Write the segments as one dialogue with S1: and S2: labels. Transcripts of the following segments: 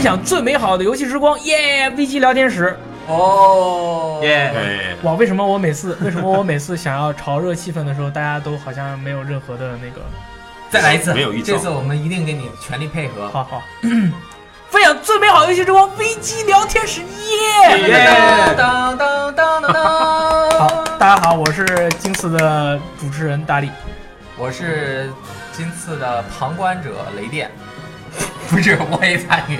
S1: 享最美好的游戏时光，耶！VG 聊天室，
S2: 哦，
S1: 耶！
S3: 哎，
S1: 哇，为什么我每次为什么我每次想要潮热气氛的时候，大家都好像没有任何的那个？
S2: 再来一次，
S3: 没有异常
S2: 这次我们一定给你全力配合。
S1: 好好，分享最美好的游戏时光，VG 聊天室，耶！
S3: 耶
S2: 当当当当当当！
S1: 好，大家好，我是今次的主持人大力。
S2: 我是今次的旁观者雷电， 不是我也参与。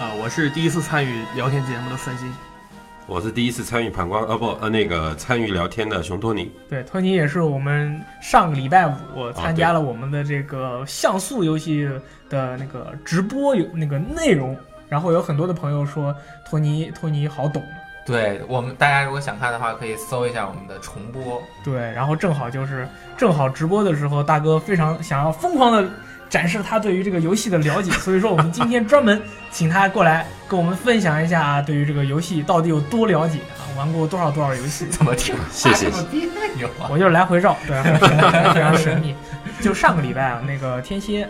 S4: 啊，我是第一次参与聊天节目的三星。
S3: 我是第一次参与旁观，呃不，呃那个参与聊天的熊托尼，
S1: 对，托尼也是我们上个礼拜五参加了我们的这个像素游戏的那个直播有那个内容，然后有很多的朋友说托尼托尼好懂，
S2: 对我们大家如果想看的话，可以搜一下我们的重播。
S1: 对，然后正好就是正好直播的时候，大哥非常想要疯狂的展示他对于这个游戏的了解，所以说我们今天专门请他过来跟我们分享一下啊，对于这个游戏到底有多了解啊，玩过多少多少游戏。
S2: 怎么听？
S3: 谢谢
S2: 这么别扭啊！
S1: 我就是来回绕，对，非常神秘。就上个礼拜啊，那个天蝎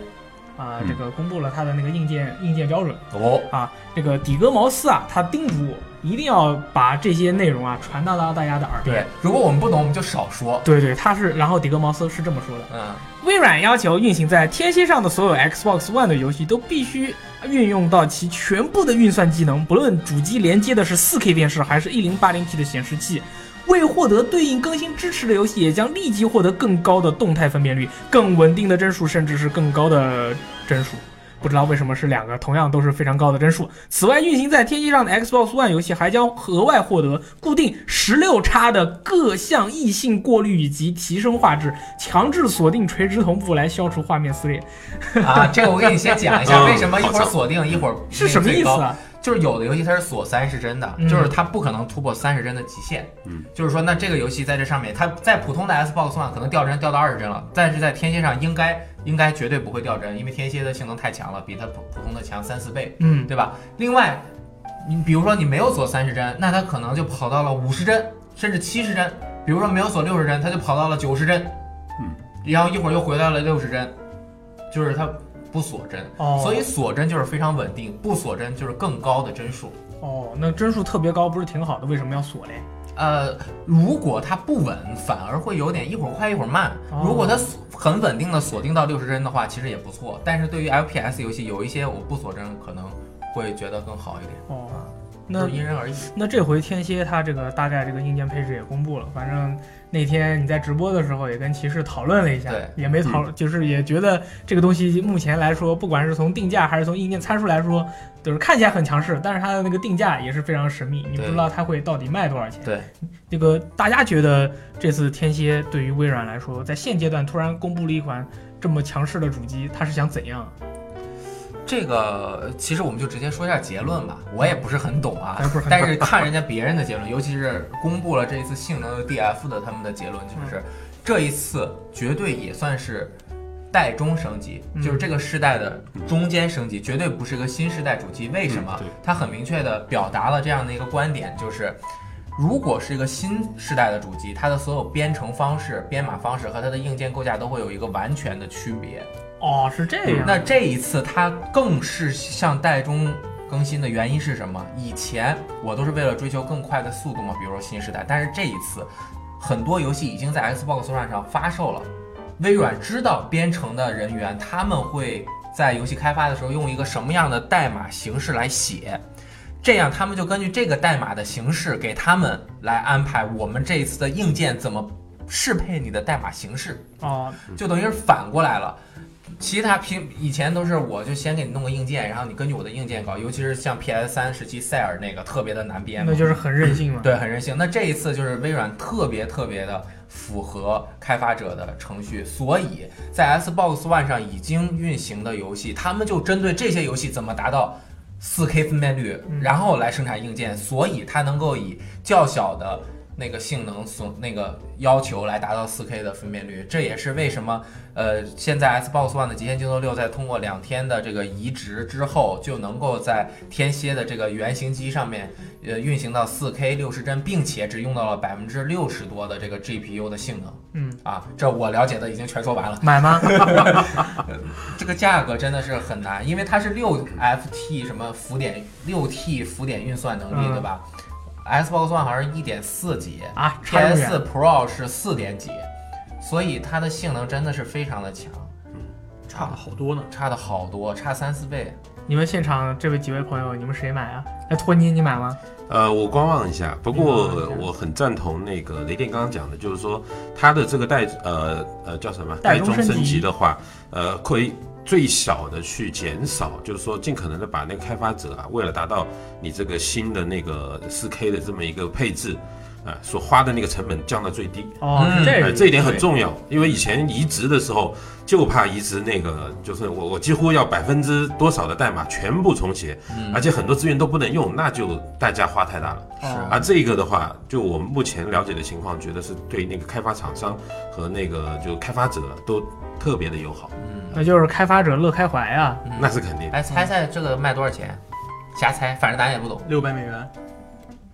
S1: 啊、
S3: 嗯
S1: 这个公布了他的那个硬件硬件标准
S2: 哦，
S1: 啊，这个底格茅斯啊，他叮嘱我一定要把这些内容啊传达到大家的耳
S2: 对
S1: 边。，
S2: 如果我们不懂，我们就少说。
S1: 对对，他是，然后底格茅斯是这么说的：
S2: 嗯，
S1: 微软要求运行在天蝎上的所有 Xbox One 的游戏都必须运用到其全部的运算技能，不论主机连接的是 4K 电视还是 1080P 的显示器。未获得对应更新支持的游戏也将立即获得更高的动态分辨率、更稳定的帧数，甚至是更高的帧数。不知道为什么是两个同样都是非常高的帧数。此外，运行在天际上的 Xbox One 游戏还将额外获得固定十六叉的各项异性过滤以及提升画质，强制锁定垂直同步来消除画面撕裂，
S2: 啊，这个我给你先讲一下，
S3: 嗯
S2: 为什么一
S3: 好
S2: 会儿
S3: 长
S2: 锁定，一会儿
S1: 是什么意
S2: 那个最
S1: 思
S2: 高
S1: 啊？
S2: 就是有的游戏它是锁三是帧的，
S1: 嗯
S2: 就是它不可能突破三十帧的极限。
S3: 嗯，
S2: 就是说，那这个游戏在这上面，它在普通的 Xbox One 可能掉帧掉到二十帧了，但是在天蝎上应该应该绝对不会掉帧，因为天蝎的性能太强了，比它普普通的强三四倍，
S1: 嗯，
S2: 对吧？另外，你比如说你没有锁三十帧，那它可能就跑到了五十帧，甚至七十帧；比如说没有锁六十帧，它就跑到了九十帧，
S3: 嗯，
S2: 然后一会儿又回到了六十帧，就是它不锁帧。
S1: 哦，
S2: 所以锁帧就是非常稳定，不锁帧就是更高的帧数。
S1: 哦，那帧数特别高不是挺好的，为什么要锁嘞？
S2: 呃，如果它不稳，反而会有点一会儿快一会儿慢
S1: 哦。
S2: 如果它锁很稳定的锁定到六十帧的话，其实也不错。但是对于 FPS 游戏，有一些我不锁帧可能会觉得更好一点，
S1: 哦，
S2: 就
S1: 那
S2: 是因人而异。
S1: 那这回天蝎它这个大概这个硬件配置也公布了，反正那天你在直播的时候也跟骑士讨论了一下
S2: 对，嗯
S1: 也没讨，就是也觉得这个东西目前来说，不管是从定价还是从硬件参数来说，就是看起来很强势，但是它的那个定价也是非常神秘，你不
S2: 对
S1: 知道它会到底卖多少钱。
S2: 对，
S1: 这个大家觉得这次天蝎对于微软来说，在现阶段突然公布了一款这么强势的主机，它是想怎样？
S2: 这个其实我们就直接说一下结论吧，我也不是很懂啊
S1: 还嗯不是，很懂
S2: 但是看人家别人的结论，尤 其是公布了这一次性能的 DF 的他们的结论，
S1: 嗯
S2: 就是这一次绝对也算是代中升级，
S1: 嗯
S2: 就是这个世代的中间升级，绝对不是个新时代主机。为什么
S3: 嗯对？
S2: 它很明确的表达了这样的一个观点，就是。如果是一个新时代的主机，它的所有编程方式、编码方式和它的硬件构架都会有一个完全的区别。
S1: 哦，是这样。
S2: 嗯那这一次它更是向代中更新的原因是什么？以前我都是为了追求更快的速度嘛，比如说新时代，但是这一次很多游戏已经在 Xbox One 上发售了。微软知道编程的人员他们会在游戏开发的时候用一个什么样的代码形式来写，这样他们就根据这个代码的形式给他们来安排我们这一次的硬件怎么适配你的代码形式。
S1: 哦，
S2: 就等于是反过来了。其他平以前都是我就先给你弄个硬件，然后你根据我的硬件搞，尤其是像 PS 三时期塞尔那个特别的难编嘛
S1: 那，就是很任性嘛。
S2: 对，很任性。那这一次就是微软特别特别的符合开发者的程序，所以在 Xbox One 上已经运行的游戏，他们就针对这些游戏怎么达到 4K 分辨率
S1: 嗯，
S2: 然后来生产硬件，所以它能够以较小的那个性能所那个要求来达到 4K 的分辨率。这也是为什么呃，现在 Xbox One 的极限竞速六在通过两天的这个移植之后，就能够在天蝎的这个原型机上面呃运行到 4K 六十帧，并且只用到了百分之六十多的这个 GPU 的性能。
S1: 嗯
S2: 啊，这我了解的已经全说完了。
S1: 买吗？
S2: 这个价格真的是很难，因为它是六 FT 什么浮点六 T 浮点运算能力，
S1: 嗯
S2: 对吧？Xbox One 好像是一点四几
S1: 啊，差那么远
S2: ，PS 4 Pro 是四点几，所以它的性能真的是非常的强，
S4: 差了好多呢。
S2: 差的好多，差三四倍。
S1: 你们现场这位几位朋友，你们谁买啊？那托尼你买吗？
S3: 呃，我观望一下，不
S1: 你观
S3: 过
S1: 望一下
S3: 我很赞同那个雷电刚刚讲的，就是说它的这个代呃呃叫什么
S1: 代中
S3: 中
S1: 升级
S3: 升级的话，呃，可以最小的去减少，就是说尽可能的把那个开发者啊，为了达到你这个新的那个四 K 的这么一个配置啊、所花的那个成本降到最低。
S1: 哦，
S2: 嗯
S1: 是这
S3: 哎、
S1: 个
S3: 这一点很重要，因为以前移植的时候就怕移植那个，就是我我几乎要百分之多少的代码全部重写，而且很多资源都不能用，那就代价花太大了。
S2: 嗯是啊
S1: 哦
S3: 而这个的话，就我们目前了解的情况，觉得是对那个开发厂商和那个就开发者都特别的友好，
S1: 那就是开发者乐开怀啊。
S2: 嗯
S3: 那是肯定。
S2: 来哎猜猜这个卖多少钱？瞎猜，反正咱也不懂。
S4: 六百美元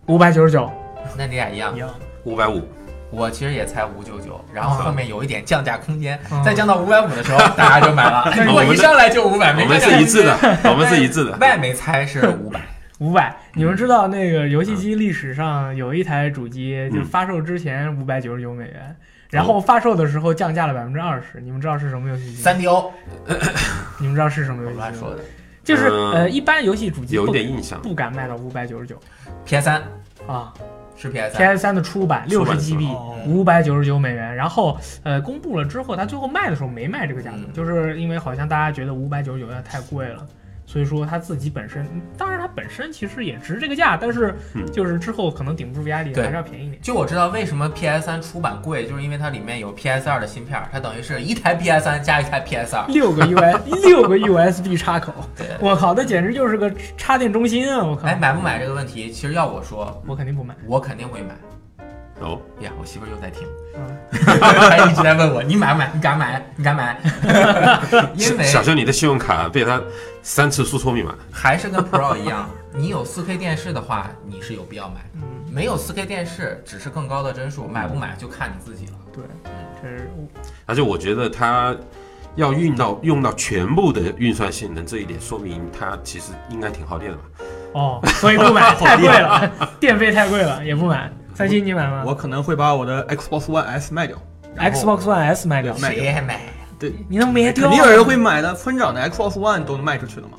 S1: 五百九十九，
S2: 那你俩一样
S4: 一，样，
S3: 五百五，
S2: 我其实也才五九九，然后后面有一点降价空间
S1: 嗯，
S2: 再降到五百五的时候，大家就买了。如果
S3: 我
S2: 一
S3: 们
S2: 上来就五百，
S3: 我
S2: 没
S3: 们
S2: 降价空
S3: 是一
S2: 间
S3: 致的，我们是一 致的。
S2: 外媒猜是五百，
S1: 五百。你们知道那个游戏机历史上有一台主机，就发售之前五百九十九美元，然后发售的时候降价了百分之二十。你们知道是什么游戏机？
S2: 三 D O，
S1: 你们知道是什么游
S2: 我
S1: 戏
S2: 乱
S1: 机
S2: 说
S1: 吗？
S2: 的。
S1: 就是
S3: 嗯
S1: 呃，一般游戏主机
S3: 有一
S1: 不
S3: 点印象，
S1: 不敢卖到五百九十九
S2: PS 三
S1: 啊。
S2: 是 PS 三，
S1: PS 三的初版六十
S3: 初版
S1: GB，
S4: 哦
S1: 五百九十九美元。然后呃，公布了之后，它最后卖的时候没卖这个价格，
S2: 嗯
S1: 就是因为好像大家觉得五百九十九有点太贵了。所以说它自己本身，当然它本身其实也值这个价，但是
S3: 嗯
S1: 就是之后可能顶不住压力，
S2: 对
S1: 还是要便宜一点。
S2: 就我知道为什么 PS 三出版贵，就是因为它里面有 PS 二的芯片儿，它等于是一台 PS 三加一台 PS 二。
S1: 六个 U S 六个 U S B 插口，
S2: 对
S1: 我靠，那简直就是个插电中心啊！我靠，
S2: 哎，买不买这个问题，其实要我说，
S1: 我肯定不买。
S2: 我肯定会买。哎
S3: 哦，
S2: 呀，我媳妇儿又在听，
S1: 嗯，
S2: 她一直在问我，你买不买？你敢买？你敢买？ 因为
S3: 小兄，你的信用卡被他三次输错密码，
S2: 还是跟 Pro 一样， 你有 4K 电视的话，你是有必要买；
S1: 嗯
S2: 没有 4K 电视，只是更高的帧数，买不买就看你自己了。
S1: 对，这是
S3: 而且我觉得他要运到用到全部的运算性能这一点，说明他其实应该挺耗电的吧。
S1: 哦，所以不买， 太贵了，电费太贵了，也不买。三星你买吗
S4: 我可能会把我的 Xbox One S 卖掉。然后
S1: ？Xbox One S 卖掉，
S4: 卖掉
S2: 谁还买？
S4: 对，
S1: 你能别
S4: 肯
S1: 丢啊
S4: 定？有人会买的。村长的 Xbox One 都能卖出去了嘛，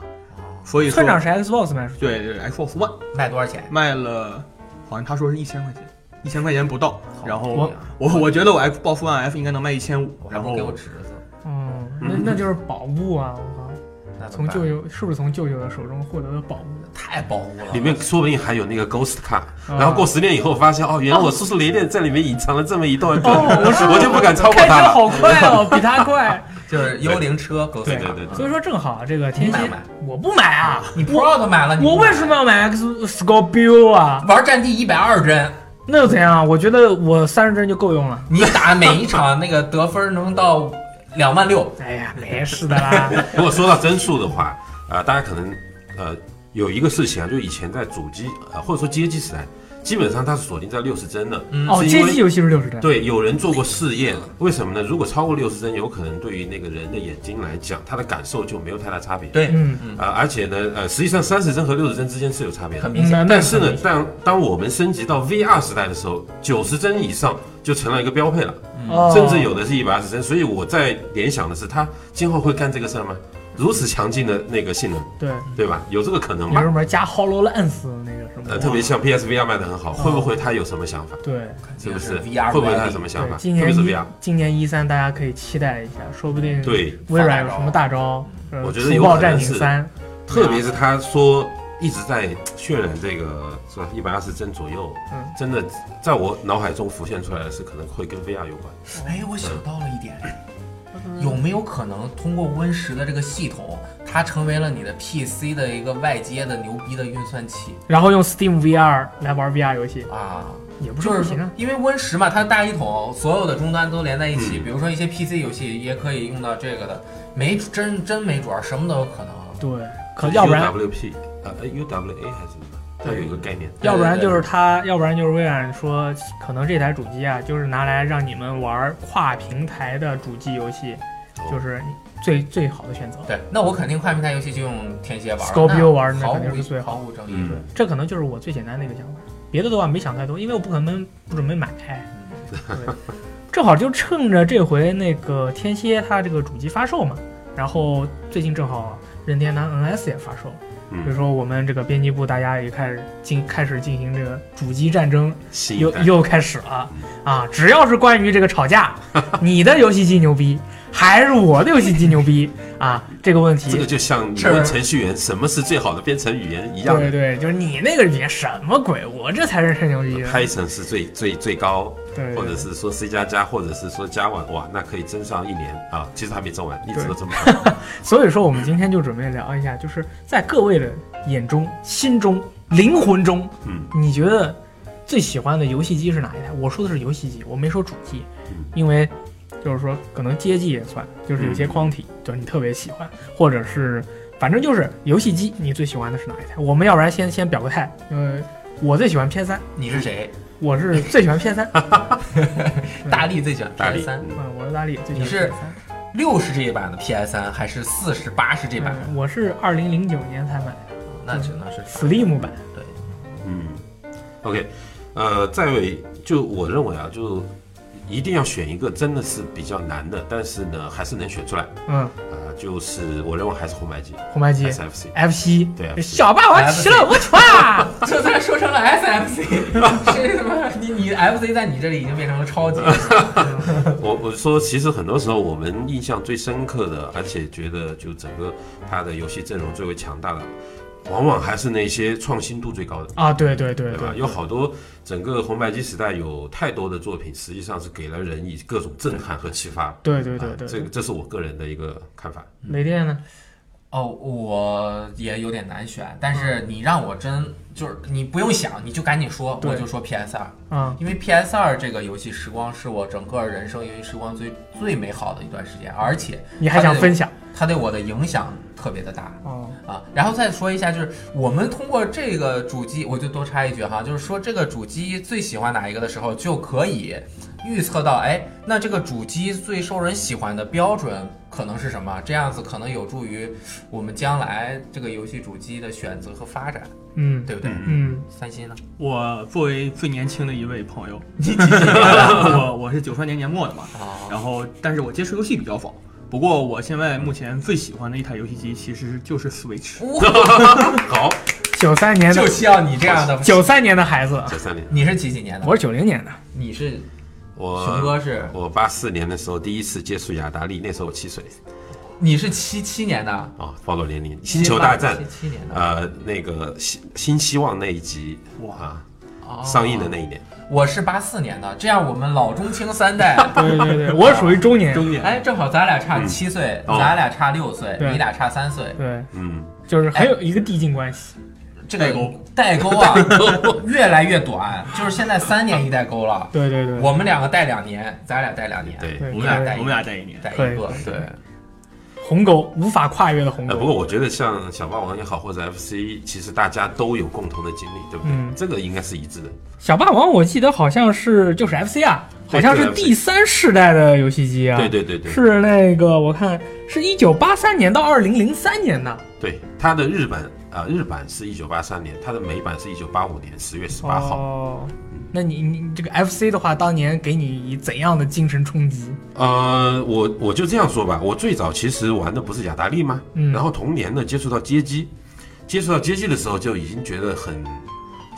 S4: 所以说
S1: 村长是 Xbox 卖出去，
S4: 对对 Xbox One
S2: 卖多少钱？
S4: 卖了，好像他说是一千块钱，一千块钱不到。然后
S1: 我
S4: 我我我觉得我 Xbox One F 应该能卖一千五，
S2: 我还
S4: 然
S2: 不给我
S4: 后
S2: 侄子，
S1: 嗯，那那就是宝物啊！我靠，
S2: 那怎
S1: 从
S2: 么办
S1: 舅舅是不是从舅舅的手中获得的宝物？
S2: 太保护了。
S3: 里面说不定还有那个 ghost 卡，
S1: 啊
S3: 然后过十年以后发现，哦，原来我叔叔雷电在里面隐藏了这么一段，
S1: 哦我是
S3: 我就不敢超过
S1: 开车
S3: 他了。
S1: 好快 哦，比他快。
S2: 就是幽灵车，狗
S3: 对对对
S1: 所以说正好啊这个天
S2: 你
S1: 蝎
S2: 买不买？
S1: 我不买啊，
S2: 你 Pro 都买了，你
S1: 我
S2: 不买
S1: 为什么要买 X Scorpio 啊？
S2: 玩战地一百二帧？
S1: 那又怎样啊？我觉得我三十帧就够用了。
S2: 你打每一场那个得分能到两万六，
S1: 哎呀，没事的啦。
S3: 如果说到帧数的话，啊、大家可能呃有一个事情啊，就以前在主机呃或者说街机时代，基本上它是锁定在六十帧的，
S1: 哦，
S3: 是因
S1: 街
S3: 为
S1: 机游戏是六十帧。
S3: 对，有人做过试验，为什么呢？如果超过六十帧，有可能对于那个人的眼睛来讲，他的感受就没有太大差别。
S2: 对，
S1: 嗯
S2: 嗯，
S3: 啊、而且呢，呃，实际上三十帧和六十帧之间是有差别的
S2: 很。明显。
S1: 嗯
S3: 但是呢，当当我们升级到 VR 时代的时候，九十帧以上就成了一个标配了，
S1: 哦
S3: 甚至有的是一百二十帧。所以我在联想的是，他今后会干这个事儿吗？如此强劲的那个性能，
S1: 对，
S3: 对吧？有这个可能
S1: 有
S3: 吗
S1: 什？么加 HoloLens 那个什
S3: 呃，
S1: 么，
S3: 特别像 PSVR 卖的很好，会不会他有什么想法？
S1: 对
S3: 是不
S2: 就是
S3: 是？
S2: VR
S3: 会不会他有什么想
S1: 对，
S3: 法？特
S1: 今
S3: 别
S1: 年
S3: 是
S1: 一
S3: VR，
S1: 今年一三大家可以期待一下，说不定
S3: 对，
S1: 微软有什么大招，呃
S3: 我觉得
S1: 除
S3: 有
S1: 暴
S3: 可
S1: 战
S3: 能
S1: 警
S3: 是
S1: 三，
S3: 特别是他说一直在渲染这个是吧？一百二十帧左右，
S1: 嗯
S3: 真的在我脑海中浮现出来的是可能会跟 VR 有关。
S1: 嗯
S2: 哎，我想到了一点，有没有可能通过 Win 十的这个系统，它它成为了你的 PC 的一个外接的牛逼的运算器
S1: 然后用 Steam VR 来玩 VR 游戏，
S2: 啊。
S1: 也不是
S2: 就
S1: 不
S2: 是
S1: 行啊。
S2: 因为 Win 十嘛，它大一统，所有的终端都连在一起，
S3: 嗯
S2: 比如说一些 PC 游戏也可以用到这个的，没真真没准儿，什么都有可能。
S1: 对，可哦要不然
S3: UWP 呃呃 UWA 还是什么，它有一个概念。哦
S2: 对
S1: 要不然就是它，要不然就是微软说，可能这台主机啊，就是拿来让你们玩跨平台的主机游戏，就是最最好的选择。
S2: 对，那我肯定跨平台游戏就用天蝎玩儿
S1: Scorpio
S2: 那
S1: 玩儿那
S2: 毫
S1: 肯定
S2: 无
S1: 是最好
S2: 毫无争议。
S3: 嗯，
S1: 这可能就是我最简单的一个想法，别的的话没想太多，因为我不可能不准备买。
S2: 嗯
S1: 对，正好就趁着这回那个天蝎它这个主机发售嘛，然后最近正好任天堂 NS 也发售，
S3: 嗯
S1: 所以说我们这个编辑部大家也开始进开始进行这个主机战争，
S3: 新
S1: 又
S3: 一代
S1: 又开始了啊！只要是关于这个吵 架，你的游戏机牛逼还是我的游戏机牛逼啊？这个问
S3: 这个
S1: 题，
S3: 就像你
S2: 这儿
S3: 问程序员什么是最好的编程语言一样
S1: 对对，就是你那个语言什么鬼，我这才是吹牛逼的。
S3: ，Python 是最最最高，
S1: 对，
S3: 或
S1: 对
S3: 者是说 C 加加，或者是说 Java，哇，那可以争上一年啊！其实还没争完，一直都争不完。
S1: 所以说，我们今天就准备聊一下，就是在各位的眼中、心中、灵魂中，
S3: 嗯，
S1: 你觉得最喜欢的游戏机是哪一台？我说的是游戏机，我没说主机
S3: 嗯，
S1: 因为就是说可能街机也算，就是有些框体，就是你特别喜欢，或者是反正就是游戏机，你最喜欢的是哪一台？我们要不然先先表个态，呃，我最喜欢 PS 三，
S2: 你是谁？
S1: 我是最喜欢 PS 三，嗯
S2: 大力最喜欢
S3: 大力
S2: PS 三，
S1: 嗯，我是大力，最喜
S2: 你
S1: 欢
S2: 是
S1: PS 三。
S2: 六十这一版的 PS 三还是四十八十这版？
S1: 嗯我是二零零九年才买
S2: 那只能是
S1: Slim 版，
S2: 对，
S3: 嗯，OK，呃，再为就我认为啊，就一定要选一个真的是比较难的，但是呢还是能选出来
S1: 嗯，
S3: 啊，就是我认为还是红白机
S1: 红白
S2: 哎
S1: 机。
S3: SFC。
S1: F 七，
S3: 对 F7
S1: 小霸王齐了，我去啊！
S2: 这咱说成了 SFC，谁他妈你你 FC 在你这里已经变成了超级，
S3: 我我说，其实很多时候我们印象最深刻的，而且觉得就整个它的游戏阵容最为强大的，往往还是那些创新度最高的。
S1: 啊，对对对
S3: 对吧？有好多整个红白机时代有太多的作品，实际上是给了人以各种震撼和启发。
S1: 对对对
S3: 啊
S1: 对
S3: 这个
S1: 对，
S3: 这是我个人的一个看法。
S1: 雷电呢？
S2: 哦，我也有点难选，但是你让我真就是你不用想，你就赶紧说，
S1: 对
S2: 我就说 PS 二，
S1: 啊，
S2: 因为 PS 二这个游戏时光是我整个人生游戏时光最最美好的一段时间，而且
S1: 你还想分享？
S2: 它对我的影响特别的大。
S1: 哦，
S2: 啊，然后再说一下，就是我们通过这个主机，我就多插一句哈，就是说这个主机最喜欢哪一个的时候，就可以预测到，哎，那这个主机最受人喜欢的标准可能是什么？这样子可能有助于我们将来这个游戏主机的选择和发展，
S1: 嗯
S2: 对不对？
S1: 嗯，
S2: 三星呢？
S4: 我作为最年轻的一位朋友，我我是九三年年末的嘛，
S2: 啊，
S4: 然后但是我接触游戏比较早。不过我现在目前最喜欢的一台游戏机其实就是 Switch。
S3: 好，
S1: 九三年的
S2: 就需要你这样的。
S1: 九三年的孩子，
S3: 九三年，
S2: 你是几几年的？
S1: 我是九零年的，
S2: 你是熊
S3: 我
S2: 哥是？
S3: 我八四年的时候第一次接触雅达利，那时候我七岁
S2: 你是七七年的？
S3: 啊，暴露年龄。星球大战
S2: 七，七年的。
S3: 呃，那个新新希望那一集
S4: 哇
S3: 啊，上映的
S2: 哦
S3: 那一年，
S2: 我是八四年的，这样我们老中青三代
S1: 对对对，我属于中年，
S4: 中年，
S2: 哎，正好咱俩差七岁，
S3: 嗯哦
S2: 咱俩差六岁，
S1: 对
S2: 你俩差三岁，
S1: 对，
S3: 嗯，
S1: 就是很有一个递进关系。
S2: 这个
S4: 代沟
S2: 代沟啊， 越来越短，就是现在三年一代沟了。
S1: 对对对，
S2: 我们两个带两年，咱俩带两年，
S3: 对。
S1: 对
S4: 我们俩
S1: 对
S4: 我们俩带一年。
S2: 带一
S1: 可以
S2: 个，对，
S1: 鸿沟无法跨越的鸿
S3: 呃，不过
S1: 沟。
S3: 我觉得像小霸王也好，或者 FC，其实大家都有共同的经历，对不对？
S1: 嗯
S3: 这个应该是一致的。
S1: 小霸王我记得好像是就是 FC 啊，好
S3: 对
S1: 像是
S3: 就是 FC
S1: 第三世代的游戏机啊。
S3: 对对对对，
S1: 是那个，我看是一九八三年到二零零三年的，
S3: 对，它的日版啊、呃日版是一九八三年，它的美版是一九八五年十月十八号。
S1: 哦，那你你这个 FC 的话，当年给你以怎样的精神冲击？
S3: 呃，我我就这样说吧，我最早其实玩的不是雅达利吗？
S1: 嗯
S3: 然后同年呢接触到街机，接触到街机的时候就已经觉得很，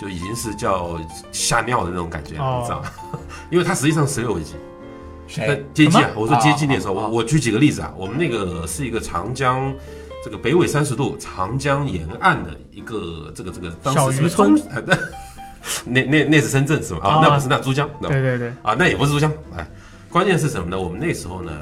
S3: 就已经是叫吓尿的那种感觉，
S1: 哦哎
S3: 你知道吗？ 因为它实际上是个游戏机，它
S2: 谁？
S3: 街机啊
S1: 什，
S3: 我说街机那时候，
S2: 哦哦
S3: 我我举几个例子啊，我们那个是一个长江。这个北纬三十度，长江沿岸的一个这个这个，当时是不是
S1: 小渔村
S3: 中， 呃那那那是深圳是吧？啊，
S1: 啊
S3: 那不是那珠江，那
S1: 对对对，
S3: 啊，那也不是珠江，哎，关键是什么呢？我们那时候呢，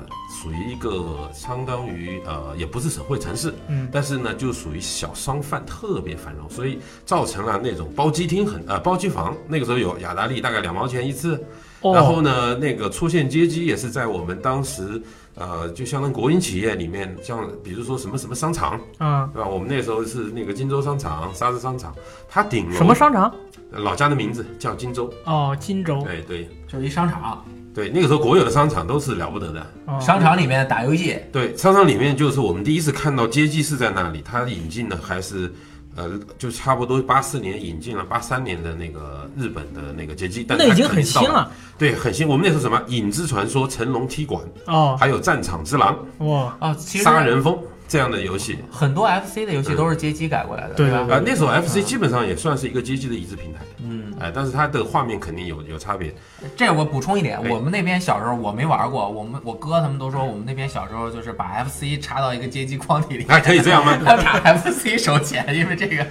S3: 属于一个相当于呃，也不是省会城市，
S1: 嗯，
S3: 但是呢，就属于小商贩特别繁荣，所以造成了那种包机厅很呃包机房，那个时候有雅达利大概两毛钱一次，
S1: 哦
S3: 然后呢，那个出现阶级也是在我们当时呃，就相当于国营企业里面，像比如说什么什么商场，
S1: 啊，
S3: 对吧？我们那时候是那个荆州商场、沙子商场，它顶楼
S1: 什么商场？
S3: 老家的名字叫荆州，
S1: 哦，荆州。
S3: 对对
S2: 就是一商场，
S3: 对，那个时候国有的商场都是了不得的。
S1: 哦
S2: 商场里面打游戏，
S3: 对，商场里面就是我们第一次看到街机是在那里，它引进的还是，呃，就差不多八四年引进了八三年的那个日本的那个街机，但
S1: 那
S3: 它
S1: 已经
S3: 肯
S1: 很
S3: 定到
S1: 新了
S3: 对，很新。我们那时候什么《影之传说》《成龙踢馆》，
S1: 哦，
S3: 还有《战场之狼
S1: 哇，
S2: 哦，其》实
S3: 《杀人蜂》这样的游戏。
S2: 很多 FC 的游戏都是街机改过来的，
S1: 对
S2: 吧？
S3: 啊、那时候 FC 基本上也算是一个街机的移植平台，嗯，哎、但是它的画面肯定有有差别，
S2: 这我补充一点，
S3: 哎
S2: 我们那边小时候我没玩过，我们我哥他们都说我们那边小时候就是把 FC 插到一个街机框体里，
S3: 还可以这 样吗？
S2: 要打 FC 收钱，因为这个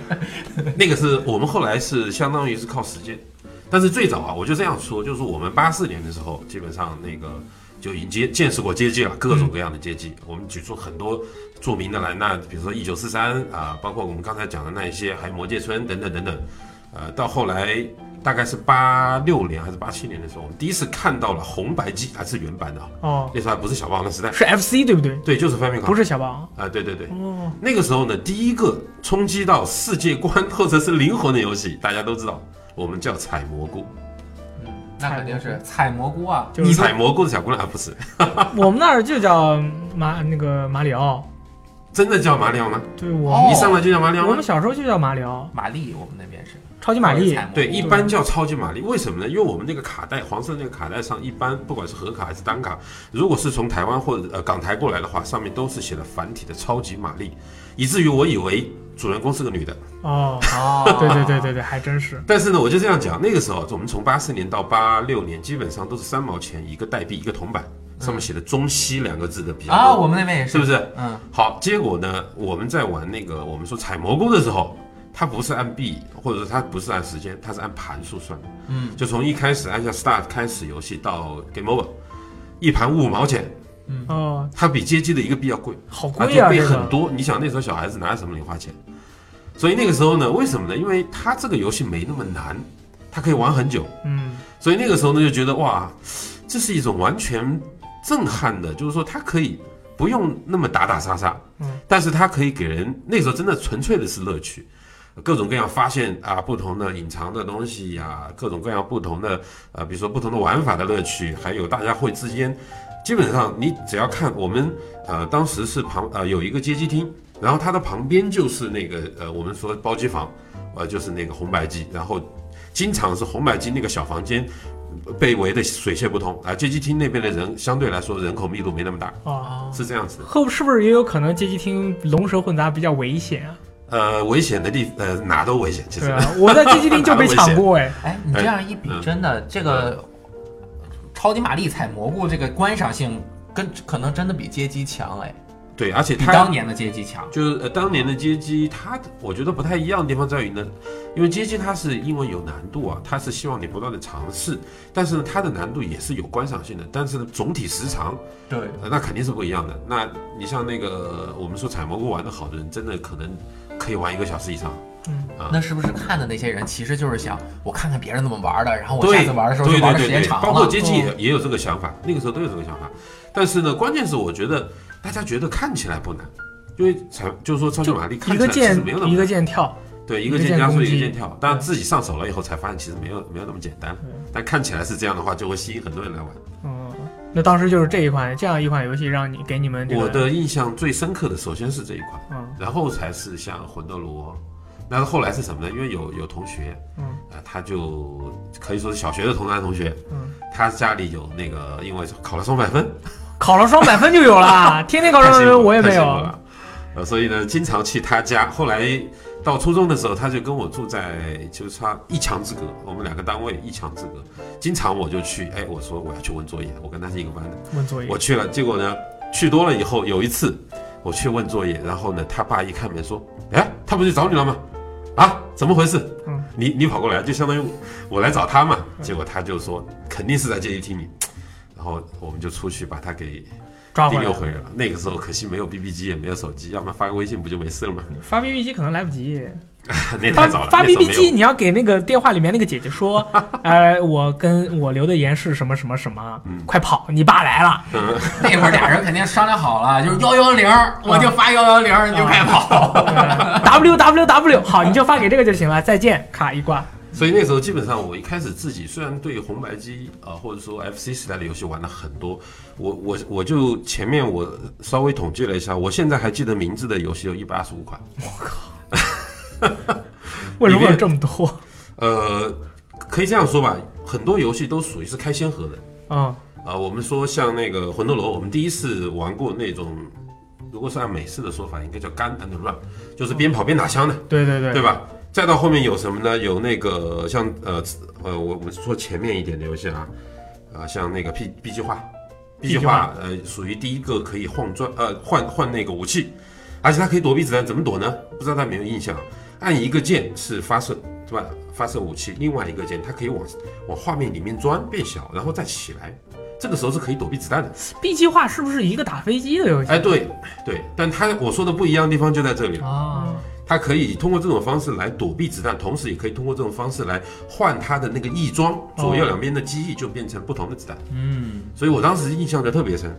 S3: 那个是我们后来是相当于是靠时间，但是最早啊，我就这样说，就是我们八四年的时候，基本上那个就已经接见识过街机了，各种各样的街机，我们举出很多著名的来，那比如说一九四三啊，包括我们刚才讲的那一些，还有魔界村等等等等，呃，到后来大概是八六年还是八七年的时候，我们第一次看到了红白机，还是原版的啊，
S1: 哦，
S3: 那时候还不是小霸王的时代，
S1: 是 FC 对不对？
S3: 对，就是翻面卡，
S1: 不是小霸 王。
S3: 啊，对对对，
S1: 哦，
S3: 那个时候呢，第一个冲击到世界观或者是灵魂的游戏，大家都知道，我们叫采蘑菇。
S2: 那肯定是采蘑菇啊，
S1: 就
S3: 你
S1: 是
S3: 采蘑菇的小姑娘啊不是？
S1: 我们那儿就叫马那个马里奥，
S3: 真的叫马里奥吗？
S1: 对我
S2: 哦
S1: 们
S3: 一上来就叫马里奥
S1: 我
S3: 吗
S1: 们？小时候就叫马里奥，
S2: 玛丽我们那边是
S1: 超级玛丽
S2: 采。蘑菇
S3: 对，一般叫超级玛丽，为什么呢？因为我们那个卡带，黄色那个卡带上，一般不管是盒卡还是单卡，如果是从台湾或者呃港台过来的话，上面都是写的繁体的超级玛丽，以至于我以为主人公是个女的。
S1: 哦，
S2: 哦，
S1: 对对对对对，还真是。
S3: 但是呢，我就这样讲，那个时候我们从八四年到八六年，基本上都是三毛钱一个代币一个铜板，上面写的“中西”两个字的比较多
S2: 啊，我们那边也是，
S3: 是不是？
S2: 嗯，
S3: 好，结果呢，我们在玩那个我们说采蘑菇的时候，它不是按币，或者说它不是按时间，它是按盘数算的。
S2: 嗯，
S3: 就从一开始按下 start 开始游戏到 game over，一盘五毛钱，
S1: 哦，
S3: 它比街机的一个币要贵，
S1: 好
S3: 而
S1: 贵
S3: 且
S1: 啊，
S3: 嗯贵
S1: 这
S3: 很
S1: 个。
S3: 多。你想那时候小孩子拿什么零花钱？所以那个时候呢，为什么呢？因为它这个游戏没那么难，它可以玩很久。
S1: 嗯，
S3: 所以那个时候呢，就觉得哇，这是一种完全震撼的，就是说它可以不用那么打打杀杀，
S1: 嗯，
S3: 但是它可以给人那时候真的纯粹的是乐趣，各种各样发现啊不同的隐藏的东西呀、各种各样不同的呃，比如说不同的玩法的乐趣，还有大家会之间。基本上，你只要看我们，呃，当时是旁呃有一个街机厅，然后它的旁边就是那个呃我们说包机房，呃就是那个红白机，然后经常是红白机那个小房间被围得水泄不通啊。街机厅那边的人相对来说人口密度没那么大，
S1: 哦，
S3: 是这样子的。
S1: 后是不是也有可能街机厅龙蛇混杂比较危险啊？
S3: 呃，危险的地呃哪都危险，其
S1: 对
S3: 实
S1: 啊。， 我在街机厅就被抢过 哎。
S2: 哎，你这样一比，
S3: 嗯
S2: 真的这个超级玛丽采蘑菇这个观赏性跟可能真的比街机强哎，
S3: 对，而且
S2: 比
S3: 它
S2: 当年的街机强。
S3: 就是呃当年的街机，它我觉得不太一样的地方在于呢，因为街机它是因为有难度啊，它是希望你不断的尝试，但是呢它的难度也是有观赏性的，但是呢总体时长
S2: 对，
S3: 呃，那肯定是不一样的。那你像那个我们说采蘑菇玩的好的人，真的可能可以玩一个小时以上。啊
S2: 那是不是看的那些人其实就是想我看看别人怎么玩的，然后我
S3: 对
S2: 下次玩的时候
S3: 对
S2: 就
S3: 对
S2: 玩的时
S3: 对
S2: 间
S3: 对，
S2: 长
S3: 包括
S2: 了？
S3: 街机也也有这个想法，那个时候都有这个想法。但是呢，关键是我觉得大家觉得看起来不难，因为采就是说超级玛丽看
S1: 一
S3: 起
S1: 个
S3: 来其实
S1: 键
S3: 没有那么
S1: 一个
S3: 难
S1: 键跳，
S3: 对一
S1: 一个
S3: 个键
S1: 键
S3: 加速
S1: 攻
S3: 一个
S1: 击
S3: 键跳，但自己上手了以后才发现其实没有没有那么简单。但看起来是这样的话，就会吸引很多人来玩。
S1: 嗯，那当时就是这一款这样一款游戏，让你给你们这个
S3: 我的印象最深刻的，首先是这一款。
S1: 嗯
S3: 然后才是像魂斗罗。但是后来是什么呢？因为有有同学，
S1: 嗯
S3: 呃，他就可以说是小学的同班同学，
S1: 嗯，
S3: 他家里有那个，因为考了双百分，
S1: 考了双百分就有 啦，天天考
S3: 太
S1: 双百
S3: 辛苦
S1: 分
S3: 了
S1: 我也
S3: 太
S1: 没
S3: 辛苦
S1: 有。
S3: 了，呃，所以呢，经常去他家。后来到初中的时候，他就跟我住在就差一墙之隔，我们两个单位一墙之隔，经常我就去，哎，我说我要去问作业，我跟他是一个班的。
S1: 问作业
S3: 我去了，结果呢，去多了以后，有一次我去问作业，然后呢，他爸一看门说：“哎，他不是找你了吗？啊，怎么回事？
S1: 嗯
S3: 你你跑过来，就相当于我我来找他嘛。”结果他就说：“肯定是在这一厅里。”然后我们就出去把它给
S1: 抓
S3: 第
S1: 回来
S3: 六。回了。那个时候可惜没有 BB 机，也没有手机，要不然发个微信不就没事了 吗？
S1: 发 BB 机可能来不及，
S3: 那
S1: 发
S3: 太早了，
S1: 发
S3: 那时候
S1: BB
S3: 没有
S1: 机你要给那个电话里面那个姐姐 说，呃，我跟我留的言是什么什么什么，
S3: 嗯
S1: 快跑，你爸来 了。
S2: 那会儿俩人肯定商量好了，就是幺幺零，
S3: 嗯
S2: 我就发幺幺零，你就快跑。
S1: 呃 W W W，好，你就发给这个就行了，再见，卡一挂。
S3: 所以那时候基本上我一开始自己虽然对红白机啊、呃或者说 FC 时代的游戏玩了很多，我我我就前面我稍微统计了一下，我现在还记得名字的游戏有一百二十五款，
S1: 为什么有这么多？
S3: 呃，可以这样说吧，很多游戏都属于是开先河的
S1: 嗯，
S3: 啊、我们说像那个魂斗罗，我们第一次玩过那种，如果是按美式的说法，应该叫 gun and run，就是边跑边打枪的。
S1: 对对对，
S3: 对吧？再到后面有什么呢？有那个像呃呃，我我们说前面一点的游戏啊，啊、像那个 P B 计划，B 计划呃属于第一个可以换装呃换换那个武器，而且它可以躲避子弹，怎么躲呢？不知道大家有没有印象？按一个键是发射是吧？发射武器，另外一个键它可以往往画面里面钻变小，然后再起来，这个时候是可以躲避子弹的。
S1: B 计划是不是一个打飞机的游戏？
S3: 哎，对对，但它我说的不一样的地方就在这里了。
S2: 啊，
S3: 它可以通过这种方式来躲避子弹，同时也可以通过这种方式来换它的那个翼装，左右两边的机翼就变成不同的子弹。
S2: 嗯，
S3: 所以我当时印象就特别深。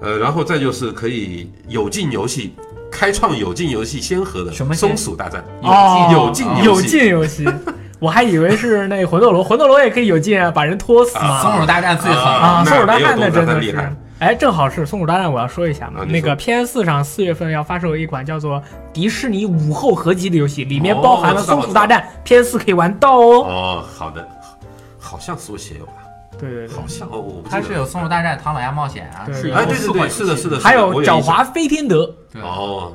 S3: 呃，然后再就是可以有进游戏开创有进游戏先河的
S2: 什么先
S3: 松鼠大战，
S1: 哦
S3: 有进
S2: 哦
S1: 有
S3: 游戏。
S1: 劲游戏， 我还以为是那魂斗罗，魂斗罗也可以有劲啊，把人拖死嘛。
S2: 松鼠大战最狠了。
S1: 啊，
S3: 那
S1: 松鼠大战
S3: 没有
S1: 真的
S3: 动作太厉
S1: 是
S3: 害。
S1: 哎，正好是松鼠大战，我要说一下嘛
S3: 啊。你
S1: 那
S3: 说
S1: 个 PS 上四月份要发售一款叫做《迪士尼午后合集》的游戏，里面包含了
S3: 哦我知道
S1: 松鼠大战，PS 可以玩到哦。
S3: 哦，好的，好像是我写有吧，
S1: 对对对，
S3: 好像哦，我不记
S2: 它
S3: 得
S2: 是有松鼠大战、唐老鸭冒险啊，
S1: 对
S2: 是有
S3: 哎，对对
S2: 四款
S3: 对，
S2: 游戏
S3: 是的，是的，
S1: 还有
S3: 我
S1: 狡
S3: 印象
S1: 猾飞天德，
S2: 对，
S3: 哦，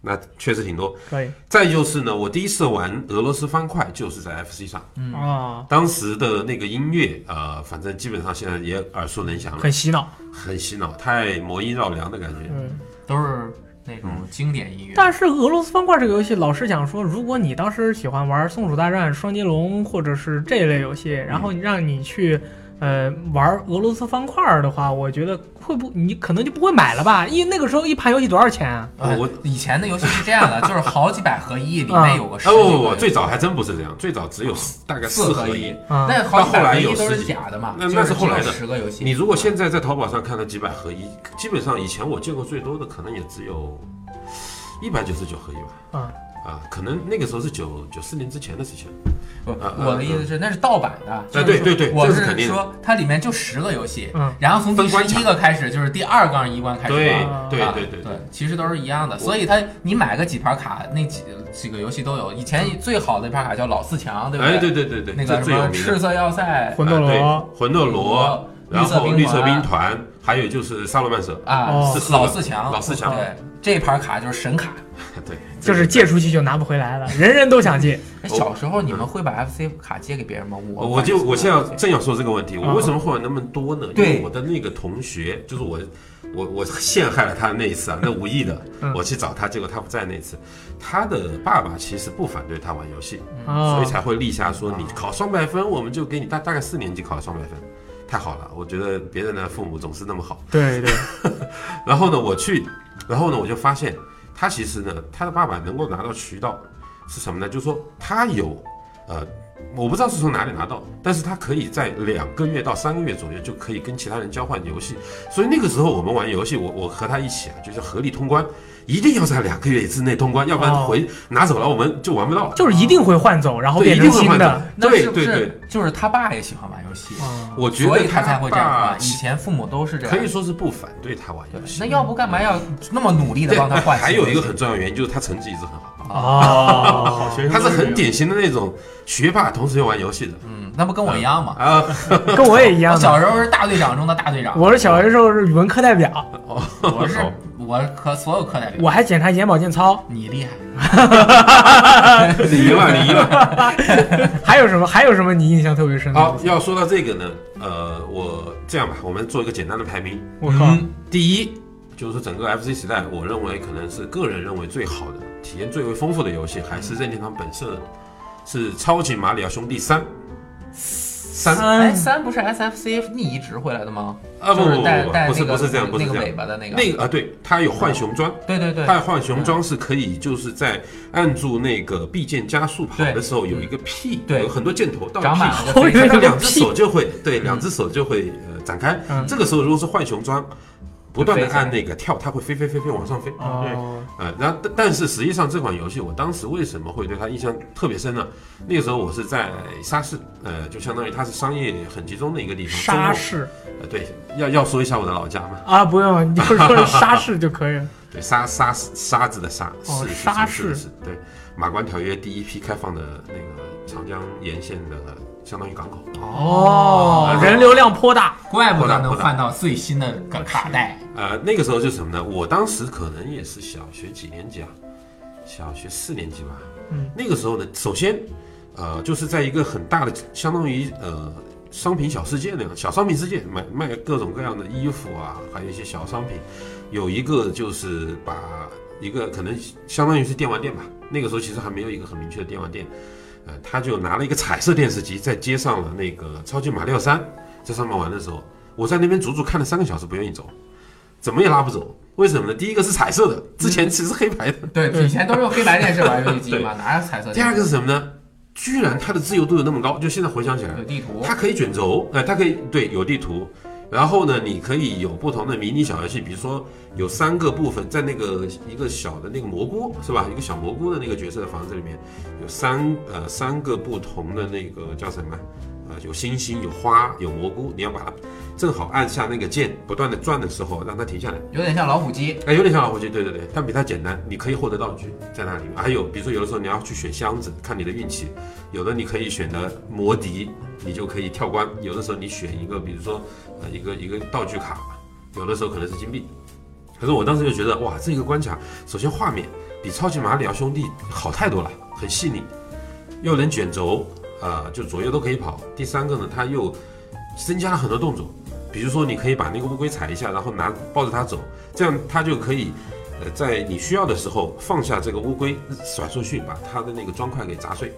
S3: 那确实挺多。
S1: 可以
S3: 再就是呢，我第一次玩俄罗斯方块就是在 FC 上。
S1: 啊，
S3: 当时的那个音乐，呃，反正基本上现在也耳熟能详了，
S1: 很洗脑。
S3: 很洗脑，太魔音绕梁的感觉。
S1: 嗯，
S2: 都是那
S3: 嗯
S2: 种经典音乐。
S1: 但是俄罗斯方块这个游戏，老实讲说，如果你当时喜欢玩松鼠大战、双截龙或者是这一类游戏，然后让你去。呃，玩俄罗斯方块的话，我觉得会不你可能就不会买了吧？因为那个时候一盘游戏多少钱啊？
S2: 呃
S3: 哦我
S2: 以前的游戏是这 样的，就是好几百合一，里面有个十
S3: 哦，
S2: 几个
S3: 不不不，
S2: 游戏
S3: 最早还真不是这样，最早只有四大概
S2: 四
S3: 合
S2: 合
S3: 一。
S1: 啊
S2: 那好几
S3: 到后
S2: 百
S3: 来
S2: 合
S3: 有
S2: 一都
S3: 十
S2: 是
S3: 几
S2: 假的嘛，
S3: 那
S2: 就
S3: 那是后来的
S2: 只有十个游戏。
S3: 你如果现在在淘宝上看到几百合一，基本上以前我见过最多的可能也只有一百九十九合一吧。
S2: 嗯
S1: 啊
S3: 啊，可能那个时候是九九四年之前的事情。
S2: 不
S3: 啊
S2: 我的意思是那是盗版的，就是
S3: 对
S2: 说
S3: 呃对对
S2: 我
S3: 这是肯定的
S2: 说它里面就十个游戏
S1: 嗯，
S2: 然后从第
S3: 分关
S2: 十一个开始就是第二杠一关开始
S3: 对
S2: 玩。
S3: 对
S2: 啊
S3: 对
S2: 对
S3: 对对，
S2: 其实都是一样的，所以它你买个几盘卡，那几几个游戏都有。以前最好的一盘卡叫老四强，对不对？
S3: 哎，对对对对，
S2: 那
S3: 这
S2: 个什
S3: 最有
S2: 么
S3: 名
S2: 赤
S3: 的
S2: 色要塞
S1: 魂斗罗
S3: 啊对魂斗罗，然后
S2: 绿
S3: 绿
S2: 色
S3: 色
S2: 兵团
S3: 兵团，还有就是沙罗曼蛇。
S2: 啊
S1: 哦，
S2: 四老四强，
S3: 老四强
S2: 对，这盘卡就是神卡。
S3: 对，
S1: 就是借出去就拿不回来了，人人都想借。
S2: 哎，
S3: 我
S2: 小时候你们会把 FC 卡借给别人吗？我
S3: 我就我现在要
S2: 这
S3: 正要说这个问题，我为什么会玩那么多呢？因
S2: 对
S3: 为我的那个同学，就是我，我我陷害了他那一次啊，那无意的
S1: 嗯，
S3: 我去找他，结果他不在那一次。他的爸爸其实不反对他玩游戏，
S1: 啊
S3: 所以才会立下说你考双百分，我们就给你大大概四年级考了双百分。太好了，我觉得别人的父母总是那么好。
S1: 对对，
S3: 然后呢，我去，然后呢，我就发现他其实呢，他的爸爸能够拿到渠道是什么呢？就是说他有，呃，我不知道是从哪里拿到，但是他可以在两个月到三个月左右就可以跟其他人交换游戏。所以那个时候我们玩游戏，我我和他一起啊，就是合力通关，一定要在两个月之内通关，要不然
S1: 哦
S3: 回、拿走了我们就玩不到了。
S1: 就是一定会换走，然后
S3: 对，
S1: 变成
S3: 一定会
S1: 新
S3: 换
S1: 的。
S3: 走。
S2: 那
S3: 对
S2: 是不
S3: 对
S2: 是
S3: 对，
S2: 就是他爸也喜欢玩游戏，
S1: 啊
S3: 我觉
S2: 所以
S3: 得
S2: 他
S3: 他
S2: 才会这样
S3: 爸
S2: 玩。以前父母都是这样，
S3: 可以说是不反对他玩游戏。
S2: 那要不干嘛要那么努力的
S3: 对，
S2: 帮他换？
S3: 还有一个很重要的原因就是他成绩一直很好。
S1: 哦，
S4: 学生
S3: 他
S4: 都
S3: 是很
S4: 这样
S3: 典型的那种学霸，同时又玩游戏的
S2: 嗯，那不跟我一样吗？
S3: 啊。
S1: 跟我也一
S2: 我
S1: 样的。
S2: 小时候是大队长中的大队长，
S1: 我是小学时候是语文课代表，
S2: 我是
S3: 好
S2: 我和所有课代表，
S1: 我还检查眼保健操。
S2: 你厉害，
S3: 你赢了，你赢了。
S1: 还有什么？还有什么你印象特别深的？
S3: 好，要说到这个呢，呃，我这样吧，我们做一个简单的排名。
S1: 我靠，
S4: 嗯
S3: 第一就是整个 FC 时代，我认为可能是个人认为最好的、体验最为丰富的游戏，还是任天堂本社的，是《超级马里奥兄弟三》。三
S2: 哎，三不是 SFC 逆移植回来的吗？
S3: 啊不
S2: 就
S3: 不
S2: 是
S3: 不
S2: 带
S3: 不
S2: 带
S3: 不
S2: 那
S3: 是
S2: 个
S3: 不是这样不
S2: 那
S3: 是
S2: 个
S3: 这
S2: 尾
S3: 样，
S2: 巴的那个
S3: 那个啊对，它有浣熊装，
S2: 对对对，
S3: 它浣熊装是可以，就是在按住那个 B 键加速跑的时候，有一个 P，
S2: 对
S3: 有很多箭头到
S2: 长
S3: P
S2: 满了
S1: 好
S2: 个嗯
S1: 远
S2: 飞
S3: 它
S2: 机
S3: 两只手就会对，两只手就会呃展开。这个时候如果是浣熊装，不断的按那个跳，它会飞飞飞飞往上飞。
S4: 哦，
S3: 呃，然后但但是实际上这款游戏，我当时为什么会对它印象特别深呢？那个时候我是在沙市，呃，就相当于它是商业很集中的一个地方。
S1: 沙
S3: 周
S1: 市
S3: 末，呃，对，要要说一下我的老家嘛，
S1: 啊，不用，你就说了沙市就可以 了。
S3: 对，沙沙沙子的沙，
S1: 哦
S3: 市是
S1: 沙
S3: 城市的
S1: 市
S3: 市，对，马关条约第一批开放的那个长江沿线的相当于港口。
S1: 哦，人流量颇大，
S2: 怪不得能换到最新的卡卡带，
S3: 呃，那个时候就是什么呢？我当时可能也是小学几年级啊，小学四年级吧。
S1: 嗯，
S3: 那个时候呢，首先，呃，就是在一个很大的，相当于呃商品小世界那样，小商品世界买卖各种各样的衣服啊，还有一些小商品。有一个就是把一个可能相当于是电玩店吧，那个时候其实还没有一个很明确的电玩店，呃，他就拿了一个彩色电视机在街上了那个超级马里奥三，在上面玩的时候，我在那边足足看了三个小时，不愿意走。怎么也拉不走。为什么呢？第一个是彩色的，之前其实是黑白的。
S2: 对，以前都是用黑白电视玩游戏机嘛，哪有彩色？
S3: 第二个是什么呢？居然它的自由度有那么高，就现在回想起来
S2: 有，地图，
S3: 它可以卷轴，哎、它可以对有地图，然后呢，你可以有不同的迷你小游戏，比如说有三个部分，在那个一个小的那个蘑菇是吧？一个小蘑菇的那个角色的房子里面，有三呃三个不同的那个叫什么？呃，有星星，有花，有蘑菇，你要把它正好按下那个键，不断的转的时候，让它停下来。
S2: 有点像老虎机，
S3: 哎，有点像老虎机，对对对，但比它简单，你可以获得道具在那里面。还有，比如说有的时候你要去选箱子，看你的运气，有的你可以选择魔笛，你就可以跳关；有的时候你选一个，比如说呃一个一个道具卡，有的时候可能是金币。可是我当时就觉得，哇，这个关卡，首先画面比超级马里奥兄弟好太多了，很细腻，又能卷轴，啊、就左右都可以跑。第三个呢，它又增加了很多动作，比如说你可以把那个乌龟踩一下，然后拿抱着它走，这样它就可以，呃，在你需要的时候放下这个乌龟，甩出去把它的那个砖块给砸碎。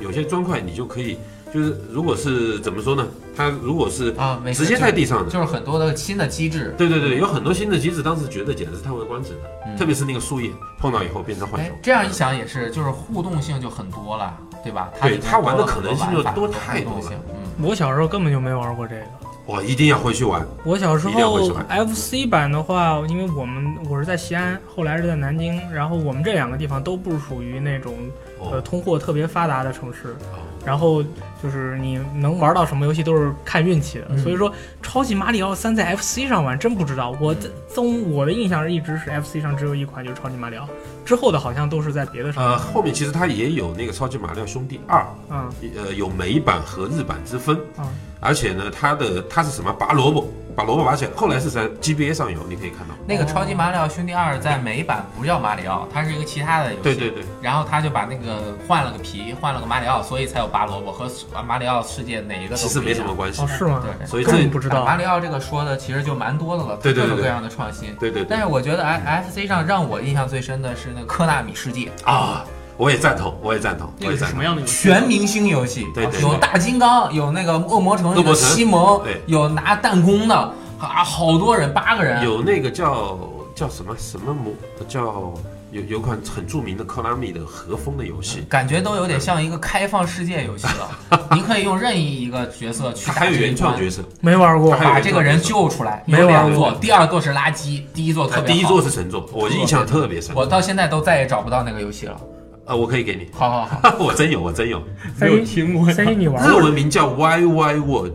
S3: 有些砖块你就可以，就是如果是怎么说呢？它如果是
S2: 啊，没事
S3: 直接在地上
S2: 就
S3: 的，
S2: 就是很多的新的机制。
S3: 对对对，有很多新的机制，当时觉得简直是叹为观止的，特别是那个树叶碰到以后变成浣
S2: 嗯哎
S3: 熊，，
S2: 这样一想也是，就是互动性就很多了，对吧？它
S3: 对
S2: 里面
S3: 它玩的
S2: 多了很
S3: 可能性就
S2: 玩法
S3: 多太多
S2: 互
S3: 了
S2: 动性嗯，
S1: 我小时候根本就没玩过这个。
S3: 哇，一定要回去玩。
S1: 我小时
S3: 一定要会
S1: 候
S3: 去玩
S1: FC 版的话，因为我们我是在西安，后来是在南京，然后我们这两个地方都不属于那种呃
S3: 哦，
S1: 通货特别发达的城市，
S3: 哦
S1: 然后就是你能玩到什么游戏都是看运气的。
S2: 嗯
S1: 所以说，超级马里奥三在 FC 上玩真不知道。我的从我的印象一直是 FC 上只有一款就是超级马里奥，之后的好像都是在别的
S4: 啊
S1: 上
S3: 呃，
S1: 面。
S3: 后面其实它也有那个超级马里奥兄弟二，
S1: 嗯
S3: 呃，有美版和日版之分。
S1: 嗯，
S3: 而且呢，它的它是什么拔萝卜，把萝卜拔起来，后来是在 GBA 上有，你可以看到。
S2: 那个超级马里奥兄弟二在美版不叫马里奥，它是一个其他的游戏。
S3: 对对对，
S2: 然后他就把那个换了个皮，换了个马里奥，所以才有拔萝卜和马里奥世界哪一个都
S3: 其实没什么关系
S1: 哦。是吗？
S2: 对
S3: 所以
S1: 根本
S3: 这
S1: 不知
S2: 马
S4: 哎
S1: 道。
S2: 里奥这个说的其实就蛮多的了，
S3: 对对对
S2: 各种各
S3: 对
S2: 样的创新。
S3: 对对对
S2: 但是我觉得 F FC 上让我印象最深的是那个科纳米世界，
S3: 啊，我也赞同，我也赞同，
S4: 那
S3: 我
S4: 个
S3: 也
S4: 是
S3: 赞
S4: 什
S3: 同
S4: 么。样的游戏？啊
S2: 全明星游戏，
S3: 对对对
S2: 有大金刚，有那个恶魔城，
S3: 恶魔城
S2: 有西蒙
S3: 对，
S2: 有拿弹弓的，啊，好多人，八个人，
S3: 有那个叫叫什么什么魔叫有有款很著名的克拉米的和风的游戏，
S2: 感觉都有点像一个开放世界游戏 了。你可以用任意一个角色去
S3: 它
S2: 打
S3: 还有
S2: 这一
S3: 原创
S2: 关
S3: 角色，
S1: 没玩过
S4: 哎
S3: 还，有
S2: 把这个人救出来，
S1: 没
S3: 啊
S2: 有
S1: 玩
S2: 两
S1: 过
S2: 座，第二座是垃圾，第一座特
S3: 它
S2: 别好。
S3: 啊第一座是神作，我印象特别深。
S2: 我到现在都再也找不到那个游戏了。
S3: 呃，我可以给你，
S2: 好好好，
S3: 我真有，我真有，
S4: 没有听过呀
S1: 三星你玩
S3: 日
S1: 过
S3: 文名叫 YY Word，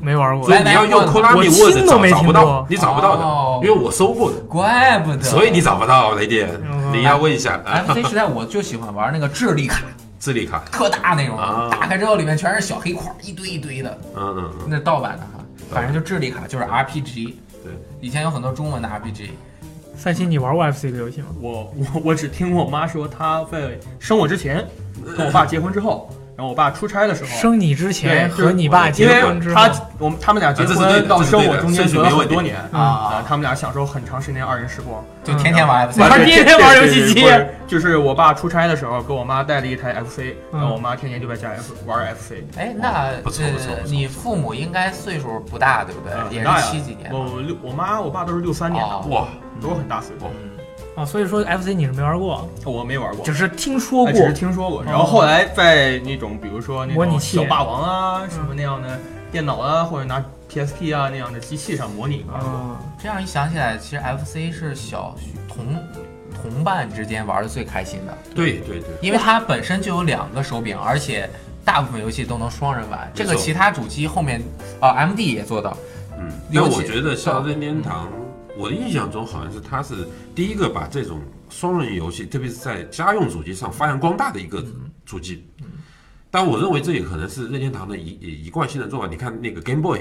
S1: 没玩过
S3: 所以？你要用
S2: YY
S3: 克拉米 Word
S1: 我听都
S3: 找
S1: 没
S3: 找不
S1: 听过
S3: 到，你找不到
S2: 哦
S3: 的，因为我搜过的。
S2: 怪不得。
S3: 所以你找不到雷电，
S1: 嗯
S3: 你要问一下啊，
S2: FC 时代我就喜欢玩那个智力卡，
S3: 智力卡，
S2: 特大那种，
S3: 啊
S2: 打开之后里面全是小黑块，一堆一堆的，
S3: 嗯嗯嗯，
S2: 那盗版的哈。反正就智力卡就是 RPG，
S3: 对，
S2: 以前有很多中文的 RPG，
S1: 三星你玩过 FC 的游戏吗？
S4: 呃我我我只听我妈说，她在生我之前，跟我爸结婚之后，然后我爸出差的时候，
S1: 生你之前
S4: 对就是
S1: 和你爸
S4: 因
S1: 结
S4: 为
S1: 婚之后
S4: 他，我们他们俩结
S3: 啊这是对的
S4: 婚到
S3: 这是
S4: 生
S3: 对
S4: 我
S3: 的
S4: 中间
S3: 顺序
S4: 隔了
S3: 没
S4: 很
S3: 问
S4: 多
S3: 题
S4: 年啊
S2: 啊，，
S4: 他们俩享受很长时间二人时光。
S2: 就天天
S3: 嗯
S2: 玩 FC，
S1: 玩儿天天玩儿游戏机啊
S4: 对对对对就是我爸出差的时候，给我妈带了一台 FC，
S1: 嗯
S4: 然后我妈天天就在家 F 玩 FC。
S2: 哎，那
S3: 不错不错
S2: 呃
S3: 不错
S2: 你父母应该岁数不大，对不对？
S4: 嗯
S2: 也
S4: 很大
S2: 是
S4: 呀
S2: 七几年吧。
S4: 我六我妈我爸都是六三年的，
S2: 哦
S3: 哇，
S4: 都很大岁数，
S2: 嗯
S1: 啊，所以说 FC 你是没玩过，
S4: 我没玩过。
S1: 只是听说
S4: 哎
S1: 过哦
S4: 只是听说过，然后后来在那种比如说那
S1: 模拟
S4: 种
S1: 器嗯
S4: 小霸王啊什么那样的电脑啊，或者拿 PSP 啊那样的机器上模拟玩过。
S1: 啊，
S2: 这样一想起来，其实 FC 是小学同同伴之间玩的最开心的，
S3: 对对对，
S2: 因为它本身就有两个手柄，而且大部分游戏都能双人玩。这个
S3: 没错
S2: 其他主机后面啊、呃、，MD 也做到，
S3: 嗯，
S2: 尤
S3: 但
S2: 其
S3: 我觉得《笑傲任天堂》，
S1: 嗯
S3: 我的印象中好像是它是第一个把这种双人游戏，特别是在家用主机上发扬光大的一个主机。
S1: 嗯
S3: 但我认为这也可能是任天堂的一一一贯性的
S1: 嗯
S3: 做法。你看那个 Game Boy，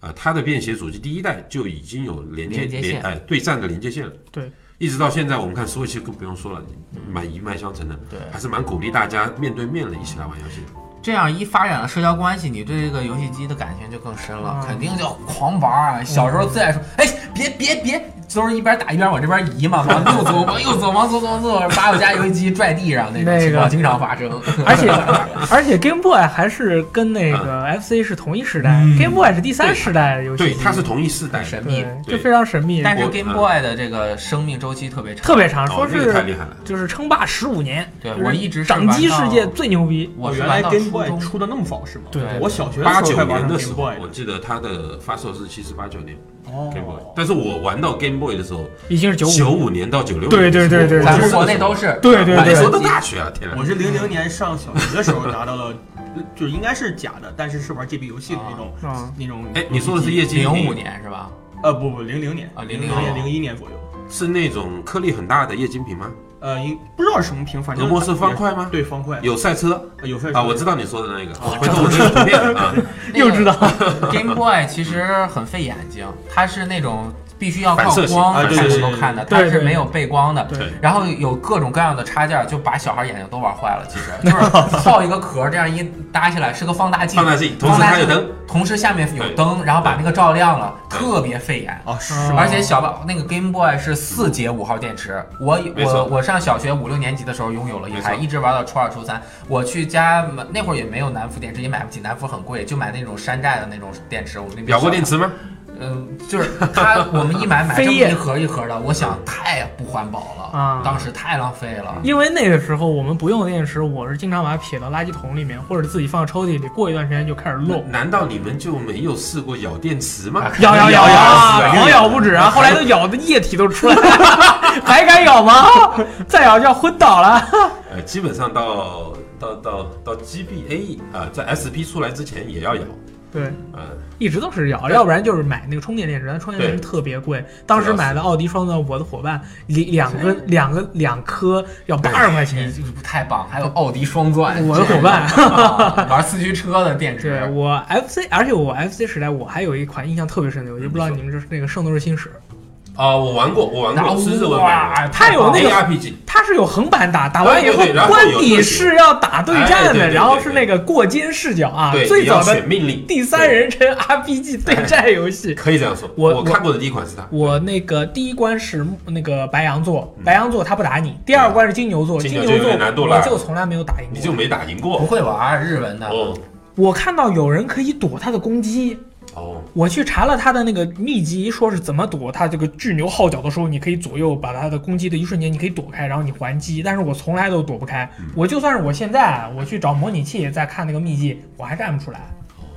S3: 啊、它的便携主机第一代就已经有连接
S2: 连接线
S3: 连哎对战的连接线了。
S1: 对，
S3: 一直到现在，我们看 Switch 更不用说了，蛮一脉相承的，
S1: 嗯
S2: 对
S3: 还是蛮鼓励大家面对面的一起来玩游戏的。
S2: 这样一发展了社交关系，你对这个游戏机的感情就更深了，
S1: 嗯
S2: 肯定就狂玩啊！小时候最爱说，哎，别别别，都是一边打一边往这边移嘛，往右走，往右走，往左走，往左走，把我家游戏机拽地上那种情
S1: 那个
S2: 况经常 发生。
S1: 而且而且 Game Boy 还是跟那个 FC 是同一时代，Game Boy 是第三世代的游戏
S3: 对，
S1: 机，
S3: 它是同一世代
S2: 很，神秘
S1: 对，，
S3: 对
S1: 就非常神秘，
S2: 但是
S3: 我
S2: Game
S4: 嗯
S2: Boy 的这个生命周期特别长，
S1: 特别长，说，
S3: 哦那个太
S1: 是
S3: 厉害了。
S1: 就是称霸十五年，
S2: 对
S1: 就是
S2: 呃我一直是
S1: 掌机
S2: 玩
S1: 世
S2: 到
S1: 界最牛逼，
S2: 我是
S4: 原
S2: 玩
S4: 来
S2: 到
S4: Game Boy
S2: 初中
S4: 出的那么早是吗？
S1: 对
S4: 我小学的
S3: 八
S4: 时候
S3: 九
S4: 才玩
S3: 年
S4: 上
S3: 的时
S4: Game
S3: 候
S4: Boy，，
S3: 我记得它的发售日期是八九年 Game Boy，
S4: 哦，
S3: 但是我玩到 Game Boy 的时候，
S1: 已经是九
S3: 九
S1: 五，
S3: 五年到九六，
S1: 对对对对
S2: 咱们国内都是
S1: 对对
S3: 那时候
S2: 对
S3: 都大学啊了，天哪！
S4: 我是零零年上小学的时候拿到了，就应该是假的，但是是玩 GB 游戏的那种
S1: 啊
S4: 那种。
S3: 哎，你说的是液晶
S2: 零五
S3: 屏，
S2: 年是吧？
S4: 呃不不零零年
S2: 啊00
S4: 零
S2: 年
S3: 哦
S4: 年零一年左右，
S3: 是那种颗粒很大的液晶屏吗？
S4: 呃应不知道是什么屏，反正
S3: 俄罗斯方块吗
S4: 对方块呃
S3: 有赛车
S4: 有份
S3: 啊，我知道你说的那个，
S1: 哦
S3: 回头我这个图片 啊，
S1: 又知道
S2: Game Boy 其实很费眼睛，它是那种必须要靠
S3: 反射型
S2: 光
S4: 啊
S2: 才能
S4: 对对
S2: 够
S4: 对
S2: 看的，
S1: 对
S2: 它
S1: 对
S2: 是没有背光的。
S1: 对
S2: 然后有各种各样的插件，就把小孩眼睛都玩坏了。其实就是套一个壳，这样一搭起来是个放大镜，
S3: 放大镜，同时它有灯，
S2: 同时下面有
S3: 对
S2: 灯，然后把那个照亮了，
S3: 对
S2: 特别费眼。
S4: 啊是
S1: 嗯
S2: 而且小霸那个 Game Boy 是四节五号电池，我
S3: 没错
S2: 我我上小学五六年级的时候拥有了一台，
S3: 没错
S2: 一直玩到初二初三。我去家买那会儿也没有南孚电池，也买不起，南孚很贵，就买那种山寨的那种电池。我们那边
S3: 咬过电池吗？
S2: 嗯，就是它我们 一买买
S1: 飞
S2: 这么
S1: 页
S2: 一盒一盒的，我想太不环保了，
S1: 啊
S2: 当时太浪费了。
S1: 因为那个时候我们不用电池，我是经常把它撇到垃圾桶里面，或者自己放抽屉里，过一段时间就开始漏。
S3: 难道你们就没有试过咬电池吗？
S1: 咬咬咬咬
S2: 咬
S1: 啊，
S2: 死
S1: 狂咬不止啊！后来都咬的液体都出来了， 还敢咬吗？ 再咬就要昏倒了。
S3: 呃，基本上到到到到 GBA 啊，在 SP 出来之前也要咬，
S1: 对，
S3: 呃，
S1: 一直都是咬，要不然就是买那个充电电池，但充电电池特别贵。当时买的奥迪双钻，我的伙伴两两个两个两颗要八十块钱。
S2: 这个不太棒，还有奥迪双
S3: 嗯
S2: 钻，
S1: 我的伙伴
S2: 这 样啊玩四驱车的电
S1: 对
S2: 池，
S1: 我 FC，而且我 FC 时代我还有一款印象特别深的游戏，
S3: 嗯
S1: 不知道你们就是那个《圣斗士星矢
S3: 啊，我玩过，我玩过，啊是日文版
S2: 哇，
S1: 它有
S2: 棒了
S1: 那个
S3: ARPG，》，
S1: 它是有横版打，打完以后
S3: 对对对然后
S1: 关
S3: 有
S1: 底
S3: 特写
S1: 是要打对
S3: 哎
S1: 战
S3: 对对
S1: 的，
S3: 对
S1: 然后
S3: 对
S1: 是
S3: 对
S1: 那个过肩视角啊，
S3: 对，
S1: 最
S3: 你要哎
S1: 早的
S3: 选命令，
S1: 第三人称 RPG 对战游戏。
S3: 可以这样说，
S1: 我
S3: 我看过的第一款是它，
S1: 我那个第一关是那个白羊座，白羊座他不打你；第二关是金牛座，
S3: 嗯金
S1: 牛
S3: 牛就有点难度
S1: 座
S3: 了
S1: 我就从来没有打赢
S3: 你
S1: 过。
S3: 就没打赢
S2: 不
S3: 过。
S2: 会玩日文的，
S3: 哦
S1: 我看到有人可以躲他的攻击，
S3: 哦，
S1: 我去查了他的那个秘籍，说是怎么躲他这个巨牛号角的时候，你可以左右把他的攻击的一瞬间你可以躲开，然后你还击。但是我从来都躲不开，
S3: 嗯
S1: 我就算是我现在我去找模拟器再看那个秘籍，我还是按不出来，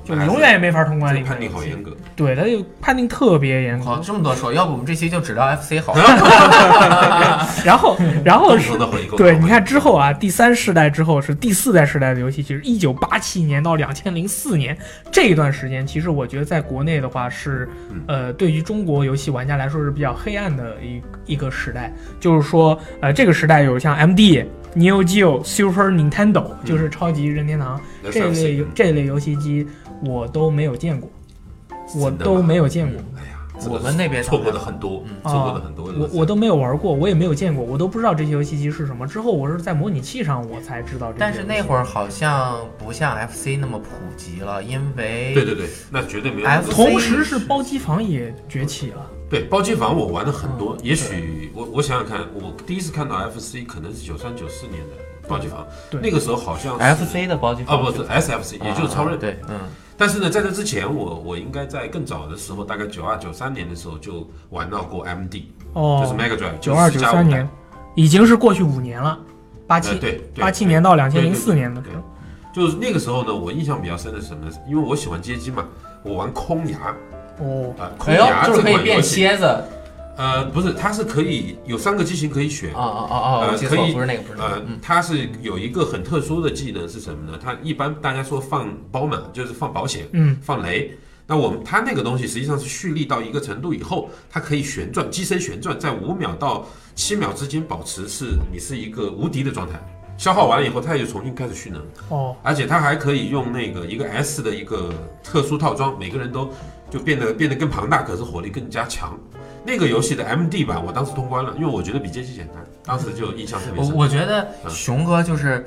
S1: 就永远也没法通关
S3: 这
S1: 那
S3: 个
S1: 个
S3: 判定好严格。
S1: 对，他就判定特别严
S2: 好，
S1: 格。
S2: 这么多说，要不我们这期就只聊 FC 好了。
S3: 嗯
S1: 然后，然后
S3: 共
S1: 哦是
S3: 同的回购。
S1: 对，你看之后啊，第三世代之后是第四代时代的游戏，其实一九八七年到两千零四年这一段时间，其实我觉得在国内的话是
S3: 嗯，
S1: 呃，对于中国游戏玩家来说是比较黑暗的一一个时代，就是说，呃，这个时代有像 MD、Neo Geo、Super Nintendo，就是超级任天堂、
S3: 嗯那
S1: 这
S3: 算是
S1: 类这类游戏机，我都没有见过，我
S3: 真的
S1: 都
S3: 吗
S1: 没有见过。
S3: 哎呀，这个
S2: 我们那边
S3: 错过的很多，
S2: 嗯
S3: 错过的很多。
S1: 啊我我都没有玩过，我也没有见过，我都不知道这些游戏机是什么。之后我是在模拟器上我才知道这些。
S2: 但是那会儿好像不像 FC 那么普及了，因为
S3: 对对对，那绝对没有问
S2: F
S3: 题。
S1: 哎同时是包机房也崛起了，
S3: 对包机房我玩了很
S1: 嗯
S3: 多，也许我我想想看，我第一次看到 FC 可能是九三九四年的包机房，
S1: 对啊
S3: 那个时候好像是
S2: FC 的包机
S3: 啊
S2: 房
S3: 不是 SFC，也就是超任。
S2: 对，嗯，
S3: 但是呢，在这之前，我我应该在更早的时候，大概九二九三年的时候就玩到过 MD，、就是
S1: 哦，
S3: Mega Drive，
S1: 九二九三年，已经是过去五年了，八
S3: 呃
S1: 七
S3: 对对
S1: 八七年到两千
S3: 对
S1: 零
S3: 对
S1: 四
S3: 对
S1: 年的
S3: 对
S1: 时候，
S3: 就是那个时候呢，我印象比较深的是什么呢？因为我喜欢街机嘛，我玩空牙啊、
S1: 哦，
S3: 呃空
S2: 哎呦，
S3: 牙
S2: 就
S3: 这
S2: 是可
S3: 款
S2: 以变
S3: 游戏，
S2: 蝎子，
S3: 呃，不是，它是可以有三个机型可以选
S2: 哦，哦哦哦，我
S3: 呃
S2: 记错
S3: 可
S2: 了，
S3: 以
S2: 不是那个，不是那
S3: 呃
S2: 个，嗯，，
S3: 它是有一个很特殊的技能是什么呢？它一般大家说放包满就是放保险，
S1: 嗯，
S3: 放雷。那我们它那个东西实际上是蓄力到一个程度以后，它可以旋转，机身旋转在五秒到七秒之间保持是你是一个无敌的状态。消耗完了以后，它又重新开始蓄能，
S1: 哦，
S3: 而且它还可以用那个一个 S 的一个特殊套装，每个人都就变得变得更庞大，可是火力更加强。那个游戏的 MD 版我当时通关了，因为我觉得比街机简单，当时就印象特别
S2: 我
S3: 深。
S2: 我觉得
S3: 嗯
S2: 熊哥就是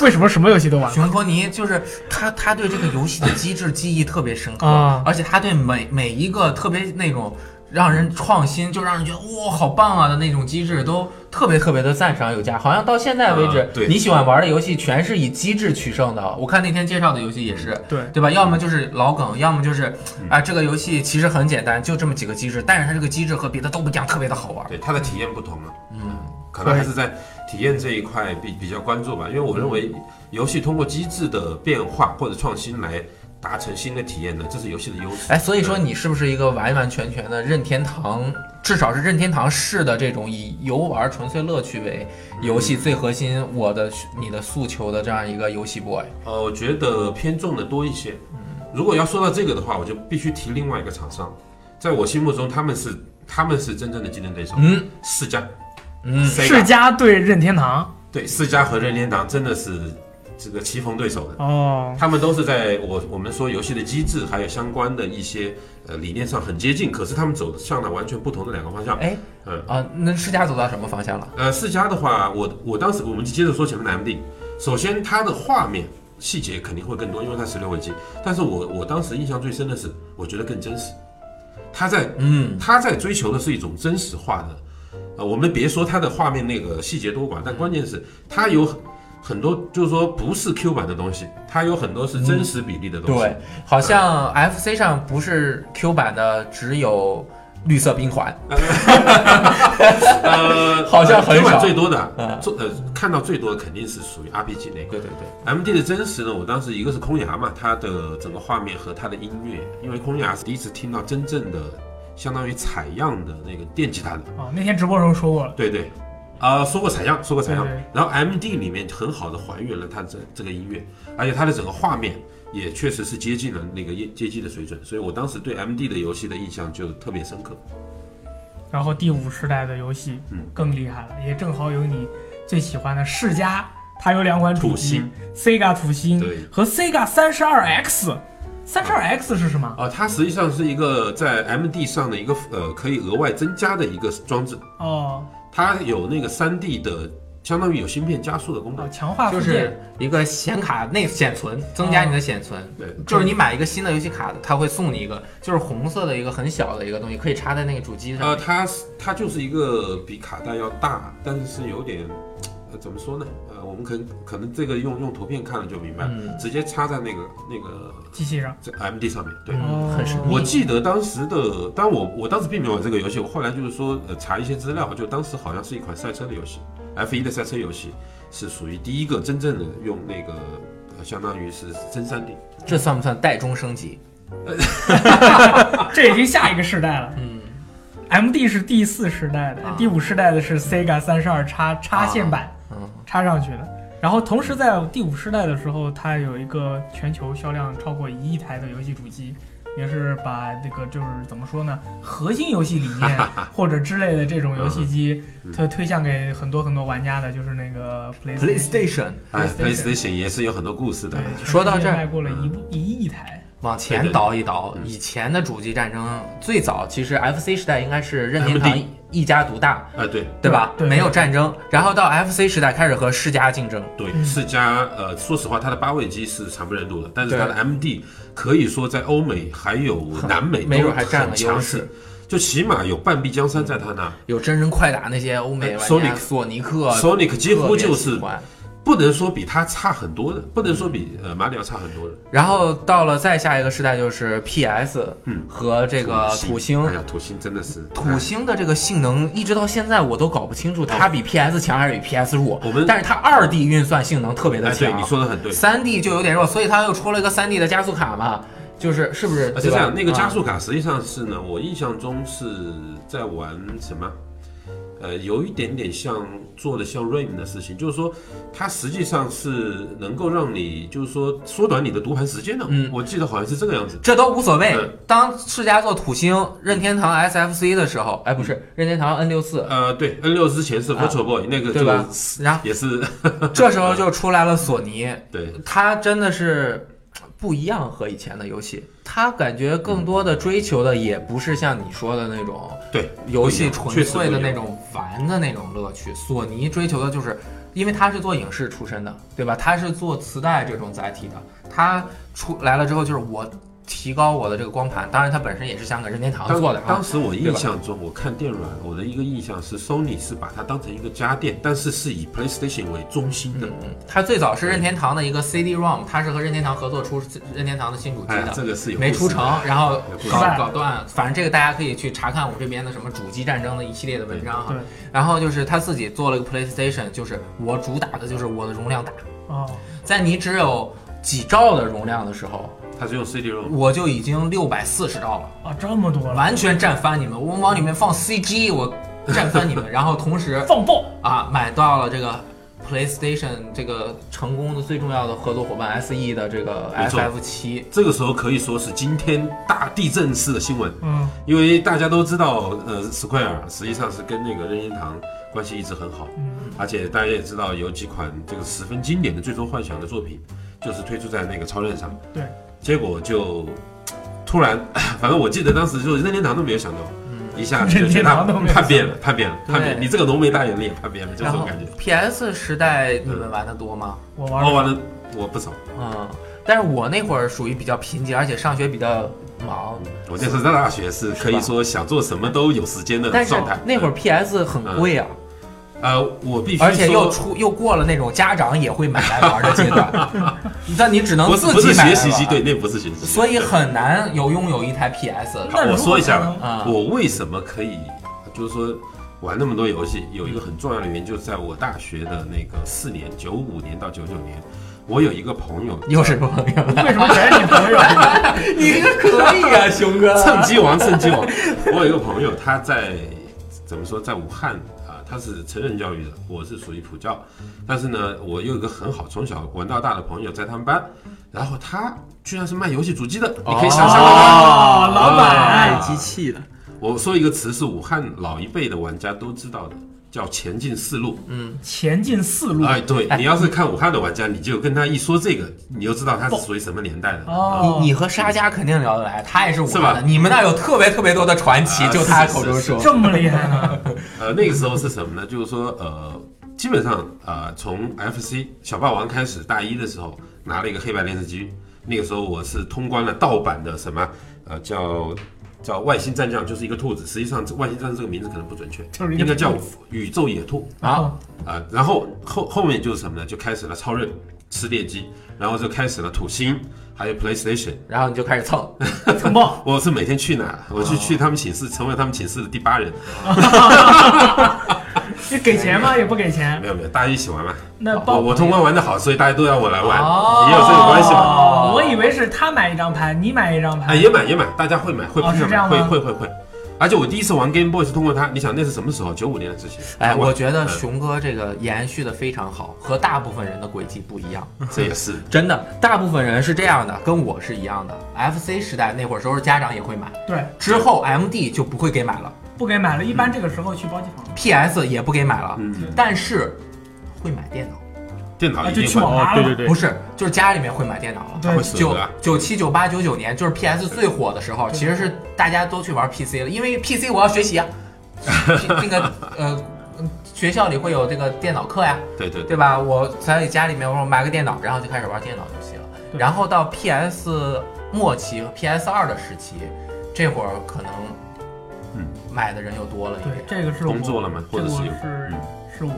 S1: 为什么什么游戏都玩？
S2: 熊托尼，就是他他对这个游戏的机制记忆特别深刻
S1: 啊，
S2: 而且他对每每一个特别那种让人创新，就让人觉得哇好棒啊的那种机制都特别特别的赞赏有加。好像到现在为止
S3: 啊，对
S2: 你喜欢玩的游戏全是以机制取胜的。我看那天介绍的游戏也是，
S1: 对，
S2: 对吧？要么就是老梗，要么就是
S3: 嗯
S2: 啊，这个游戏其实很简单，就这么几个机制，但是它这个机制和别的都不一样，特别的好玩。
S3: 对它的体验不同了，
S2: 嗯，
S3: 可能
S1: 对
S3: 还是在体验这一块比比较关注吧，因为我认为
S2: 嗯
S3: 游戏通过机制的变化或者创新来达成新的体验呢，这是游戏的优势。
S2: 哎，所以说你是不是一个完完全全的任天堂，至少是任天堂式的这种以游玩纯粹乐趣为游戏最核心，我的你的诉求的这样一个游戏 boy？
S3: 呃，我觉得偏重的多一些。
S2: 嗯
S3: 如果要说到这个的话，我就必须提另外一个厂商，在我心目中他们是他们是真正的竞争对手，
S2: 嗯
S3: 世嘉，
S2: 嗯，
S3: Sega
S1: 世嘉对任天堂，
S3: 对世嘉和任天堂真的是这个棋逢对手的。
S1: 哦，
S3: 他们都是在我我们说游戏的机制还有相关的一些呃理念上很接近，可是他们走向了完全不同的两个方向。
S2: 哎
S3: 嗯，
S2: 啊，那世嘉走到什么方向了？
S3: 呃，世嘉的话，我我当时我们接着说前面的 MD，首先它的画面细节肯定会更多，因为它十六位机。但是我我当时印象最深的是，我觉得更真实。它在
S2: 嗯，
S3: 它在追求的是一种真实化的，呃，我们别说它的画面那个细节多寡，但关键是它有很很多就是说不是 Q 版的东西，它有很多是真实比例的东
S2: 嗯
S3: 西。
S2: 对，好像 FC 上不是 Q 版的只有绿色冰环，
S3: 呃，
S2: 好像很少
S3: 今晚最多的
S2: 嗯，
S3: 做呃看到最多的肯定是属于 RPG 那个。
S2: 对对对，
S3: M D 的真实呢，我当时一个是空牙嘛，它的整个画面和它的音乐，因为空牙是第一次听到真正的相当于采样的那个电吉他的，
S1: 哦，那天直播时候说过了，
S3: 对对，啊、说过采样，说过采样
S1: 对对，
S3: 然后 M D 里面很好的还原了它这这个音乐，而且它的整个画面也确实是接近了那个业街机的水准，所以我当时对 M D 的游戏的印象就特别深刻。
S1: 然后第五世代的游戏
S3: 嗯
S1: 更厉害了，也正好有你最喜欢的世嘉，它有两款主
S3: 土
S1: 机
S3: 星
S1: ，Sega 土
S3: 对
S1: 星和 Sega 三十二 X，三十二 X 是什么？
S3: 啊、它实际上是一个在 M D 上的一个呃可以额外增加的一个装置，
S1: 哦
S3: 它有那个3 D 的，相当于有芯片加速的功能
S1: 哦，。强化附
S2: 就
S1: 件
S2: 是一个显卡内显存，增加你的显存。
S3: 对，
S2: 就是你买一个新的游戏卡，它会送你一个，就是红色的一个很小的一个东西，可以插在那个主机上。
S3: 呃，它是它就是一个比卡带要大，但是是有点，呃，怎么说呢？呃，我们可能可能这个用用图片看了就明白，
S2: 嗯
S3: 直接插在那个那个
S1: 机器上，
S3: 这 MD 上面。对，
S2: 嗯，很神秘。
S3: 我记得当时的，但我我当时并没有玩这个游戏，我后来就是说，呃，查一些资料，就当时好像是一款赛车的游戏，F 1的赛车游戏是属于第一个真正的用那个，呃、相当于是真3 D。
S2: 这算不算代中升级？
S1: 这已经下一个世代了。
S2: 嗯，
S1: MD 是第四世代的
S2: 啊，
S1: 第五世代的是 Sega 三十二插插线版
S2: 嗯，
S1: 插上去的。然后同时在第五世代的时候，它有一个全球销量超过一亿台的游戏主机，也是把这个就是怎么说呢，核心游戏理 念或者之类的这种游戏机，
S2: 嗯
S1: 它推向给很多很多玩家的，就是那个 PlayStation。
S2: PlayStation。
S3: 哎
S1: PlayStation
S3: ，PlayStation 也是有很多故事的
S2: 嗯
S1: 对，。全世界
S2: 说到这儿
S1: 卖过了一部一亿台，
S2: 往前倒一倒，
S3: 嗯
S2: 以前的主机战争最早其实 FC 时代应该是任天
S3: MD
S2: 堂一家独大，
S3: 哎，对
S2: 对吧？
S1: 对对
S2: 没有战争，然后到 FC 时代开始和世嘉竞争，
S3: 对，世嘉呃，说实话，它的八位机是惨不忍睹的，但是
S2: 对
S3: 它的 MD 可以说在欧美还有南美
S2: 没
S3: 都
S2: 准还占了
S3: 很强
S2: 优
S3: 势
S2: 势，。
S3: 就起码有半壁江山在它那，
S2: 有真人快打那些欧美玩家，
S3: Sonic
S2: 索尼克
S3: Sonic 几乎就是
S2: 特别喜欢
S3: 不能说比它差很多的，不能说比呃马里奥差很多的。
S2: 然后到了再下一个时代就是 PS，
S3: 嗯
S2: 和这个土星
S3: 哎。呀，土星真的是哎
S2: 土。星的这个性能，一直到现在我都搞不清楚，它比 PS 强还是比 PS 弱。
S3: 哦我们
S2: 但是它二 D 运算性能特别
S3: 哎，
S2: 的
S3: 哎对，
S2: 强，
S3: 你说的很对。
S2: 三 D 就有点弱，所以它又出了一个三 D 的加速卡嘛，就是是不是？
S3: 啊，
S2: 对
S3: 是这
S2: 吧
S3: 样，那个加
S2: 啊
S3: 速卡实际上是呢，我印象中是在玩什么？呃，有一点点像做的像 Rain 的事情，就是说它实际上是能够让你，就是说缩短你的读盘时间的。
S2: 嗯
S3: 我记得好像是这个样子。
S2: 这都无所谓
S3: 嗯。
S2: 当世嘉做土星、任天堂 SFC 的时候，哎，不
S3: 嗯
S2: 是任天堂 N 六四，
S3: 呃，对，N 六之前是
S2: 啊
S3: Virtual Boy、那个
S2: 对吧
S3: 就？
S2: 然后
S3: 也是
S2: 这时候就出来了索尼，
S3: 对，
S2: 它真的是呃不一样和以前的游戏，它感觉更多的追求的也不是像你说的那种
S3: 对，
S2: 游戏
S3: 不一样
S2: 纯
S3: 确实不
S2: 粹的
S3: 一样
S2: 那种玩的那种乐趣。索尼追求的就是，因为它是做影视出身的，对吧？它是做磁带这种载体的，它出来了之后就是我提高我的这个光盘，当然它本身也是想给任天堂
S3: 当
S2: 做的啊
S3: 当。时我
S2: 对
S3: 印
S2: 吧
S3: 象中，我看电软，我的一个印象是，Sony 是把它当成一个家电，但是是以 PlayStation 为中心的。
S2: 嗯，它最早是任天堂的一个 CD-ROM，它是和任天堂合作出任天堂的新主机
S3: 哎呀
S2: 的，，
S3: 这个是有
S2: 没
S3: 故
S2: 出
S3: 事的
S2: 成，然后
S3: 有故事
S2: 搞
S1: 的
S2: 搞断，反正这个大家可以去查看我这边的什么主机战争的一系列的文章哈
S1: 对。
S2: 然后就是他自己做了个 PlayStation，就是我主打的就是我的容量大，
S1: 哦，
S2: 在你只有几兆的容量的时候，
S3: 它是用 CD-ROM。
S2: 我就已经六百四十兆了。
S1: 啊，这么多了，
S2: 完全占翻你们，我们往里面放 CG，我占翻 你们，然后同时
S1: 放爆
S2: 啊买到了这个 PlayStation 这个成功的最重要的合作伙伴 SE 的这个
S3: 没错
S2: FF 七，
S3: 这个时候可以说是今天大地震式的新闻，
S1: 嗯，
S3: 因为大家都知道，呃，Square 实际上是跟那个任天堂关系一直很好，
S1: 嗯
S3: 而且大家也知道有几款这个十分经典的《最终幻想》的作品，就是推出在那个超任上，
S1: 对，
S3: 结果就突然， 反正我记得当时就是任天堂都没有想到，
S2: 嗯
S3: 一下就
S1: 任
S3: 觉
S1: 天
S3: 得他
S1: 堂都没有
S3: 叛变了，叛变了，叛变，
S2: 对
S3: 你这个浓眉大眼的也叛变了，就这
S2: 然
S3: 种
S2: 后
S3: 感觉。嗯
S2: PS 时代你们玩的多吗？
S1: 我玩
S3: 我
S1: 了
S3: 玩了我不少，
S2: 嗯，但是我那会儿属于比较贫瘠，而且上学比较忙，
S3: 我那时候在大学是可以说想做什么都有时间的
S2: 但是
S3: 状态。嗯
S2: 那会儿 PS 很贵啊，
S3: 呃，我必须说，
S2: 而且又出又过了那种家长也会买来玩的阶段， 但你只能
S3: 不是
S2: 自
S3: 不
S2: 己
S3: 是
S2: 买来
S3: 学习机，
S2: 玩
S3: 对，，那不是学习机。
S2: 所以很难有拥有一台 PS。
S3: 好
S1: 那如
S3: 我
S1: 果
S3: 说一下
S1: 才
S3: 吧
S1: 能
S2: 啊
S3: 我为什么可以，就是说玩那么多游戏，有一个很重要的原因，就是在我大学的那个四年，九五年到九九年，我有一个朋 友
S2: 又是个朋友，
S1: 为什么全是你啊朋友？
S2: 你这个可以啊，熊哥
S3: 趁机王，趁机王。我有一个朋友，他在怎么说，在武汉啊，他是成人教育的，我是属于普教。但是呢，我有一个很好从小玩到大的朋友，在他们班，然后他居然是卖游戏主机的，你可以想象得到。
S1: 哦， 老
S4: 爱
S1: 板，
S4: 啊机器的，
S3: 我说一个词是武汉老一辈的玩家都知道的，叫前进四路。
S1: 前进四路，
S3: 哎，对
S2: 哎
S3: 你要是看武汉的玩家，你就跟他一说这个，你就知道他是属于什么年代的。
S1: 哦
S2: 你你和沙家肯定聊得来，他也是武
S3: 是
S2: 汉
S3: 吧
S2: 的，你们那儿有特别特别多的传奇，
S3: 啊
S2: 就他
S3: 是
S2: 口中
S3: 是是
S2: 说。
S1: 这么厉害啊 呢？
S3: 呃，那个时候是什么呢？就是说，呃，基本上，呃，从 FC 小霸王开始，大一的时候拿了一个黑白电视机，那个时候我是通关了盗版的什么，呃，叫叫外星战将，就是一个兔子。实际上，这外星战将这个名字可能不准确，
S1: 就是一个
S3: 应该叫
S1: 兔
S3: 宇宙野兔
S2: 啊，
S3: 啊、然后后后面就是什么呢？就开始了超任、吃猎机，然后就开始了土星，还有 PlayStation。
S2: 然后你就开始 蹭，
S1: 很棒，
S3: 我是每天去哪？
S1: 哦
S3: 我去去他们寝室，成为他们寝室的第八人。
S1: 你给钱吗？也不给钱，
S3: 没有没有，大家一起玩嘛。
S1: 那
S3: 我
S1: 包。
S3: 我通关玩的好，所以大家都要哦我来玩，
S2: 哦
S3: 也有这个关系嘛。
S1: 哦，我以为是他买一张牌，你买一张
S3: 哎，
S1: 牌，
S3: 也买也买，大家会买会
S1: 哦是
S3: 会
S1: 这样
S3: 买
S1: 吗
S3: 会会会会。而且我第一次玩 Game Boy 是通过它，你想那是什么时候？九五年的事情。
S2: 哎，我
S3: 我
S2: 觉得
S3: 嗯
S2: 熊哥这个延续的非常好，和大部分人的轨迹不一样。
S3: 这也是
S2: 真的，大部分人是这样的，跟我是一样的。FC 时代那会儿时候，家长也会买，
S1: 对，
S2: 之后 MD 就不会给买了
S1: 不给买了。一般这个时候去包机房，嗯
S2: ，PS 也不给买了，
S3: 嗯，
S2: 但是会买电脑。
S3: 电脑
S1: 那
S3: 一
S1: 就
S3: 定
S1: 去
S3: 会
S1: 网吧了。
S4: 哦对对对
S2: 不是，就是家里面会买电脑了。
S1: 对
S3: 会死
S2: 九
S3: 的。
S2: 九七九八九九年就是 PS 最火的时候，
S1: 对
S2: 其实是大家都去玩 PC 了，因为 PC 我要 学习啊，那个呃嗯学校里会有这个电脑课呀，
S3: 对对对
S2: 对吧？我在家里面我买个电脑，然后就开始玩电脑游戏了。
S4: 对
S2: 然后到 PS 末期和 PS 二的时期，这会儿可能
S3: 嗯
S2: 买的人又多了一
S1: 对
S2: 点，。
S1: 这个是我
S3: 工作了嘛，或
S1: 这
S3: 者
S1: 个
S3: 是有嗯
S1: 是是我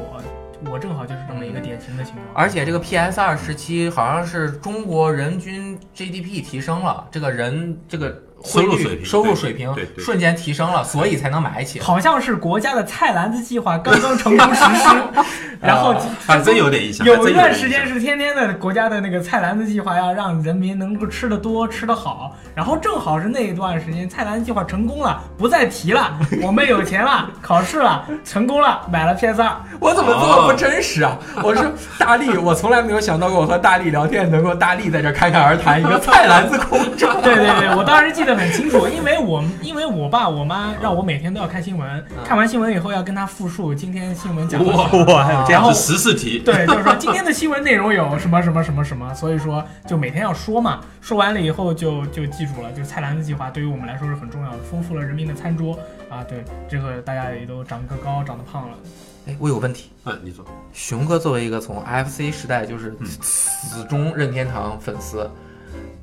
S1: 我正好就是这么一个典型的情况。
S2: 而且这个 PS 二时期好像是中国人均 GDP 提升了，这个人这个汇率
S3: 收入水平
S2: 收入水平
S3: 对对对
S2: 瞬间提升了，所以才能买起。
S1: 好像是国家的菜篮子计划刚刚成功实 施，然后
S3: 还真有点印象。还
S1: 有
S3: 真
S1: 一段时间
S3: 是
S1: 是天天的国家的那个菜篮子计划，要让人民能够吃得多、吃得好。然后正好是那一段时间，菜篮子计划成功了，不再提了，我们有钱了，考试了，成功了，买了 PS 二。
S2: 我怎么这么不真实 啊？ 我是大力，我从来没有想到过我和大力聊天能够大力在这侃侃而谈一个菜篮子空中。
S1: 对对对，我当时记得很清楚，因为我因为我爸我妈让我每天都要看新闻，看完新闻以后要跟他复述今天新闻讲的。
S3: 哇，
S4: 哇，还有这样
S1: 然后
S3: 是十四题，
S1: 对，就是说今天的新闻内容有什么什么什么什么，所以说就每天要说嘛，说完了以后就就记住了，就是菜篮子计划对于我们来说是很重要的，丰富了人民的餐桌啊，对，这个大家也都长个高，长得胖了，
S2: 哎，我有问题。
S3: 嗯，你说
S2: 熊哥作为一个从 FC 时代就是
S3: 嗯
S2: 死忠任天堂粉丝，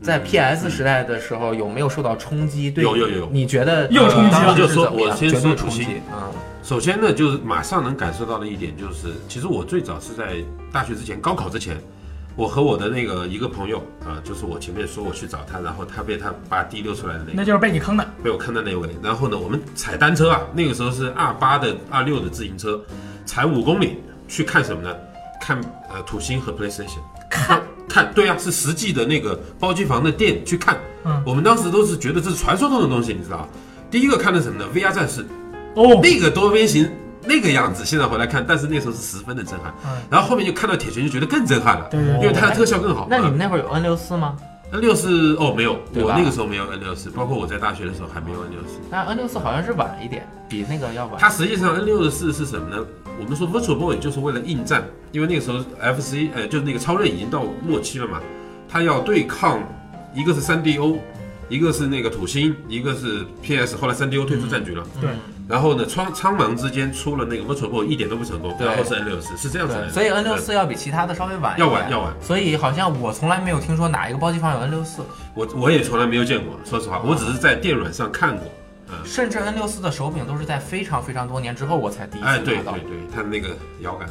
S2: 在 PS 时代的时候有没有受到冲击？对，
S3: 有有有有
S2: 你觉得
S1: 又冲击了
S2: 当时是
S3: 就说
S2: 怎么样
S3: 我先
S2: 绝对
S3: 说
S2: 冲
S3: 主
S2: 击
S3: 机
S2: 啊，
S3: 首先呢，就是马上能感受到的一点就是，其实我最早是在大学之前，高考之前，我和我的那个一个朋友啊、就是我前面说我去找他，然后他被他爸提溜出来的那
S1: 那
S3: 个，
S1: 就是被你坑的。
S3: 被我看到那位。然后呢，我们踩单车啊，那个时候是二八的二六的自行车，踩五公里去看什么呢？看呃土星和 PlayStation，看看对啊，是实际的那个包机房的店去看。
S1: 嗯
S3: 我们当时都是觉得这是传说中的东西，你知道吧？第一个看的什么呢？VR 战士，
S1: 哦，
S3: 那个多边形那个样子，现在回来看，但是那时候是十分的震撼。
S1: 嗯，
S3: 然后后面就看到铁拳，就觉得更震撼了，
S1: 对对
S3: 因为
S1: 对，
S3: 它的特效更好。
S2: 那你们那会儿有 N 六四吗？
S3: N 六四哦没有，
S2: 对吧
S3: 我那个时候没有 N 六四，包括我在大学的时候还没有 N 六四。
S2: 那 N 六四好像是晚一点，比那个要晚。
S3: 它实际上 N 六四是什么呢？我们说 Virtual Boy 就是为了应战，因为那个时候 FC 呃就是那个超任已经到末期了嘛，它要对抗一个是 3DO，一个是那个土星，一个是 PS，后来 3DO 退出战局了。
S2: 嗯
S1: 对
S3: 然后呢，苍苍茫之间出了那个 Virtual Boy 一点都不成功，
S2: 对
S3: 然后是 N 六四，是这样子
S2: 对，
S3: 的。
S2: 所以 N 六
S3: 嗯
S2: 四要比其他的稍微晚一
S3: 要
S2: 点。
S3: 晚要晚，
S2: 所以好像我从来没有听说哪一个包机房有 N 六四，
S3: 我我也从来没有见过，说实
S2: 啊
S3: 话，我只是在电软上看过。
S2: 甚至 N 六四的手柄都是在非常非常多年之后我才第一次
S3: 哎，对
S2: 拿到
S3: 对。对，它的那个摇杆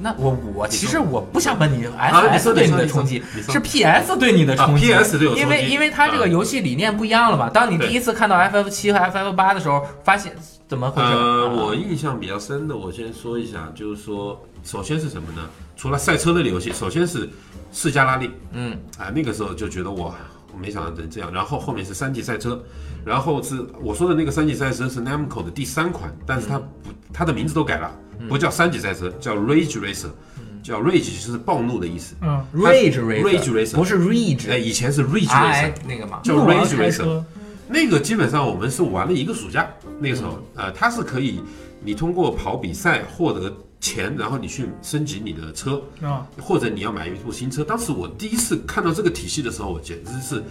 S2: 那我我其实我不想问你
S3: 啊你
S2: S
S3: 说
S2: S 对
S3: 你
S2: 你
S3: 说
S2: 的
S3: 你说
S2: 冲击，
S3: 你说
S2: 是 P S 对你的冲击。
S3: 啊，PS 对我冲击啊
S2: 因为因为它这个游戏理念不一样了嘛。当你
S3: 对
S2: 第一次看到 F F 七和 F F 八的时候，发现怎么回事？
S3: 呃，
S2: 啊
S3: 我印象比较深的，我先说一下，就是说，首先是什么呢？除了赛车类的游戏，首先是世加拉利
S2: 嗯
S3: 啊，那个时候就觉得哇，我没想到能这样。然后后面是山地赛车，然后是我说的那个山地赛车是 Namco 的第三款，但是它
S2: 嗯
S3: 不，它的名字都改了，不叫山地赛车，叫 Rage Racer，叫
S2: 嗯
S3: Rage 就是暴怒的意思。
S1: 嗯，
S2: ，Rage
S3: Rage
S2: Racer，
S3: Racer
S2: 不是 Rage，
S3: 哎，以前是 Rage
S2: 嗯 R I
S3: Racer，
S2: 那个嘛。
S3: 叫
S1: 怒王
S3: Rage
S1: 开
S3: Racer。
S1: 车，
S3: 那个基本上我们是玩了一个暑假，那个时候，
S2: 嗯
S3: 呃，它是可以你通过跑比赛获得钱，然后你去升级你的车，
S1: 啊，
S3: 或者你要买一部新车。当时我第一次看到这个体系的时候，我简直是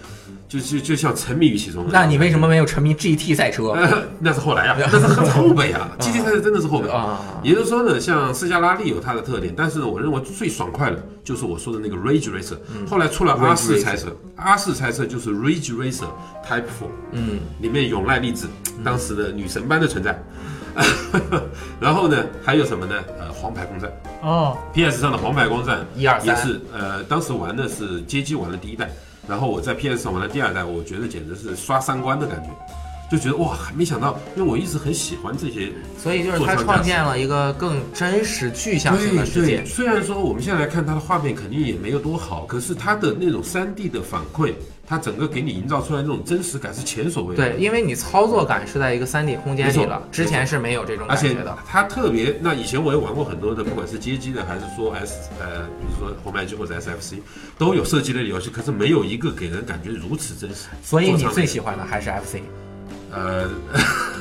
S3: 就就就像沉迷于其中了。
S2: 那你为什么没有沉迷 G T 赛车
S3: 呃？ 那是后来呀、 那是很后辈啊，GT 赛车真的是后 辈。
S2: 啊？
S3: 也就是说呢，像斯嘉拉利有它的特点，但是呢，我认为最爽快的就是我说的那个 Rage Racer，、后来出了 R
S2: 嗯 Rage
S3: 四
S2: Racer
S3: 赛车，R 四赛车就是 Rage Racer Type Four。
S2: 嗯，
S3: 里面永濑丽子当时的女神般的存在。 然后呢，还有什么呢？呃，黄牌空战
S1: 哦，
S3: ，PS 上的黄牌空战
S2: 一二
S3: 也
S2: 三
S3: 是呃，当时玩的是街机玩的第一代，然后我在 PS 上玩的第二代，我觉得简直是刷三观的感觉，就觉得哇，没想到，因为我一直很喜欢这些
S2: 所以就是他创建了一个更真实具象性的世
S3: 对
S2: 界
S3: 对，。虽然说我们现在来看它的画面肯定也没有多好，可是它的那种 3D 的反馈，它整个给你营造出来那种真实感是前所未有的。
S2: 对，因为你操作感是在一个三 D 空间
S3: 没错
S2: 里了，之前是没有这种
S3: 而
S2: 感
S3: 且
S2: 觉的。
S3: 它特别，那以前我也玩过很多的，不管是街机的还是说 S 呃，比如说红白机或者 SFC，都有射击类的游戏，可是没有一个给人感觉如此真实。
S2: 所以你
S3: 做长
S2: 最
S3: 的
S2: 喜欢的还是 FC，
S3: 呃，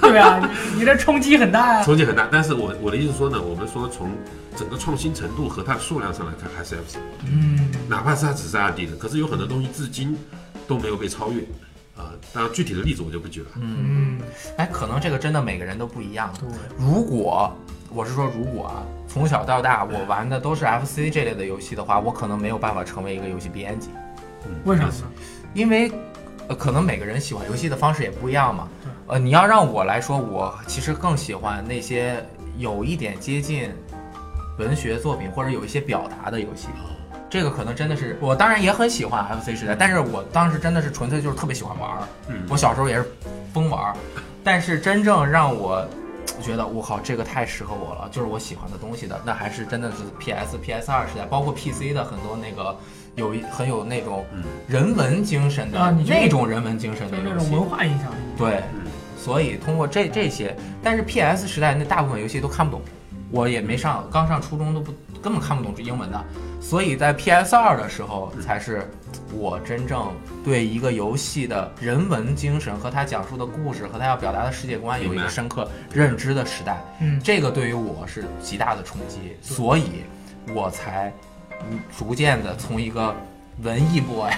S1: 对啊，你你的冲击很大 啊。
S3: 冲击很大。但是我我的意思说呢，我们说从整个创新程度和它的数量上来看，还是 F 四，
S1: 嗯，
S3: 哪怕是它只是阿迪的，可是有很多东西至今都没有被超越。啊、当然具体的例子我就不举了。
S1: 嗯，
S2: 哎，可能这个真的每个人都不一样。
S1: 对，
S2: 如果我是说，如果啊，从小到大我玩的都是 FC 这类的游戏的话，我可能没有办法成为一个游戏编辑，
S3: 嗯
S1: 为啥呢？
S2: 因为呃，可能每个人喜欢游戏的方式也不一样嘛
S1: 对。
S2: 呃，你要让我来说，我其实更喜欢那些有一点接近文学作品或者有一些表达的游戏。这个可能真的是我，当然也很喜欢 FC 时代，但是我当时真的是纯粹就是特别喜欢玩儿。
S3: 嗯
S2: 我小时候也是疯玩儿，但是真正让我觉得我靠，这个太适合我了，就是我喜欢的东西的，那还是真的是 PS、PS 二时代，包括 PC 的很多那个有一很有那种
S3: 嗯
S2: 人文精神的、
S1: 啊你觉得
S2: 那种人文精神
S1: 就
S2: 的
S1: 是那
S2: 游
S1: 种
S2: 戏
S1: 文，化影响力。
S2: 对，
S3: 嗯
S2: 所以通过这这些，但是 PS 时代那大部分游戏都看不懂，我也没上，刚上初中都不根本看不懂这英文的，所以在 PS 二的时候
S3: 嗯
S2: 才是我真正对一个游戏的人文精神和它讲述的故事和它要表达的世界观有一
S3: 明
S2: 个
S3: 白
S2: 深刻认知的时代，
S1: 嗯，
S2: 这个对于我是极大的冲击，所以我才嗯逐渐的从一个文艺啊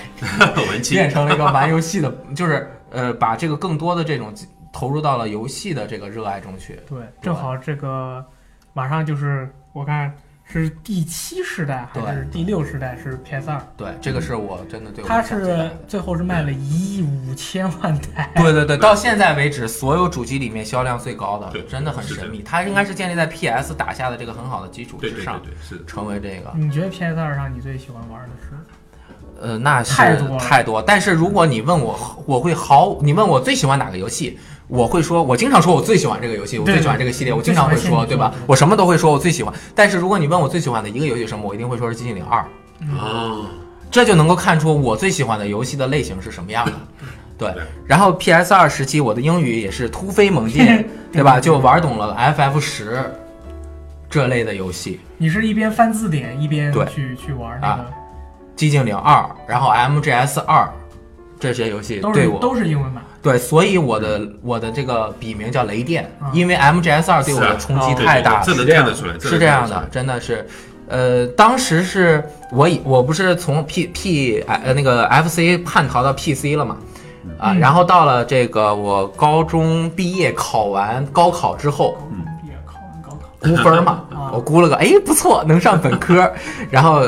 S2: boy
S3: 文青
S2: 变成了一个玩游戏的，就是呃，把这个更多的这种投入到了游戏的这个热爱中去。
S1: 对，正好这个马上就是我看是第七世代还是第六世代是 PS 二，
S2: 对，这个是我真的对我
S1: 它
S2: 想起来
S1: 是
S2: 的
S1: 最后是卖了一亿五千万台。
S2: 对 对对，到现在为止，所有主机里面销量最高的
S3: 对，
S2: 真的很
S3: 是的
S2: 神秘。它应该是建立在 PS 打下的这个很好的基础
S3: 对
S2: 之
S3: 对
S2: 上
S3: 对，对，是的。
S2: 成为这个。
S1: 你觉得 PS 二上你最喜欢玩的是？
S2: 呃，那是
S1: 太多了
S2: 太多。但是如果你问我，我会毫你问我最喜欢哪个游戏，我会说，我经常说我最喜欢这个游戏，我
S1: 对
S2: 最喜欢这个系列，我经常会
S1: 最喜
S2: 说，
S1: 欢
S2: 对吧
S1: 对？，
S2: 我什么都会说，我最喜欢。但是如果你问我最喜欢的一个游戏是什么，我一定会说是《寂静岭二》，
S3: 哦，
S2: 这就能够看出我最喜欢的游戏的类型是什么样的。对
S3: 对，
S2: 然后 PS 二时期我的英语也是突飞猛进对吧？就玩懂了 FF 十这类的游戏，
S1: 你是一边翻字典一边
S2: 对啊
S1: 去去玩那个，
S2: 《寂静岭二》，然后 MGS 二这些游戏
S1: 都
S2: 对
S1: 是
S2: 我
S1: 都是英文版。
S2: 对，所以我的我的这个笔名叫雷电
S1: 嗯，
S2: 因为 MGS 二对我
S3: 是啊
S2: 的冲击
S3: 对
S2: 太大，
S3: 对对这能
S2: 这样
S3: 看得出来这
S2: 是
S3: 能
S2: 这样
S3: 看得出
S2: 的
S3: 来，
S2: 真的是。呃，当时是我以我不是从 P P 呃那个 FC 叛逃到 PC 了嘛，啊，然后到了这个我高中毕业考完高考之后，
S1: 也考完高考，
S2: 估分儿嘛
S1: 啊，
S2: 我估了个，哎，不错，能上本科， 然后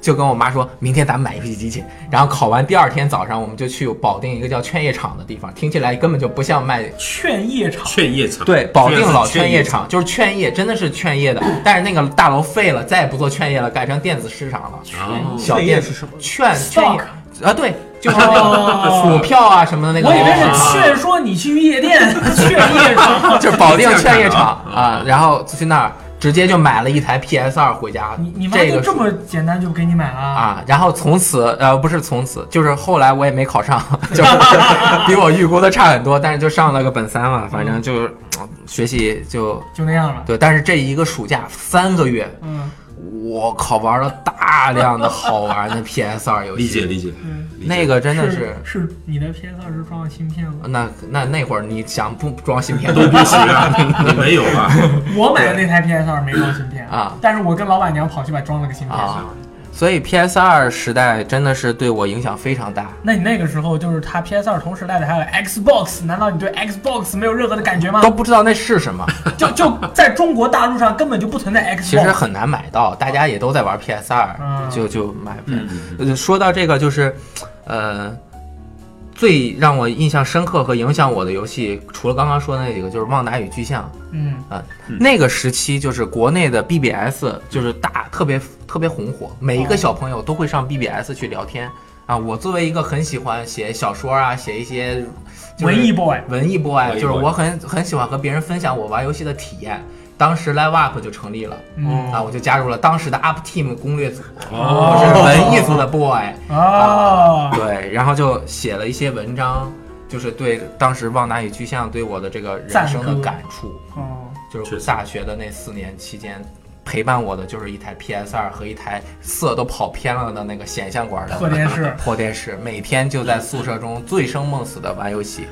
S2: 就跟我妈说，明天咱们买游戏机去。然后考完第二天早上，我们就去保定一个叫劝业场的地方，听起来根本就不像卖。
S1: 劝业 场
S3: 劝业场
S2: 对，保定老
S3: 劝
S2: 劝业，场就是劝业，真的是劝业的。但是那个大楼废了，再也不做劝业了，改成电子市场了。
S3: 哦
S2: 小
S4: 业
S2: 店
S4: 是什么？
S2: 劝劝
S1: Stock
S2: 业啊，对， 就是那
S1: 哦
S2: 个股票啊什么的那个。
S1: 我以为
S2: 哦
S1: 是劝说你去夜 店，劝业场。
S2: 就是保 定劝业场啊，然后就去那儿直接就买了一台 PS 二回家。
S1: 你你妈
S2: 这
S1: 就
S2: 个
S1: 这
S2: 是
S1: 么简单就给你买了？
S2: 啊，然后从此呃不是从此，就是后来我也没考上，就是 比我预估的差很多，但是就上了个本三嘛，反正就是、嗯学习就
S1: 就那样了。
S2: 对，但是这一个暑假三个月，
S1: 嗯，
S2: 我靠玩了大量的好玩的 PS 二游戏，
S3: 理解理解
S1: 嗯，
S3: 理解
S2: 那个真的是
S1: 是是你的 PS 二是装了芯片吗？
S2: 那那那会儿你想不装芯片
S3: 都不行啊，你没有 吧？
S1: 我买的那台 PS 二没装芯片
S2: 啊，
S1: 但是我跟老板娘跑去把装了个芯片。
S2: 啊，所以 PS 二时代真的是对我影响非常大。
S1: 那你那个时候就是它 PS 二同时代的还有 Xbox，难道你对 Xbox 没有任何的感觉吗
S2: 都？不知道那是什么，
S1: 就就 在中国大陆上根本就不存在 Xbox。
S2: 其实很难买到，大家也都在玩 PS 二、
S1: 嗯
S2: 就就买不了。
S3: 嗯，
S2: 呃，说到这个，就是，呃，最让我印象深刻和影响我的游戏，除了刚刚说的那几个，就是《旺达与巨像》
S1: 嗯
S2: 啊、那个时期就是国内的 BBS 就是大特别特别红火，每一个
S1: 哦
S2: 小朋友都会上 BBS 去聊天啊。我作为一个很喜欢写小说啊，写一些、就是
S1: 文艺 boy，
S2: 文艺 boy，
S3: 文艺
S2: 就是
S3: boy
S2: 我很很喜欢和别人分享我玩游戏的体验。当时 Live Up 就成立了。
S1: 嗯
S2: 啊，我就加入了当时的 Up Team 攻略组，
S3: 哦
S2: 我是文艺组的 boy，
S1: 哦啊，
S2: 对，然后就写了一些文章，就是对当时《旺达与巨像》对我的这个人生的感触，
S1: 哦，
S2: 就是大学的那四年期间陪伴我的就是一台 PS 二和一台色都跑偏了的那个显像管的
S1: 破电视
S2: 破电视，每天就在宿舍中醉生梦死的玩游戏，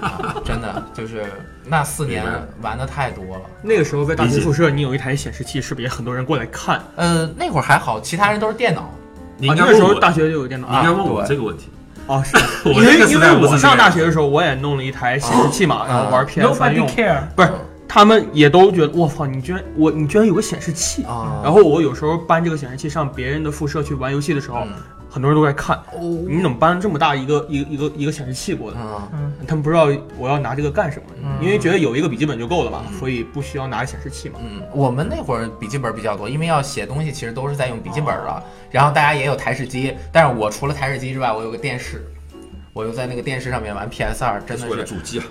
S2: 啊、真的就是那四年
S3: 明白
S2: 玩的太多了。
S4: 那个时候在大
S3: 理
S4: 学
S3: 解
S4: 宿舍，你有一台显示器，是不是也很多人过来看？啊，
S2: 呃，那会儿还好，其他人都是电脑。
S3: 你
S2: 啊
S3: 应
S4: 那
S3: 该
S4: 个
S3: 问
S4: 时
S3: 我，
S4: 候大学就有电脑
S3: 你应
S4: 啊
S3: 该问我
S2: 对
S3: 这个问题。
S4: 啊，是
S3: 我
S4: 因
S3: 那个
S4: 为
S3: 时
S4: 因
S3: 代
S4: 为
S3: 我是
S4: 我上
S3: 这样
S4: 大学的时候，我也弄了一台显示器嘛，然后玩 PS 三
S1: Nobody
S4: 用，
S1: care，
S4: 不是他们也都觉得我操，你居然我你居然有个显示器。
S2: 啊
S3: 哦
S4: 然后我有时候搬这个显示器上别人的宿舍去玩游戏的时
S2: 嗯
S4: 候，很多人都在看，
S3: 哦
S4: 你怎么搬这么大一个一个一个一个显示器过来？
S2: 嗯，
S1: 嗯，
S4: 他们不知道我要拿这个干什么，
S1: 嗯
S4: 因为觉得有一个笔记本就够了嘛，所以不需要拿显示器嘛。
S2: 嗯，我们那会儿笔记本比较多，因为要写东西，其实都是在用笔记本了。然后大家也有台式机，但是我除了台式机之外，我有个电视，我又在那个电视上面玩 PS 二，真
S3: 是
S2: 的
S3: 为了
S2: 是
S3: 主机啊，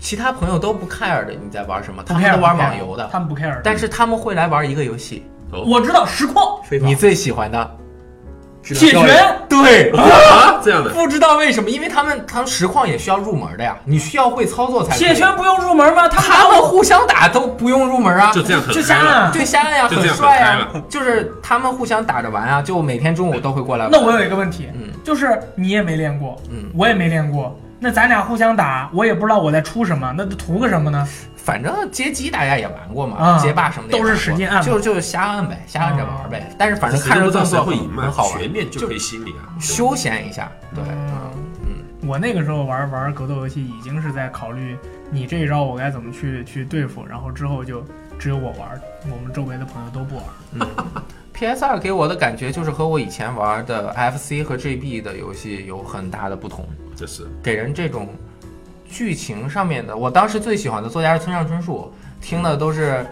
S2: 其他朋友都不 care 的你在玩什么，
S1: 不
S2: 他
S1: care，
S2: 们都玩
S1: 不 care，
S2: 网游的，
S1: 他们不 care，
S2: 但是他们会来玩一个游戏，
S1: 我知道实况
S4: 非
S2: 你最喜欢的。
S1: 铁拳，
S2: 对，
S3: 啊这样的，
S2: 不知道为什么，因为他们他们实况也需要入门的呀，你需要会操作才可以。
S1: 铁拳不用入门吗？他
S2: 他
S1: 们
S2: 们互相打都不用入门啊，
S3: 就这样很
S1: 就
S3: 嗨
S1: 瞎
S3: 了。
S1: 按，
S2: 对，瞎了呀，
S3: 就
S2: 很
S3: 这样很
S2: 帅
S3: 开
S2: 呀
S3: 了，
S2: 就是他们互相打着玩啊，就每天中午都会过来玩。
S1: 那我有一个问题，
S2: 啊嗯
S1: 就是你也没练过，
S2: 嗯，
S1: 我也没练过，那咱俩互相打，我也不知道我在出什么，那图个什么呢？
S2: 反正街机大家也玩过嘛，
S1: 啊
S2: 街霸什么的也玩过
S1: 都是使劲按嘛
S2: 就是就是瞎按呗，瞎按着玩
S1: 啊
S2: 呗。但是反正
S3: 谁
S2: 看
S3: 都
S2: 着
S3: 不知道
S2: 动
S3: 谁
S2: 作
S3: 会赢嘛
S2: 很好，玩
S3: 全，练就可以心理啊。
S2: 休闲一下。对，
S1: 嗯
S2: 嗯，
S1: 我那个时候玩玩格斗游戏，已经是在考虑你这一招我该怎么去去对付，然后之后就只有我玩，我们周围的朋友都不玩。
S2: PS 二给我的感觉就是和我以前玩的 FC 和 GB 的游戏有很大的不同，
S3: 这是
S2: 给人这种剧情上面的。我当时最喜欢的作家是村上春树，听的都是，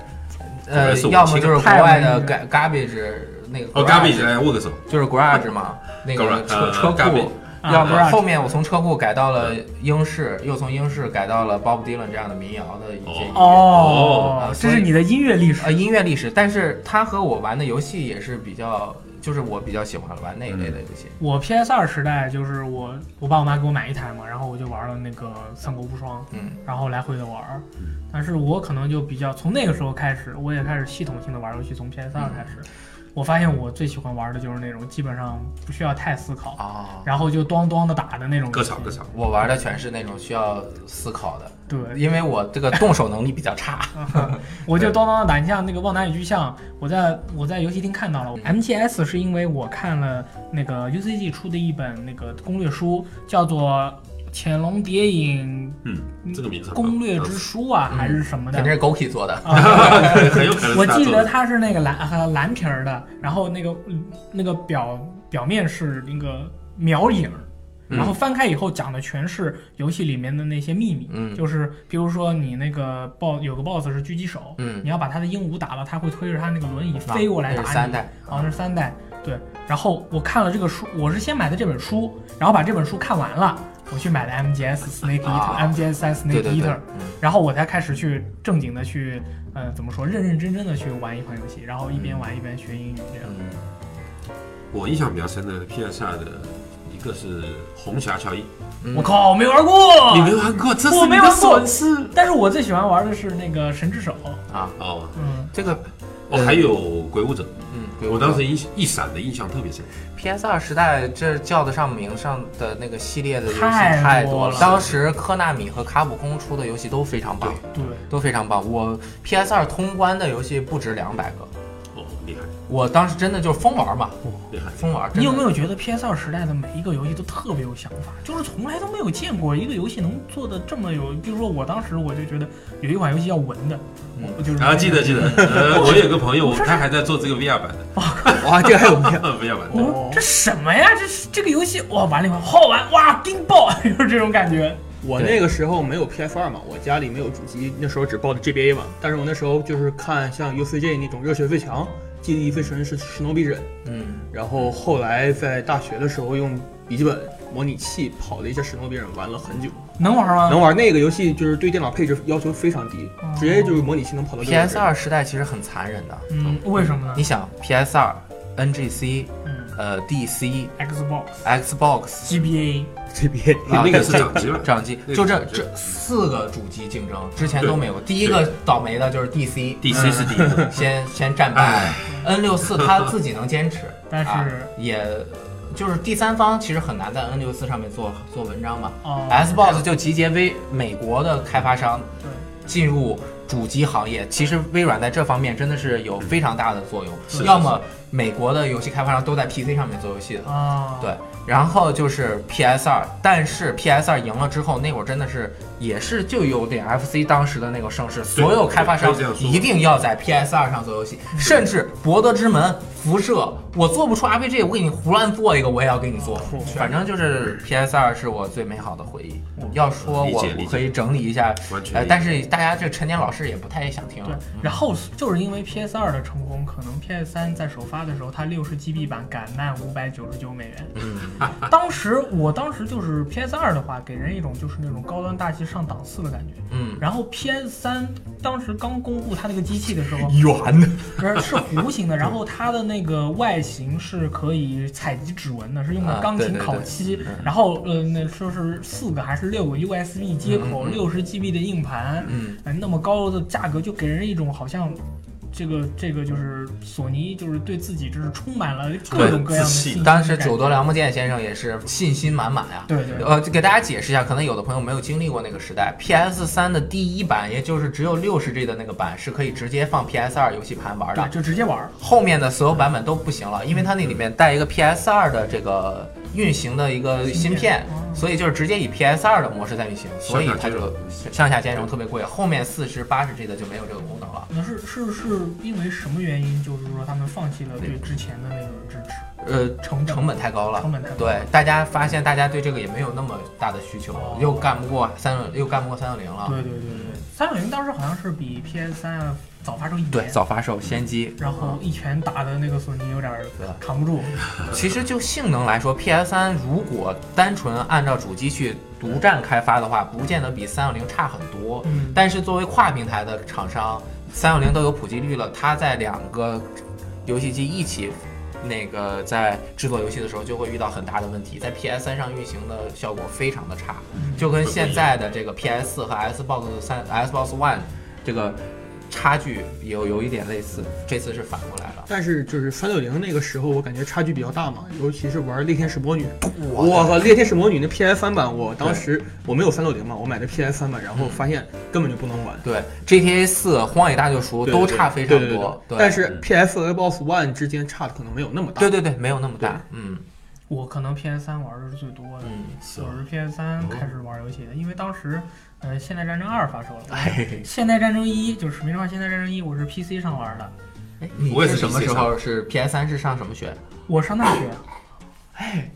S3: 我
S2: 呃
S3: 也是，我
S2: 要么就是
S1: 听的
S2: 国外的
S1: 泰文
S2: ga- garbage 那个
S3: 哦
S2: garage
S3: 嘎比来握个手，
S2: 就是 garage 嘛，那个
S3: Garage，
S2: 车
S3: 呃
S2: 车库
S3: Garbage。
S1: 啊
S2: 要不然
S1: Garage
S2: 后面我从车库改到了英式，又从英式改到了 Bob Dylan 这样的民谣的一些音乐
S1: 哦
S2: 啊
S1: 这
S2: 所以
S1: 是你的音乐历史
S2: 呃音乐历史。但是它和我玩的游戏也是比较，就是我比较喜欢玩那一类的
S3: 嗯
S2: 游戏。
S1: 我 PS 二时代就是我我爸我妈给我买一台嘛，然后我就玩了那个《三国无双》，
S2: 嗯，
S1: 然后来回的玩儿。
S3: 嗯
S1: 但是我可能就比较从那个时候开始，我也开始系统性的玩游戏，从 PS
S3: 嗯
S1: 二开始，我发现我最喜欢玩的就是那种基本上不需要太思考，
S2: 哦，
S1: 然后就咣咣的打的那种游戏。
S3: 割草割草，
S2: 我玩的全是那种需要思考的，
S1: 对，
S2: 因为我这个动手能力比较差。
S1: 我就咚咚咚打。你像那个《旺达与巨像》，我在我在游戏厅看到了。MTS 是因为我看了那个 UCG 出的一本那个攻略书，叫做《潜龙谍影
S3: 嗯，这个名字很棒
S1: 攻略之书》啊，还是什么的
S2: 肯定。是枸杞做的，
S1: 啊
S3: 嗯对很有可能是
S1: 我
S3: 他
S1: 记
S3: 做
S1: 得
S3: 的
S1: 它是那个蓝呃蓝皮儿的，然后那个嗯那个表表面是那个苗影儿，
S3: 嗯
S1: 然后翻开以后讲的全是游戏里面的那些秘密，
S2: 嗯
S1: 就是比如说你那个 boss 有个 boss 是狙击手，
S2: 嗯
S1: 你要把他的鹦鹉打了，他会推着他那个轮椅飞过来打
S2: 那是
S1: 你。
S2: 三代
S1: 哦，那是三代，对。然后我看了这个书，我是先买的这本书，然后把这本书看完了，我去买的 MGS Snake Eater、
S2: 啊
S1: MGS 三 Snake
S2: 对对
S1: Eater，
S2: 对，嗯
S1: 然后我才开始去正经的去，呃，怎么说，认认真真的去玩一款游戏，然后一
S3: 嗯
S1: 边玩一边学英语这样。
S2: 嗯
S3: 我印象比较深的 PS 二的一个是红霞乔伊，
S2: 嗯
S1: 我靠，没玩过，
S3: 你没玩过，这是
S1: 哦我没
S3: 你的
S1: 玩过
S3: 损失
S1: 但是我最喜欢玩的是那个神之手，
S2: 啊，
S3: 哦。
S1: 嗯，
S2: 这个
S3: 哦，还有鬼舞者，
S2: 嗯，
S3: 我当时印一闪的印象特别深。
S2: PS 二时代这叫得上名上的那个系列的游戏
S1: 太
S2: 太
S1: 多
S2: 多
S1: 了
S2: 当时科纳米和卡普空出的游戏都非常棒，
S1: 对，
S2: 都非常棒。我 PS 二通关的游戏不止两百个，
S3: 哦，厉害
S2: 我当时真的就是疯玩嘛，
S3: 厉害！
S2: 疯玩。
S1: 你有没
S2: 有？
S1: 有觉得 PS 二时代的每一个游戏都特别有想法？就是从来都没有见过一个游戏能做的这么有，比如说我当时我就觉得有一款游戏叫《文的》，
S2: 嗯
S1: 我就是
S3: 啊，记得记得， 呃，我有个朋友，他还在做这个 VR 版的
S4: 哇，这个还有
S3: VR 版
S1: 我
S3: 的，
S1: 哦说这什么呀？这是这个游戏哇，玩了一会儿好玩哇，盯爆， 就是这种感觉。
S4: 我那个时候没有 PS 二嘛，我家里没有主机，那时候只抱的 GBA 嘛。但是我那时候就是看像 UCJ 那种热血最强，记忆最深是《石诺比忍》，
S2: 嗯，
S4: 然后后来在大学的时候用笔记本模拟器跑了一下《石诺比忍》，玩了很久。
S1: 能玩
S2: 嗯
S1: 吗？
S4: 能玩那个游戏就是对电脑配置要求非常低
S1: 哦，
S4: 直接就是模拟器能跑到六十
S2: PS 二时代其实很残忍的。
S1: 嗯，为什么呢
S2: 你？想 PS 二、NGC、
S1: 嗯，
S2: 呃 DC、
S1: Xbox、
S2: Xbox
S1: GBA，
S4: GBA
S2: 啊
S3: 那个是掌机嘛？
S2: 掌机，
S3: 那个
S2: 就这
S3: 掌机
S2: 这四个主机竞争之前都没有过。第一个倒霉的就是 DC，
S3: DC 是第一 个，
S2: 先先战
S3: 哎
S2: 败，N 六 四它自己能坚持，
S1: 但是
S2: 啊也就是第三方其实很难在 N 六四上面做做文章嘛。
S1: 哦
S2: Xbox 就集结微美国的开发商
S1: 对
S2: 进入主机行业，其实微软在这方面真的是有非常大的作
S3: 是的
S2: 用。要么美国的游戏开发商都在 PC 上面做游戏的，
S1: 啊，
S2: 对，然后就是 PS 二，但是 PS 二赢了之后，那会儿真的是也是就有点 FC 当时的那个盛世，所有开发商
S3: 可以这样说
S2: 一定要在 PS 二上做游戏，甚至《博德之门》《辐射》，我做不出 RPG，我给你胡乱做一个，我也要给你
S3: 哦
S2: 做。反正就是 PS 二是我最美好的回忆。要说
S3: 哦理
S2: 我
S3: 解理解
S2: 可以整理一下，
S3: 完全
S2: 呃，
S3: 理解。
S2: 但是大家这陈年老师也不太想听
S1: 对
S2: 了。，
S1: 然后就是因为 PS 二的成功，可能 PS 三在首发的时候，它六十 GB 版敢卖五百九十九美元。
S2: 嗯啊
S1: 当时我当时就是 PS 二的话，给人一种就是那种高端大气上档次的感觉。
S2: 嗯，，
S1: 然后 PS 三当时刚公布它那个机器的时候
S2: 圆的，
S1: 是是弧形的，然后它的那个外形是可以采集指纹的，是用的
S2: 啊
S1: 钢
S2: 对
S1: 琴
S2: 对
S1: 烤
S2: 对
S1: 漆
S2: 嗯，
S1: 然后呃那说是四个还是六个 USB 接口，
S2: 嗯嗯嗯
S1: 六十 GB 的硬盘，
S2: 嗯，
S1: 哎，那么高的价格就给人一种好像。这个这个就是索尼，就是对自己就是充满了各种各样的
S3: 自信
S1: 信心
S2: 当时
S1: 感
S2: 九德良木健先生也是信心满满呀、
S1: 对对
S2: 呃，给大家解释一下，可能有的朋友没有经历过那个时代。PS 三的第一版，也就是只有六十 G 的那个版，是可以直接放 PS 二游戏盘玩
S1: 对，
S2: 的。
S1: 就直接玩儿。
S2: 后面的所有版本都不行了，因为它那里面带一个 PS 二的这个运行的一个芯
S1: 芯片
S2: 片，
S1: 哦
S2: 所以就是直接以 PS 二的模式在运行，所以它
S3: 上下兼
S2: 就
S3: 容
S2: 向下兼容特别贵。后面四十、八十 G 的就没有这个功能了。
S1: 那是是是因为什么原因？就是说他们放弃了对之前的那个支持，
S2: 呃，
S1: 成本
S2: 成本太高了，
S1: 成本太高
S2: 对，大家发现大家对这个也没有那么大的需求
S1: 哦，
S2: 又干不过三六，又干不过三六零了。
S1: 对对对对，三六零当时好像是比 PS 三啊早发售一年，
S2: 对，早发售先机。
S1: 然后一拳打的那个索尼有点儿
S2: 对
S1: 扛不住，
S2: 其实就性能来说，PS 三如果单纯按照主机去独占开发的话，不见得比三六零差很多。
S1: 嗯
S2: 但是作为跨平台的厂商，三六零都有普及率了，它在两个游戏机一起。那个在制作游戏的时候就会遇到很大的问题，在 PS 三上运行的效果非常的差，就跟现在的这个 PS 四和 Xbox 三、Xbox One 这个差距有有一点类似，这次是反过来了。
S4: 但是就是三六零那个时候，我感觉差距比较大嘛，尤其是玩《猎天使魔女》，我靠，《猎天使魔女》那 PS 三版，我当时我没有三六零嘛，我买的 PS 三版，然
S2: 嗯
S4: 后发现根本就不能玩。
S2: 对 GTA 四、荒野大救赎
S4: 对
S2: 都差非常多，
S4: 对对对对但
S2: 是
S4: 是 PS 和 Xbox One 之间差的可能没有那么大。
S2: 对对对，没有那么大，嗯
S1: 我可能 PS 三玩的是最多的，
S2: 嗯，
S3: 是
S1: 我是 PS 三开始玩游戏的，因为当时，嗯、呃，《现代战争二》发售了，
S2: 哎，
S1: 《现代战争一》就是《名侦探现代战争一》，我是 PC 上玩的，
S2: 哎你
S3: 我也是
S2: 什么
S3: PC
S2: 时候是 PS 三是上什么学？
S1: 我上大学，
S2: 哎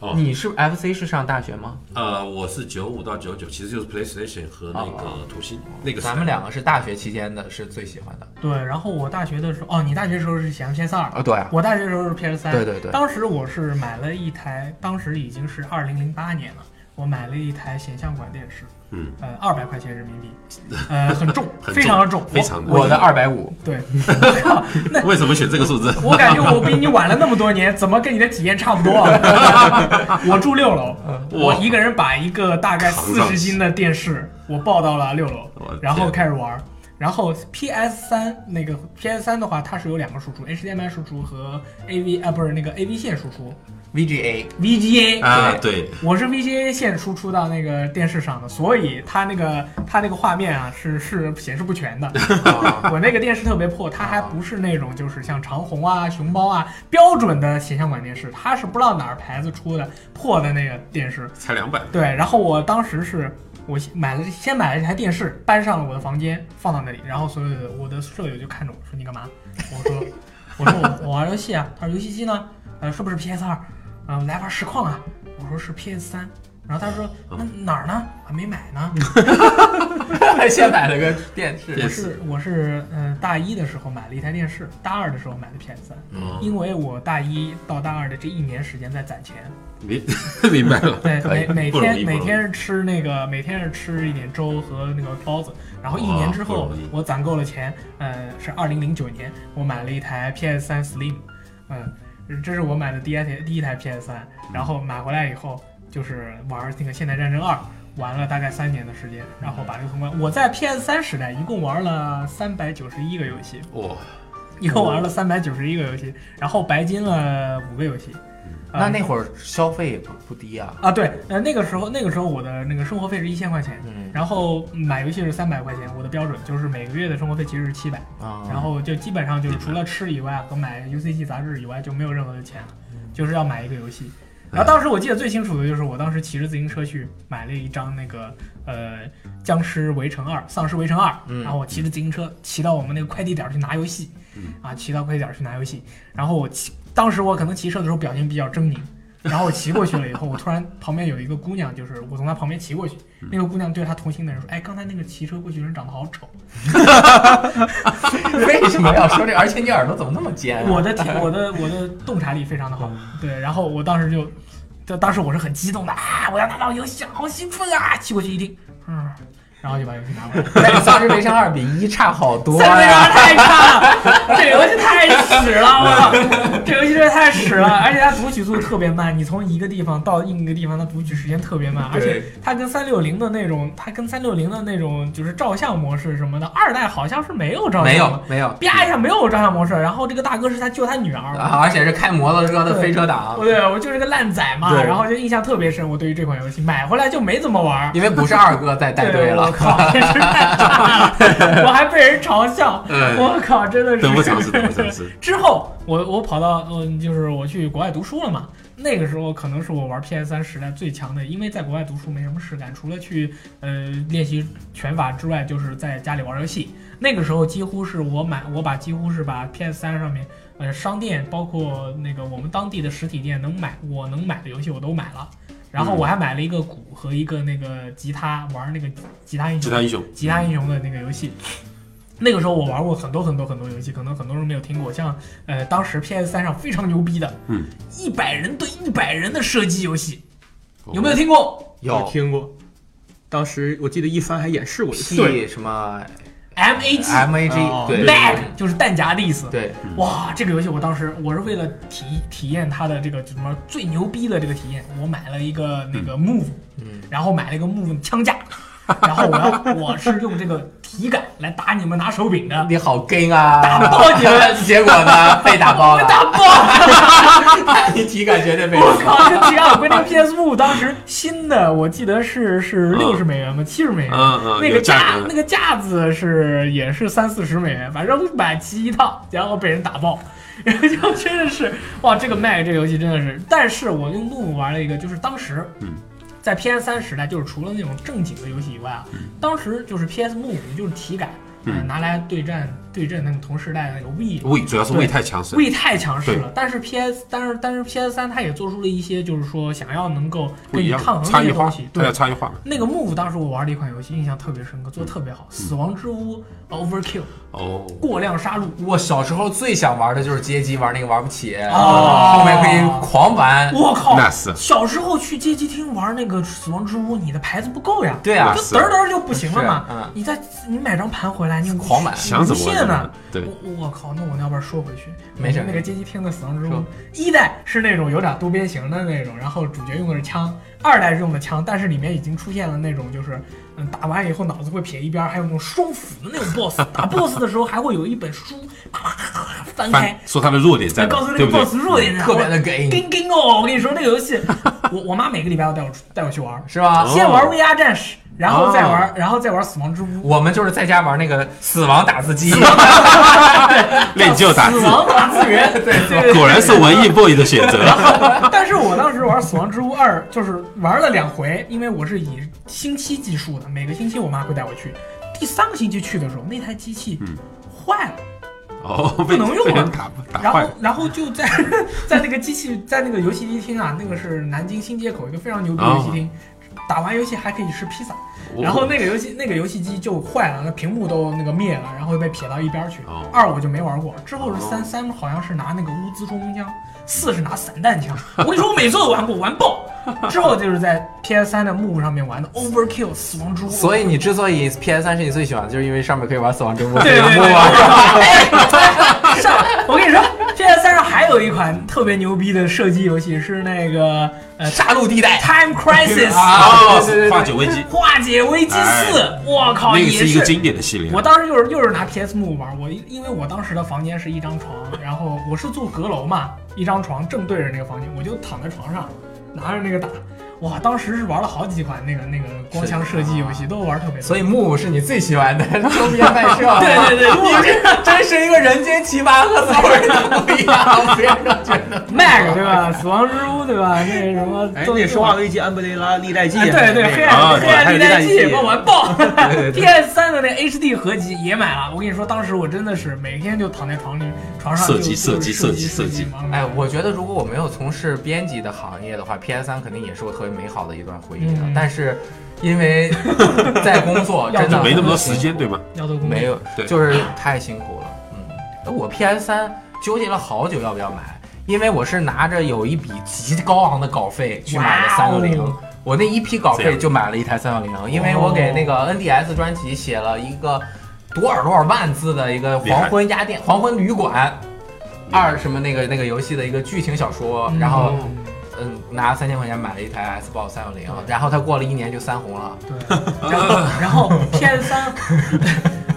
S3: 哦，
S2: 你是 FC 是上大学吗？
S3: 呃，我是九五到九九，其实就是 PlayStation 和
S1: 啊
S3: 那个土星那个时代。
S2: 咱们两个是大学期间的，是最喜欢的
S1: 对，然后我大学的时候，哦，你大学的时候是想 PS 二，
S2: 啊，对啊，
S1: 我大学的时候是 PS 三，
S2: 对对对
S1: 当时我是买了一台，当时已经是二零零八年了。我买了一台显像管电视，
S3: 嗯，
S1: 呃，二百块钱人民币，呃，很重，
S3: 很重
S1: 非常的重，
S3: 非常的
S1: 我
S2: 我的二百五，
S1: 对，我靠，那
S3: 为什么选这个数字？
S1: 我感觉我比你晚了那么多年，怎么跟你的体验差不多 啊？我住六楼，我一个人把一个大概
S3: 扛
S1: 四
S3: 上
S1: 十斤的电视，我抱到了六楼
S3: 我的天，
S1: 然后开始玩。然后 PS 三那个 PS 三的话，它是有两个输出，HDMI 输出和 AV 啊，不是那个 AV 线输出
S2: VGA，
S1: ，VGA。
S3: 啊，
S2: 对
S3: 对，
S1: 我是 VGA 线输出到那个电视上的，所以它那个它那个画面啊是是显示不全的。
S2: 啊
S1: 我那个电视特别破，它还不是那种就是像长虹啊、熊猫啊标准的显像管电视，它是不知道哪儿牌子出的破的那个电视。
S3: 才两百。
S1: 对，然后我当时是我先买了先买了一台电视，搬上了我的房间，放到那里，然后所有的我的舍友就看着我说你干嘛？我说我说我我玩游戏啊，他说游戏机呢？呃，是不是 PS 二？嗯、我来玩实况啊。我说是 PS 三。然后他说：“那哪儿呢？还没买呢。
S2: 先买了个电视
S1: 我是我是嗯、呃大一的时候买了一台电视，大二的时候买的 PS 三。
S3: 嗯，
S1: 因为我大一到大二的这一年时间在攒钱，
S3: 明 明白了。
S1: 对，
S2: 可以
S1: 每每
S3: 不容
S1: 天
S3: 易不容
S1: 每
S3: 易
S1: 天是吃那个每天是吃一点粥和那个包子，然后一年之
S3: 哇
S1: 后
S3: 不容易
S1: 我攒够了钱，呃，是二零零九年我买了一台 PS 三 Slim，嗯、就是这是我买的第一台第一台 PS 三，
S3: 嗯
S1: 然后买回来以后就是玩那个《现代战争二》，玩了大概三年的时间，然后把这个通关。我在 PS 三时代一共玩了三百九十一个游戏，
S3: 哇，
S1: 一
S3: 哦
S1: 共玩了三百九十一个游戏，然后白金了五个游戏。
S3: 嗯
S1: 呃
S2: 那那会儿消费也不不低啊。
S1: 啊对，呃那个时候那个时候我的那个生活费是一千块钱，
S2: 嗯
S1: 然后买游戏是三百块钱，我的标准就是每个月的生活费其实是七百，
S2: 啊，
S1: 然后就基本上就是除了吃以外和买 UCG 杂志以外就没有任何的钱了，
S2: 嗯
S1: 就是要买一个游戏。
S2: 哎
S1: 然后当时我记得最清楚的就是我当时骑着自行车去买了一张那个呃《僵尸围城二》《丧尸围城二》，
S2: 嗯
S1: 然后我骑着自行车骑到我们那个快递点儿去拿游戏，
S3: 嗯
S1: 啊，骑到快递点儿去拿游戏。然后我骑，当时我可能骑车的时候表情比较狰狞，然后我骑过去了以后，我突然旁边有一个姑娘，就是我从她旁边骑过去，
S2: 嗯
S1: 那个姑娘对她同行的人说：“哎，刚才那个骑车过去的人长得好丑。”
S2: 为什么要说这？而且你耳朵怎么那么尖啊？
S1: 我 的体，我的我的洞察力非常的
S2: 嗯
S1: 好，对，然后我当时就，当当时我是很激动的啊，我要拿到游戏，好兴奋啊！骑过去一听，嗯，然后就把游戏拿过来。
S2: 但是《丧尸围城二》比一差好多
S1: 三分钟
S2: 呀、
S1: 太差了，这游戏太屎了，我操！这游戏真是太屎了，而且它读取速度特别慢，你从一个地方到另一个地方，它读取时间特别慢，而且
S2: 对
S1: 它跟三六零的那种，它跟三六零的那种就是照相模式什么的，二代好像是没有照相，
S2: 没有，没有
S1: 啪一下没有照相模式，然后这个大哥是他救他女儿，
S2: 啊，而且是开摩托车的飞车党，
S1: 对，我就是个烂仔嘛，
S2: 啊对
S1: 然后就印象特别深。我对于这款游戏买回来就没怎么玩儿，
S2: 因为不是二哥在带队
S1: 对我
S2: 了。
S1: 靠，真是太 差了，我还被人嘲笑，
S3: 呃
S1: 我靠，真的是
S3: 得不偿失，得不偿失。
S1: 之后我我跑到嗯，就是我去国外读书了嘛。那个时候可能是我玩 PS 三时代最强的，因为在国外读书没什么事干，除了去呃练习拳法之外，就是在家里玩游戏。那个时候几乎是我买，我把几乎是把 PS 三上面呃商店，包括那个我们当地的实体店能买我能买的游戏我都买了，然后我还买了一个鼓和一个那个吉他，玩那个吉他英
S3: 其
S1: 雄
S3: 他。英雄，
S1: 吉他英雄的那个游戏。那个时候我玩过很多很多很多游戏，可能很多人没有听过，像呃当时 PS 三上非常牛逼的，
S3: 嗯，
S1: 一百人对一百人的射击游戏，
S2: 哦
S1: 有没有听过
S4: 我听过。当时我记得一帆还演示过一次，
S2: T 什么
S1: M A G
S2: M A G
S4: 哦
S2: 对
S1: Mag 就是弹夹的意思。
S2: 对，
S1: 哇，这个游戏我当时我是为了体体验它的这个什么最牛逼的这个体验，我买了一个那个 Move，
S2: 嗯，
S1: 然后买了一个 Move 枪架，然后我要我是用这个体感来打你们拿手柄 的，
S2: 你好 gay 啊！
S1: 打爆你们
S2: 结果呢被打爆
S1: 我
S2: 了，
S1: 打爆。
S2: 你 体感绝对被
S1: 我
S2: 打爆。
S1: 靠，这体感我跟 那 PS 五当时新的，我记得是是六十美元吧，七十美元。
S3: 嗯嗯，
S1: 那
S3: 有
S1: 个
S3: 价
S1: 架
S3: 格
S1: 那个架子是也是三四十美元，反正买齐一套，然后被人打爆， 然后就真的是哇，这个卖这个游戏真的是，但是我用 Move 玩了一个，就是当时
S3: 嗯。
S1: 在 PS 三时代，就是除了那种正经的游戏以外啊，当时就是 PS Move 就是体感，呃
S3: 嗯
S1: 拿来对战对阵那个同时代的那个 V
S3: 胃主要是胃太强盛，
S1: 胃太强势
S3: 对
S1: 了，但是 PS，但是但是 PS 三它也做出了一些，就是说想要能够
S3: 不
S1: 跟
S3: 一
S1: 你
S3: 样
S1: 抗，衡
S3: 差
S1: 的一
S3: 异
S1: 些东
S3: 化哎
S1: 西，。
S3: 它要
S1: 对，
S3: 差异化。
S1: 那个 Move 当时我玩了一款游戏，印象特别深刻，
S3: 嗯
S1: 做的特别好，死亡之屋》Overkill 呃
S3: 哦，
S1: 过量杀戮，
S2: 我小时候最想玩的就是街机，玩那个玩不起，
S1: 哦
S2: 后面可以狂玩。
S1: 我靠！
S3: 那是
S1: 小时候去街机厅玩那个《死亡之屋》，你的牌子不够呀，
S2: 对啊
S1: 就
S3: 那，是
S1: 嘚儿嘚儿就不行了嘛。
S2: 是嗯
S1: 你再你买张盘回来，你
S2: 狂买
S1: 你
S3: 想怎
S1: 无
S3: 么
S1: 限
S3: 玩
S1: 呢
S3: 呢？？对，
S1: 我我靠，那我要不要说回去？
S2: 没事
S1: 我们那个街机厅的死亡之屋
S2: 说，
S1: 一代是那种有点多边形的那种，然后主角用的是枪；二代是用的枪，但是里面已经出现了那种就是，嗯，打完以后脑子会撇一边儿，还有那种双斧的那种 boss。打 boss 的时候还会有一本书，啪啪啪啪翻
S3: 翻
S1: 开，
S3: 说它的弱点在
S1: 来
S3: 哪
S1: 告诉，那
S3: 对
S1: 个
S3: 不对？
S1: boss 弱点在哪。
S2: 特别的 gay，
S1: 跟跟哦！我跟你说，那个游戏，我我妈每个礼拜要带我出带我去玩儿，
S2: 是吧？
S1: 啊先玩 VR 战士，然后再
S3: 哦
S1: 玩，然后再玩死亡之屋。
S2: 我们就是在家玩那个死亡打字机，
S3: 嗯练就打字
S1: 死，亡打字 员，对对对，
S3: 果然是文艺 boy 的选 择。
S1: 但是我当时玩《死亡之屋二》，就是玩了两回，因为我是以星期计数的，每个星期我妈会带我去。第三个星期去的时候，那台机器
S3: 嗯
S1: 坏了，
S3: 哦，被
S1: 不能用啊
S3: 被人打
S1: 然
S3: 打坏
S1: 后
S3: 了。
S1: 然后就在 在那个机器在那个游戏机厅啊，那个是南京新街口一个非常牛逼
S3: 哦
S1: 的游戏厅，打完游戏还可以吃披萨。
S3: 我
S1: 然后那个游戏那个游戏机就坏了，那屏幕都那个灭了，然后被撇到一边儿去
S3: 哦。
S1: 二我就没玩过，之后是三
S3: 哦
S1: 三好像是拿那个乌兹冲锋枪，四是拿散弹枪。我跟你说，我每次都玩过，玩爆。之后就是在 PS 三的幕上面玩的 Overkill 死亡之屋。
S2: 所以你之所以 PS 三是你最喜欢的，就是因为上面可以玩死亡之屋，
S1: 对对对
S2: 不玩
S1: 哎对，上我跟你说， PS 三上还有一款特别牛逼的射击游戏，是那个呃《
S2: 杀戮地带
S1: Time Crisis
S2: 啊》
S1: 对对对对
S3: 化解危机
S1: 化解危机四
S3: 哎，
S1: 我靠，
S3: 那
S1: 也
S3: 个是一个经典的系列。啊
S1: 我当时又是又是拿 PS Move 玩，我因因为我当时的房间是一张床，然后我是住阁楼嘛，一张床正对着那个房间，我就躺在床上拿着那个打，哇，当时是玩了好几款那个那个光枪射击游戏，都玩特别多。
S2: 所以木是你最喜欢的周边卖设，
S1: 对对对
S2: 你这真是一个人间奇葩和所有人都不一样，我别说觉得
S1: Mag 对吧？死亡之屋对吧？那什么
S4: 哎，
S1: 都
S4: 那《
S1: 是
S4: 生化危机》安布雷拉历代记，
S1: 哎对对，
S4: 那个
S1: 黑
S3: 啊
S1: 暗黑
S3: 对
S1: 暗地带
S4: 还有
S1: 机
S4: 黑暗地带
S1: 给我玩爆。
S4: 对对
S1: PS 三的那 HD 合集也买了，我跟你说，当时我真的是每天就躺在床里床上就
S3: 射击
S1: 就是
S3: 射
S1: 射
S3: 击
S1: 射
S3: 射击
S1: 忙
S2: 哎，我觉得如果我没有从事编辑的行业的话，PS 三肯定也是我特别美好的一段回忆的。
S1: 嗯
S2: 但是因为在工作，
S1: 要
S2: 真的
S1: 做
S3: 没那么多
S2: 很辛
S3: 时间，
S2: 苦
S3: 对吗？
S1: 要做工作
S2: 没有，
S3: 对
S2: 就是太辛苦了。嗯，我 PS 三纠结了好久要不要买，因为我是拿着有一笔极高昂的稿费去买的
S1: 哇
S2: 三
S1: 哦
S2: 六零。我那一批稿
S3: 这
S2: 费
S3: 样
S2: 就买了一台三六零，因为我给那个 NDS 专辑写了一个多少多少万字的一个《
S3: 厉害
S2: 黄昏鸭店》《黄昏旅馆二》什么那个那个游戏的一个剧情小说，然后嗯拿三千块钱买了一台 Xbox 三六零，然后它过了一年就三红了。
S1: 对，然后然后 PS 三，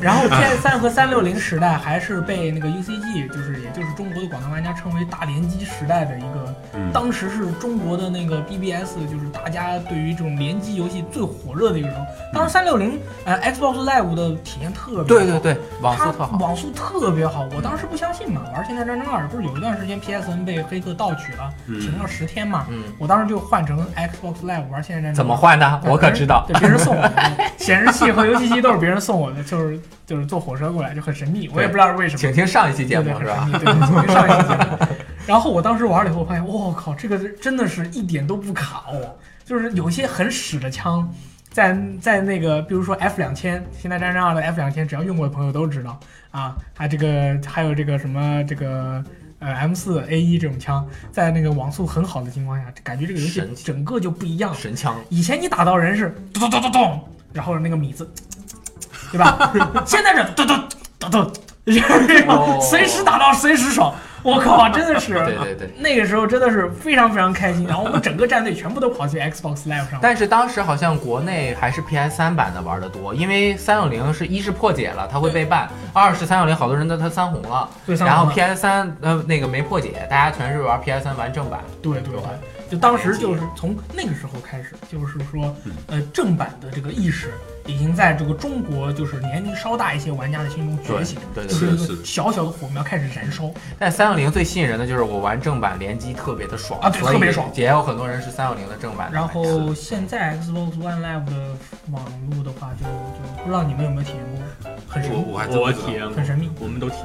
S1: 然后 PS 三和三六零时代还是被那个 UCG，就是也就是中国的广大玩家称为大联机时代的一个，
S3: 嗯
S1: 当时是中国的那个 BBS，就是大家对于这种联机游戏最火热的一个时候。当时三六零呃 Xbox Live 的体验特别好
S2: 对对。对，网
S1: 它
S2: 速特好。
S1: 网速特别好，我当时不相信嘛，玩《现代战争二》不是有一段时间 PSN 被黑客盗取了，
S3: 嗯
S1: 停了十天嘛，
S2: 嗯
S1: 我当时就换成 Xbox Live 玩《现代战争》。
S2: 怎么换的？
S1: 对
S2: 我可知道。
S1: 对，别人送我的， 显示器和游戏机都是别人送我的，就是就是坐火车过来就很神秘，我也不知道是为什
S2: 请
S1: 么，
S2: 听上一期节
S1: 对
S2: 目
S1: 对，
S2: 是
S1: 很神秘，？
S2: 吧
S1: 对，请上一期节目。然后我当时玩了以后，发现我靠，这个真的是一点都不卡哦，就是有些很屎的枪。在在那个，比如说 F 两千，现代战争二的 F 两千，只要用过的朋友都知道啊。它这个还有这个什么这个呃 M 四 A 一这种枪，在那个网速很好的情况下，感觉这个游戏
S2: 神奇
S1: 整个就不一样了。
S2: 神枪，
S1: 以前你打到人是咚咚咚咚咚，然后那个米字，对吧？现在是咚咚咚咚，
S2: 哦
S1: 随时打到随时爽。我靠，真的是，
S2: 对对对。
S1: 那个时候真的是非常非常开心。然后我们整个战队全部都跑去 Xbox Live 上，
S2: 但是当时好像国内还是 PS 三版的玩的多，因为三六零是一是破解了，它会被ban；二是三六零好多人都它三红了，
S1: 嗯对三红
S2: 然
S1: 了
S2: 后 PS 三呃那个没破解，大家全是玩 PS 三玩正版。
S1: 对对对，就当时就是从那个时候开始，就是说，呃，正版的这个意识已经在这个中国就是年龄稍大一些玩家的心中觉醒，
S2: 对对
S1: 就是一
S3: 是
S1: 个小小的火苗开始燃烧。
S2: 但三六零最吸引人的就是我玩正版联机特别的爽
S1: 啊对
S2: 所以
S1: 特别爽
S2: 也有很多人是三六零的正版的
S1: 然
S2: 玩家。
S1: 后现在 Xbox One Live 的网络的话就，就不知道你们有没有体验过，很神
S3: 我
S1: 秘，
S3: 我还真不
S4: 我
S3: 知道
S4: 体验过
S1: 很，神秘。
S4: 我们都体，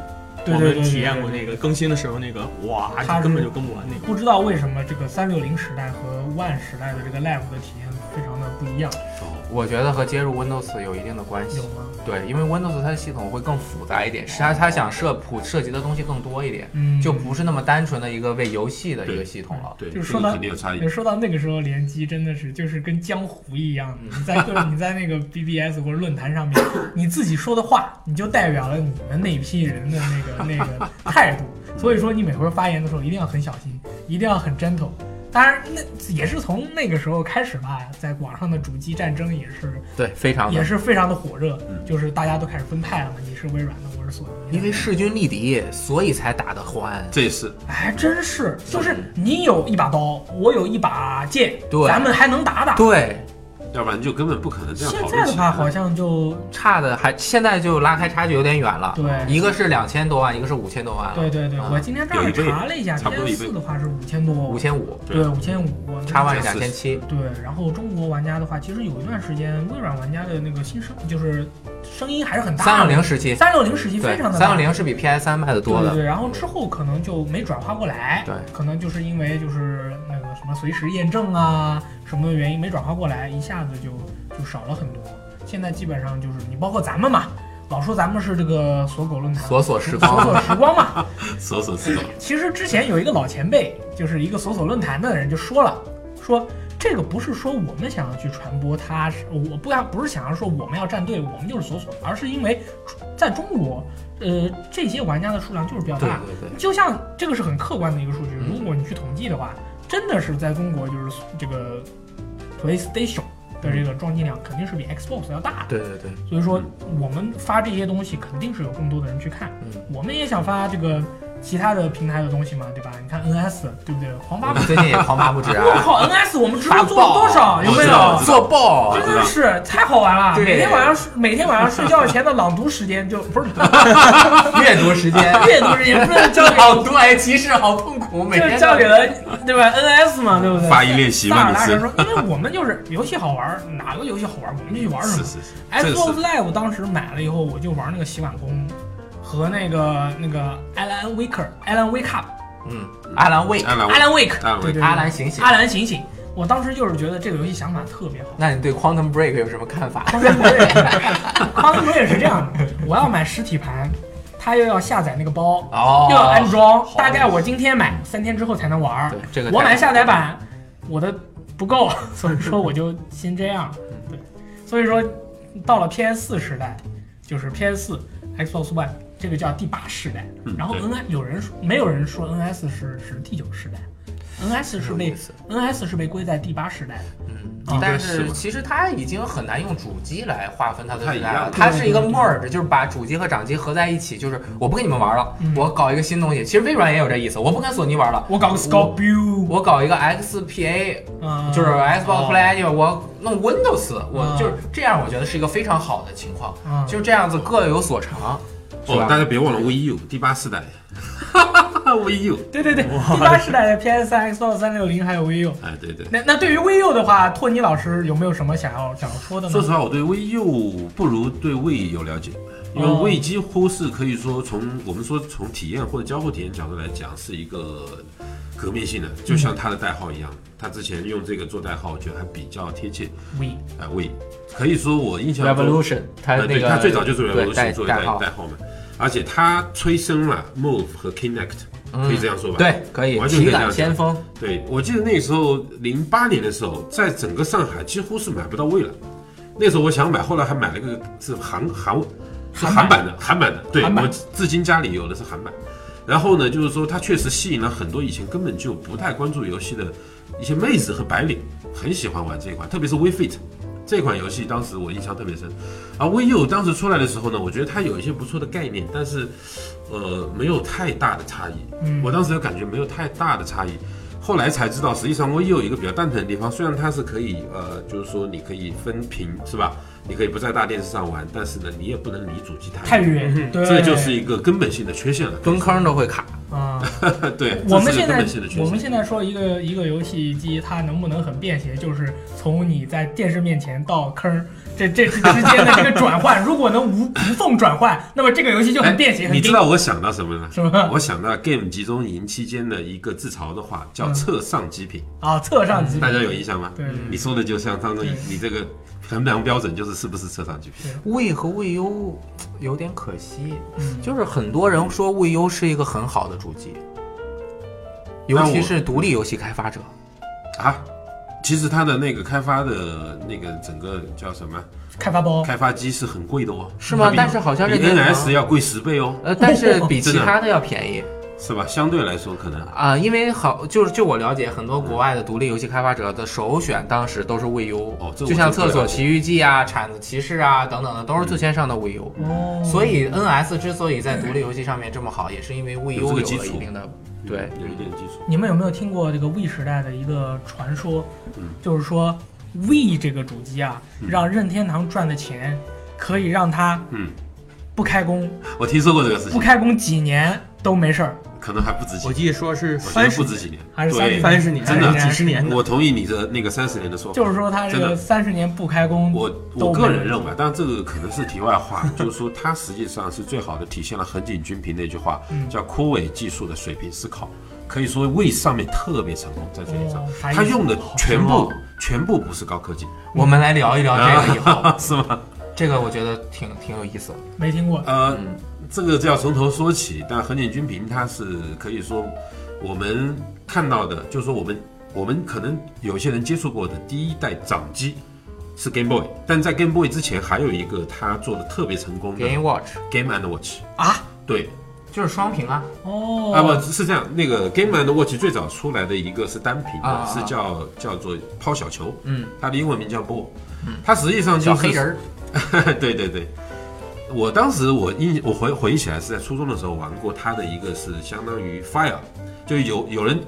S1: 对
S4: 我
S1: 对对
S4: 们体验过
S1: 对
S4: 那个更新的时候那个，哇
S1: 它，是
S4: 根本就跟不完那个。
S1: 不知道为什么这个三六零时代和 One 时代的这个 Live 的体验非常的不一样，
S3: 哦
S2: 我觉得和接入 Windows 有一定的关系
S1: 有。吗？
S2: 对，因为 Windows 它的系统会更复杂一点，是它它想涉普涉及的东西更多一点，
S1: 嗯，
S2: 就不是那么单纯的一个为游戏的一个系统了。
S3: 对，
S1: 就是
S3: 这
S1: 说到
S3: 个肯定有差异
S1: 也。说到那个时候联机真的是就是跟江湖一样，
S2: 嗯
S1: 你在各你在那 个 BBS 或者论坛上面，你自己说的话，你就代表了你们那批人的那个那个态度。所以说你每回发言的时候一定要很小心，一定要很 gentle。当然，那也是从那个时候开始吧，在网上的主机战争也是
S2: 对，非常
S1: 也
S2: 的。
S1: 是非常的火热，
S3: 嗯
S1: 就是大家都开始分派了嘛，你是微软的，我是索尼的。
S2: 因为势均力敌，所以才打得欢。
S3: 这也是
S1: 哎，真是，就是你有一把刀，我有一把剑，
S2: 对
S1: 咱们还能打打。
S2: 对，
S3: 要不然就根本不可能这样
S1: 现
S3: 讨
S1: 在
S3: 论
S1: 的
S3: 起
S1: 话，好
S3: 来。
S1: 像就
S2: 差的还现在就拉开差距有点远了。
S1: 对
S2: 一个是两千多万，一个是五千多万了。
S1: 对对对，
S2: 啊
S1: 我今天正
S3: 有
S1: 好
S3: 一倍
S1: 查了一下
S3: 差不多
S1: ，PS
S3: 一倍
S1: 四的话是五千多，
S2: 五千五，
S1: 对五千五，
S2: 差万是
S3: 差
S2: 两
S3: 四
S2: 千七。
S1: 对，然后中国玩家的话，其实有一段时间微软玩家的那个新声就是声音还是很大的，
S2: 三六零时期，
S1: 三六零时期
S2: 对
S1: 非，常的
S2: 三六零是比 PS 三卖的多
S1: 对
S2: 的。
S1: 对对，然后之后可能就没转化过来，
S2: 对
S1: 可能就是因为就是那个什么随时验证啊什么的原因没转化过来，一下子就就少了很多。现在基本上就是你包括咱们嘛，老说咱们是这个锁狗论坛，
S2: 索索
S1: 锁
S2: 时光，
S1: 锁时光嘛，
S3: 手手指头，
S1: 其实之前有一个老前辈，就是一个搜索论坛的人就说了，说这个不是说我们想要去传播它，是我不要不是想要说我们要站队，我们就是索索，而是因为在中国，呃，这些玩家的数量就是比较
S2: 对
S1: 大。
S2: 对对，
S1: 就像这个是很客观的一个数据，
S2: 嗯
S1: 如果你去统计的话，真的是在中国就是这个 PlayStation 的这个装机量肯定是比 Xbox 要大的。
S2: 对对对，
S1: 所以
S3: 嗯
S1: 说我们发这些东西肯定是有更多的人去看，
S2: 嗯。
S1: 我们也想发这个其他的平台的东西嘛，对吧？你看 NS 对不对？狂
S2: 我
S3: 嗯
S1: 发
S2: 们最近也狂发不止
S1: 我
S2: 啊，
S1: 靠，NS 我们直播做了多少？有没
S3: 我
S1: 有
S3: 知？
S2: 做爆啊
S3: 道
S1: 真的是太好玩了！
S2: 对
S1: 每天晚上睡每天晚上睡觉前的朗读时间 就不是
S2: 阅读时间，
S1: 阅读时间，不是交给
S2: 好读哎，骑士好痛苦，每
S1: 就是
S2: 天
S1: 交给了对吧？NS 嘛，对不对？
S3: 发一练习
S1: 萨
S3: 吧，
S1: 尔达
S3: 你
S1: 传
S3: 是
S1: 说，因为我们就是游戏好玩儿，哪个游戏好玩儿我们就去玩儿什
S3: 是
S1: 么。
S3: 是是，这个
S1: Xbox
S3: 是
S1: Live 当时买了以后，我就玩那个洗碗工和那个那个 Alan Wake Alan Wake Up
S2: 嗯，阿兰卫，
S3: 安兰
S1: Alan Wake
S3: 安兰
S1: 对
S3: 威
S1: 对，
S2: 阿兰醒醒
S1: 阿。兰醒醒！我当时就是觉得这个游戏想法特别好。
S2: 那你对 Quantum Break 有什么看法？
S1: 当时我也是，当时我也是这样的，我要买实体盘，它又要下载那个包，
S2: 哦
S1: 又要安装
S2: 好，
S1: 大概我今天买，三天之后才能玩儿
S2: 对。这个
S1: 我买
S2: 太
S1: 下载版，我的不够， 所以说我就先这样。
S2: 嗯
S1: 对，所以说到了 PS 4时代，就是 PS 4 Xbox One 这个叫第八世代，
S3: 嗯
S1: 然后
S3: 对
S1: N I 有人说没有人说 NS 是是第九世代，NS 是
S2: 有意
S1: 被
S2: 思
S1: NS 是被归在第八世代的。
S2: 嗯
S1: 啊，
S2: 但
S3: 对是
S2: 是
S3: 吧
S2: 其实它已经很难用主机来划分它的
S3: 不太
S2: 未来
S3: 一样
S2: 了，
S3: 对
S2: 它是一个 merge，就是把主机和掌机合在一起，就是我不跟你们玩了
S1: 嗯，
S2: 我搞一个新东西。其实微软也有这意思，我不跟索尼玩了，
S1: 我搞个 Scorpio，
S2: 我搞一个 XPA，
S1: 嗯，
S2: 就是 Xbox
S1: 哦
S2: Play，Anywhere，我弄 Windows，我
S1: 嗯
S2: 就是这样，我觉得是一个非常好的情况
S1: 嗯，
S2: 就是这样子各有所长。是
S3: 哦
S2: 吧，
S3: 大家别忘了 VU 第八世代 ，VU，
S1: 对对对，第八世代的 PS 3 Xbox 三六零还有 VU。
S3: 哎，对对。
S1: 那那对于 VU 的话，托尼老师有没有什么想要想要说的呢？
S3: 说实话，我对 VU 不如对 Wii 有了解，因为
S1: 哦
S3: Wii 几乎是可以说从我们说从体验或者交互体验角度来讲，是一个革命性的，就像它的代号一样，它之前用这个做代号，我觉得还比较贴切。
S1: We
S3: 哎，Wii 可以说我印象中，
S2: Revolution，它
S3: 呃，
S2: 那
S3: 对，
S2: 个
S3: 它最早就是
S2: 对
S3: Revolution
S2: 代
S3: 作为
S2: 代
S3: 代
S2: 号，
S3: 代号嘛，而且它催生了 Move 和 Kinect，可以这样说吧？
S2: 对，可以
S3: 完全可以
S2: 体
S3: 这
S2: 感
S3: 样
S2: 先锋，
S3: 对，我记得那时候零八年的时候，在整个上海几乎是买不到位了。那时候我想买，后来还买了个是韩韩是韩版的韩版的，对
S1: 韩版
S3: 我至今家里有的是韩版。然后呢，就是说它确实吸引了很多以前根本就不太关注游戏的一些妹子和白领，很喜欢玩这一款，特别是 We Fit 这款游戏，当时我印象特别深。而 We U 当时出来的时候呢，我觉得它有一些不错的概念，但是呃没有太大的差异。
S1: 嗯
S3: 我当时有感觉没有太大的差异。后来才知道，实际上 Wii 有一个比较蛋疼的地方，虽然它是可以，呃，就是说你可以分屏，是吧？你可以不在大电视上玩，但是呢，你也不能离主机太
S1: 太
S3: 远，
S1: 远，对，
S3: 这就是一个根本性的缺陷了。
S2: 蹲坑都会卡。
S1: 啊。
S3: 对，
S1: 我们
S3: 这是一
S1: 现在
S3: 个根本性的缺陷。
S1: 我们现在说一个一个游戏机它能不能很便携，就是从你在电视面前到坑儿这这之间的这个转换，如果能无无缝转换，那么这个游戏就很便携，
S3: 哎你
S1: 很
S3: 知
S1: 经
S3: 道我想到什么呢？
S1: 什么
S3: 我想到 Game 集中营期间的一个自嘲的话，叫“
S1: 嗯
S3: 侧上极品
S1: 啊，侧上级”，
S3: 嗯大家有印象吗？
S1: 对对
S3: 你说的就像当中
S1: 对
S3: 你这个衡量标准就是是不是侧上极品。
S2: Wii 和 Wii U 有点可惜，
S1: 嗯
S2: 就是很多人说 Wii U 是一个很好的主机，尤
S3: 那
S2: 其
S3: 我
S2: 是独立游戏开发者。
S3: 啊，其实它的那个开发的那个整个叫什么
S1: 开发包，
S3: 开发机是很贵的哦，
S2: 是吗
S3: 它比
S2: 但是好像
S3: 比
S2: 任天堂
S3: NS 要贵十倍哦，
S2: 呃，但是比其
S3: 真的
S2: 他的要便宜
S3: 是吧？相对来说可能
S2: 啊、因为好，就是就我了解，很多国外的独立游戏开发者的首选当时都是 Wii U，、
S3: 哦这我
S2: 就像《
S3: 真不了
S2: 厕所
S3: 解嗯
S2: 奇遇记》啊、《铲子骑士啊》等等的，都是最先上的 Wii U。
S1: 哦
S2: 所以 NS 之所以在独立游戏上面这么好，也是因为 Wii
S3: 有这
S2: U
S3: 个
S2: 有
S3: 基
S2: 了
S3: 础嗯
S2: 一定的对
S3: 有一点基础。
S1: 你们有没有听过这个 We 时代的一个传说？
S3: 嗯
S1: 就是说 We 这个主机啊，让任天堂赚的钱可以让它
S3: 嗯，
S1: 不开工，
S3: 我听说过这个事
S1: 不
S3: 情，
S1: 开工几年都没事儿，
S3: 可能还不止几
S4: 我
S3: 年，
S4: 记得说是
S3: 我觉
S4: 三
S3: 得
S4: 十
S3: 不止几年，
S1: 还是三
S3: 对
S1: 十，
S4: 三十年，
S1: 真
S4: 还
S1: 的
S4: 是几十年的。
S3: 我同意你的那个三十年的说法。
S1: 就是说它这
S3: 真
S1: 个
S3: 的
S1: 三十年不开工，
S3: 我
S1: 都
S3: 我个
S1: 没
S3: 人认为，当然这个可能是题 外话，就是说它实际上是最好的体现了横井军平那句话，
S1: 嗯
S3: 叫“枯萎技术的水平思考”。可以说，We 上面特别成功，在这点上
S1: 哦，啥意思
S3: 他用的全
S1: 好
S3: 部全部不是高科技，
S2: 我们来聊一聊这个以后，
S3: 是吗？
S2: 这个我觉得挺挺有意思的。
S1: 没听过。
S3: 呃，这个就要从头说起。但横井军平他是可以说我们看到的，就是说我们我们可能有些人接触过的第一代掌机是 Game Boy，但在 Game Boy 之前还有一个他做的特别成功的
S2: Game Watch
S3: Game and Watch
S1: 啊。
S3: 对，
S2: 就是双屏啊，
S1: 哦，
S3: 啊不是这样，那个 Game and Watch 最早出来的一个是单屏
S2: 啊啊
S3: 的，
S2: 啊
S3: 是叫叫做抛小球，
S2: 嗯，
S3: 它的英文名叫 Ball，它实际上就
S2: 小
S3: 是
S2: 黑 人儿，
S3: 对对对，我当时我印我回回忆起来是在初中的时候玩过他的一个是相当于 fire，就有有人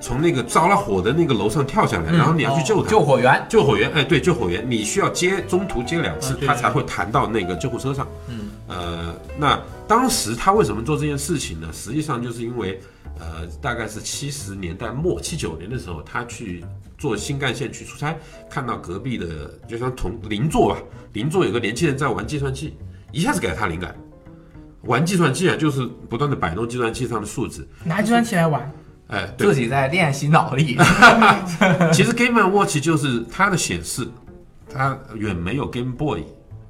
S3: 从那个着了火的那个楼上跳下来，
S2: 嗯
S3: 然后你要去救他。
S2: 救火员，
S3: 救火员，哎，对，救火员，你需要接中途接两次
S4: 啊，对
S3: 他才会弹到那个救护车上。
S2: 嗯，
S3: 呃，那当时他为什么做这件事情呢？实际上就是因为，呃，大概是七十年代末七九年的时候，他去坐新干线去出差，看到隔壁的，就像同邻座吧，邻座有个年轻人在玩计算器，一下子给了他灵感。玩计算器啊，就是不断的摆弄计算器上的数字，
S1: 拿计算器来玩，
S3: 哎，对
S2: 自己在练习脑 力，
S3: 其实 Game Watch 就是它的显示，它远没有 Game Boy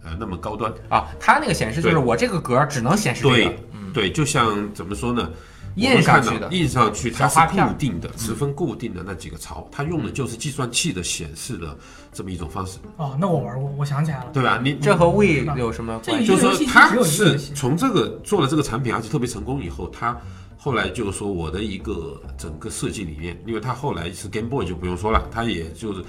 S3: 呃那么高端。
S2: 啊，它那个显示就是
S3: 对
S2: 我这个格儿只能显示这
S3: 对
S2: 个，
S3: 对，就像怎么说呢？
S2: 印
S3: 我们看
S2: 上去
S3: 到
S2: 的
S3: 印上去它
S2: 小花
S3: 是
S2: 片儿
S3: 固定的，十分固定的那几个槽，它用的就是计算器的显示的这么一种方式，
S1: 哦，那我玩过，我想起来了，
S3: 对吧？你
S2: 这和 We
S3: 嗯
S2: 有什么关
S1: 这
S2: 系？
S3: 就是
S1: 游戏机
S3: 说
S1: 只
S3: 他
S1: 有一个游
S3: 是
S1: 戏
S3: 从这个做了这个产品，而且特别成功以后，他后来就是说我的一个整个设计理念，因为他后来是 Game Boy 就不用说了，他也就是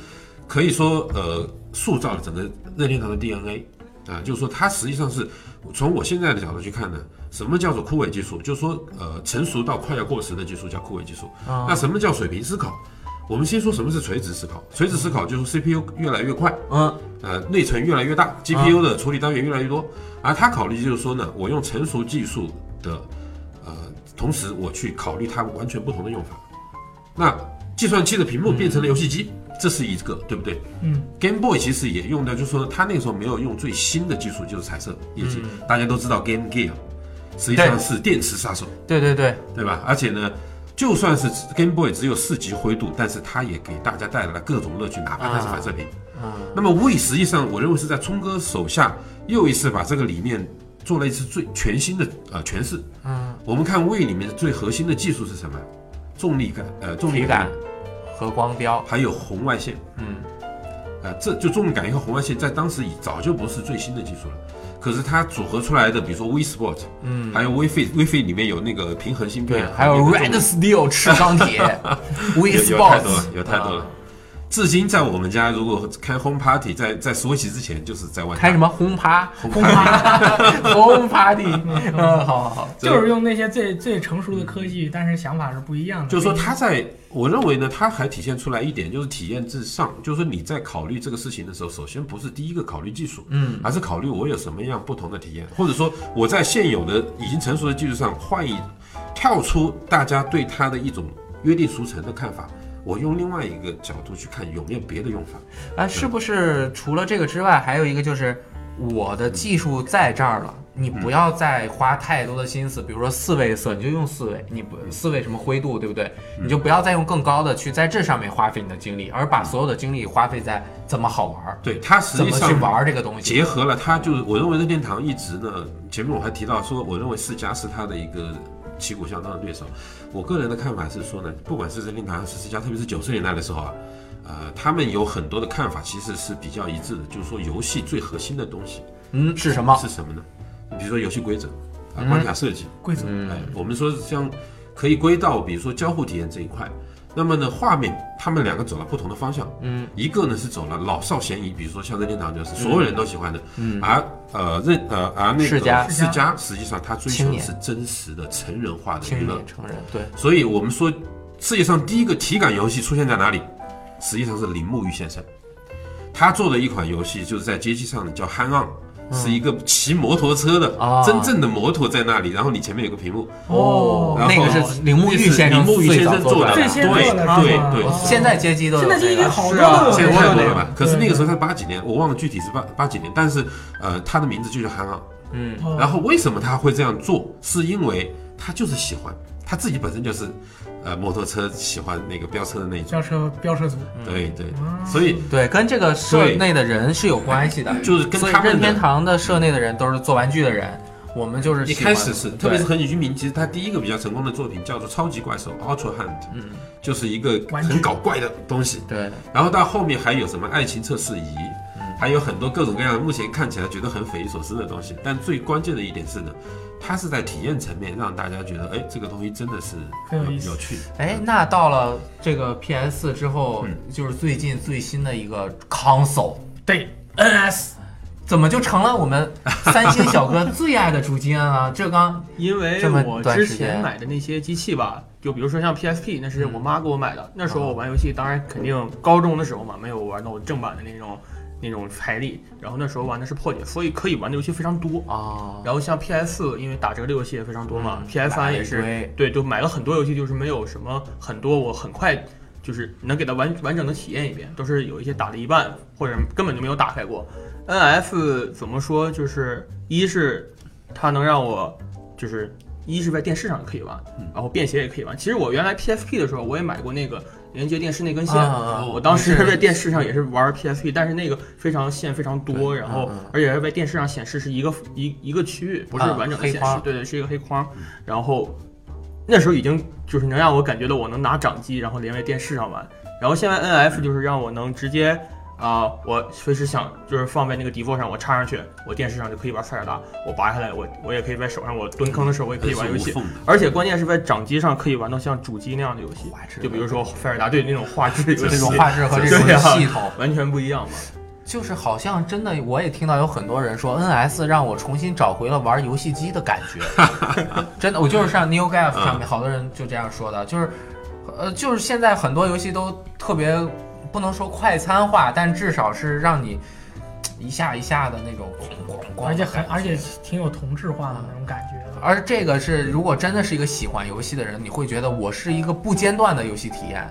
S3: 可以说呃塑造了整个任天堂的 DNA 啊、就是说它实际上是从我现在的角度去看呢，什么叫做枯萎技术？就是说呃成熟到快要过时的技术叫枯萎技术。
S2: 啊
S3: 那什么叫水平思考？我们先说什么是垂直思考。垂直思考就是 CPU 越来越快，
S2: 嗯，
S3: 呃，内存越来越大，GPU 的处理单元越来越多，而他考虑就是说呢，我用成熟技术的，呃，同时我去考虑它完全不同的用法。那计算器的屏幕变成了游戏机，这是一个，对不对？
S1: 嗯
S3: ，Game Boy 其实也用的，就是说它那个时候没有用最新的技术，就是彩色液晶。大家都知道 Game Gear 实际上是电池杀手，
S2: 对对对，
S3: 对吧？而且呢。就算是 Game Boy 只有四级灰度，但是它也给大家带来了各种乐趣，哪怕它是反射屏。
S2: 嗯，
S3: 那么 We 实际上，我认为是在聪哥手下又一次把这个理念做了一次最全新的呃诠释。
S2: 嗯，
S3: 我们看 We 里面最核心的技术是什么？重力感，呃，重力
S2: 体
S3: 感
S2: 感，和光标，
S3: 还有红外线，
S2: 嗯，
S3: 啊、这就重力感和红外线在当时已早就不是最新的技术了。可是它组合出来的，比如说 We Sport，嗯，还有 We Fit We Fit 里面有那个平衡芯
S2: 对
S3: 片，，啊
S2: 还有
S3: 那
S2: Red
S3: 个重
S2: Steel 吃钢铁，We
S3: 有有太多
S2: Sports 嗯
S3: 了，有太多了。至今在我们家，如果开 Home Party，在在 Switch 之前就是在外
S2: 开什
S3: 么？
S2: 么轰趴轰 趴轰 party，嗯，好好好，
S1: 就是用那些最最成熟的科技，但是想法是不一样的。
S3: 就是说，他在我认为呢，他还体现出来一点，就是体验至上。就是说你在考虑这个事情的时候，首先不是第一个考虑技术，
S2: 嗯，
S3: 而是考虑我有什么样不同的体验，或者说我在现有的已经成熟的技术上换一跳出大家对它的一种约定俗成的看法，我用另外一个角度去看有没有别的用法。
S2: 啊，是不是除了这个之外，还有一个就是我的技术在这儿了，你不要再花太多的心思，比如说四位色，你就用四位，你不四位什么灰度，对不对？你就不要再用更高的去在这上面花费你的精力，而把所有的精力花费在怎么好玩儿，
S3: 对，它实
S2: 怎
S3: 际
S2: 么
S3: 上
S2: 去玩儿这个东西。
S3: 结合了它，就是我认为任天堂一直呢，前面我还提到说，我认为世嘉是它的一个旗鼓相当的对手。我个人的看法是说呢，不管是任天堂还是世嘉，特别是九十年代的时候啊，呃，他们有很多的看法其实是比较一致的，就是说游戏最核心的东西
S2: 嗯，是什么？
S3: 是什么呢？你比如说游戏规则啊，关卡设计，
S1: 规则，
S2: 嗯
S3: 哎，我们说像可以归到比如说交互体验这一块。那么呢，画面他们两个走了不同的方向，嗯，一个呢是走了老少咸宜，比如说像任天堂就是所有人都喜欢的，嗯，而呃任呃而那个
S2: 世嘉
S3: 世嘉实际上它追
S2: 青
S3: 求的
S2: 年
S3: 是真实的成人化的娱
S2: 青
S3: 乐，
S2: 年成人，对，
S3: 所以我们说世界上第一个体感游戏出现在哪里？实际上是铃木玉先生，他做的一款游戏就是在街机上的叫 Hang On。是
S2: 嗯
S3: 一个骑摩托车的，
S2: 啊
S3: 真正的摩托在那里，然后你前面有个屏幕，
S1: 哦
S3: 然后
S2: 那个是铃木玉先
S3: 铃
S2: 生
S3: 木玉
S2: 最
S3: 先
S2: 早
S3: 生
S2: 的
S3: 做的，
S1: 最
S3: 对
S1: 先做的
S3: 对
S1: 是吧
S3: 对
S1: 哦，
S2: 现在街机都有
S1: 现在这
S2: 这
S1: 已经
S2: 个
S1: 好多
S4: 是啊
S1: 了，
S3: 现在
S4: 我
S3: 太
S4: 有
S3: 多
S4: 那
S3: 了
S4: 个
S3: 吧？可是那个时候
S1: 对
S3: 才八几年，我忘了具体是八八几年，但是呃，他的名字就叫韩昂。
S2: 嗯，
S1: 哦
S3: 然后为什么他会这样做？是因为他就是喜欢，他自己本身就是呃摩托车喜欢那个飙车的那一种。
S1: 飙车飙车族，
S3: 对对，
S1: 嗯
S3: 对所以
S2: 对，跟这个社
S3: 对
S2: 内的人是有关系的，
S3: 就是跟
S2: 所以
S3: 他们
S2: 任天
S3: 的
S2: 堂的社内的人都是做玩具的人，我们就是
S3: 一
S2: 喜欢
S3: 开始是，
S2: 对
S3: 特别是横井军明，其实他第一个比较成功的作品叫做《超级怪兽 Ultra Hunt》，
S2: 嗯，
S3: 就是一个
S1: 玩具
S3: 很搞怪的东西。
S2: 对，
S3: 然后到后面还有什么爱情测试仪
S2: 嗯，
S3: 还有很多各种各样的目前看起来觉得很匪夷所思的东西。但最关键的一点是呢，它是在体验层面让大家觉得，哎，这个东西真的是呃
S1: 很有意思
S3: 有趣。
S2: 哎，那到了这个 PS 之后，就是最近最新的一个 console，
S1: 对 NS
S2: 怎么就成了我们三星小哥最爱的主机啊？这刚
S4: 因为
S2: 这么
S4: 我
S2: 短
S4: 之
S2: 时间
S4: 前买的那些机器吧，就比如说像 PSP，那是我妈给我买的。那时候我玩游戏，当然肯定高中的时候嘛，没有玩到正版的那种那种排列。然后那时候玩的是破解，所以可以玩的游戏非常多。
S2: 啊，
S4: 然后像 PS，因为打折的游戏也非常多嘛、
S2: 嗯
S4: p
S2: 买
S4: s 三
S2: 了
S4: 也
S2: 一
S4: 是
S2: 堆
S4: 对，就买了很多游戏，就是没有什么很多，我很快就是能给它完完整的体验一遍，都是有一些打了一半或者根本就没有打开过。NF 怎么说？就是一是它能让我就是一是在电视上可以玩，
S2: 嗯
S4: 然后便携也可以玩。其实我原来 PSP 的时候，我也买过那个连接电视那根线，
S2: 啊
S4: 我当时
S2: 你是
S4: 在电视上也是玩 PSP，但是那个非常线非常多，然后
S2: 嗯嗯
S4: 而且在电视上显示是一个一一个区域，不是
S2: 啊
S4: 完整的
S2: 黑
S4: 显示
S2: 框，嗯
S4: 对对，是一个黑框。然后那时候已经就是能让我感觉到我能拿掌机，然后连在电视上玩。然后现在 NF 就是让我能直接啊、我随时想就是放在那个 d e f 上，我插上去，我电视上就可以玩塞尔达，我拔下来，我我也可以在手上，我蹲坑的时候我也可以
S2: 呃
S4: 玩游戏
S3: 它是无缝的。
S4: 而且关键是在掌机上可以玩到像主机那样的游戏
S2: 画质，
S4: 就比如说塞尔达对那种画质的游戏，
S2: 这种画质和这种
S4: 对啊
S2: 系统，
S4: 完全不一样嘛。
S2: 就是好像真的，我也听到有很多人说 NS 让我重新找回了玩游戏机的感觉。真的，我就是上 New Game 上面好多人就这样说的，就是，呃，就是现在很多游戏都特别不能说快餐化，但至少是让你一下一下的那种咣咣咣的感觉，
S1: 而且很而且挺有同质化的那种感觉的。
S2: 而这个是，如果真的是一个喜欢游戏的人，你会觉得我是一个不间断的游戏体验。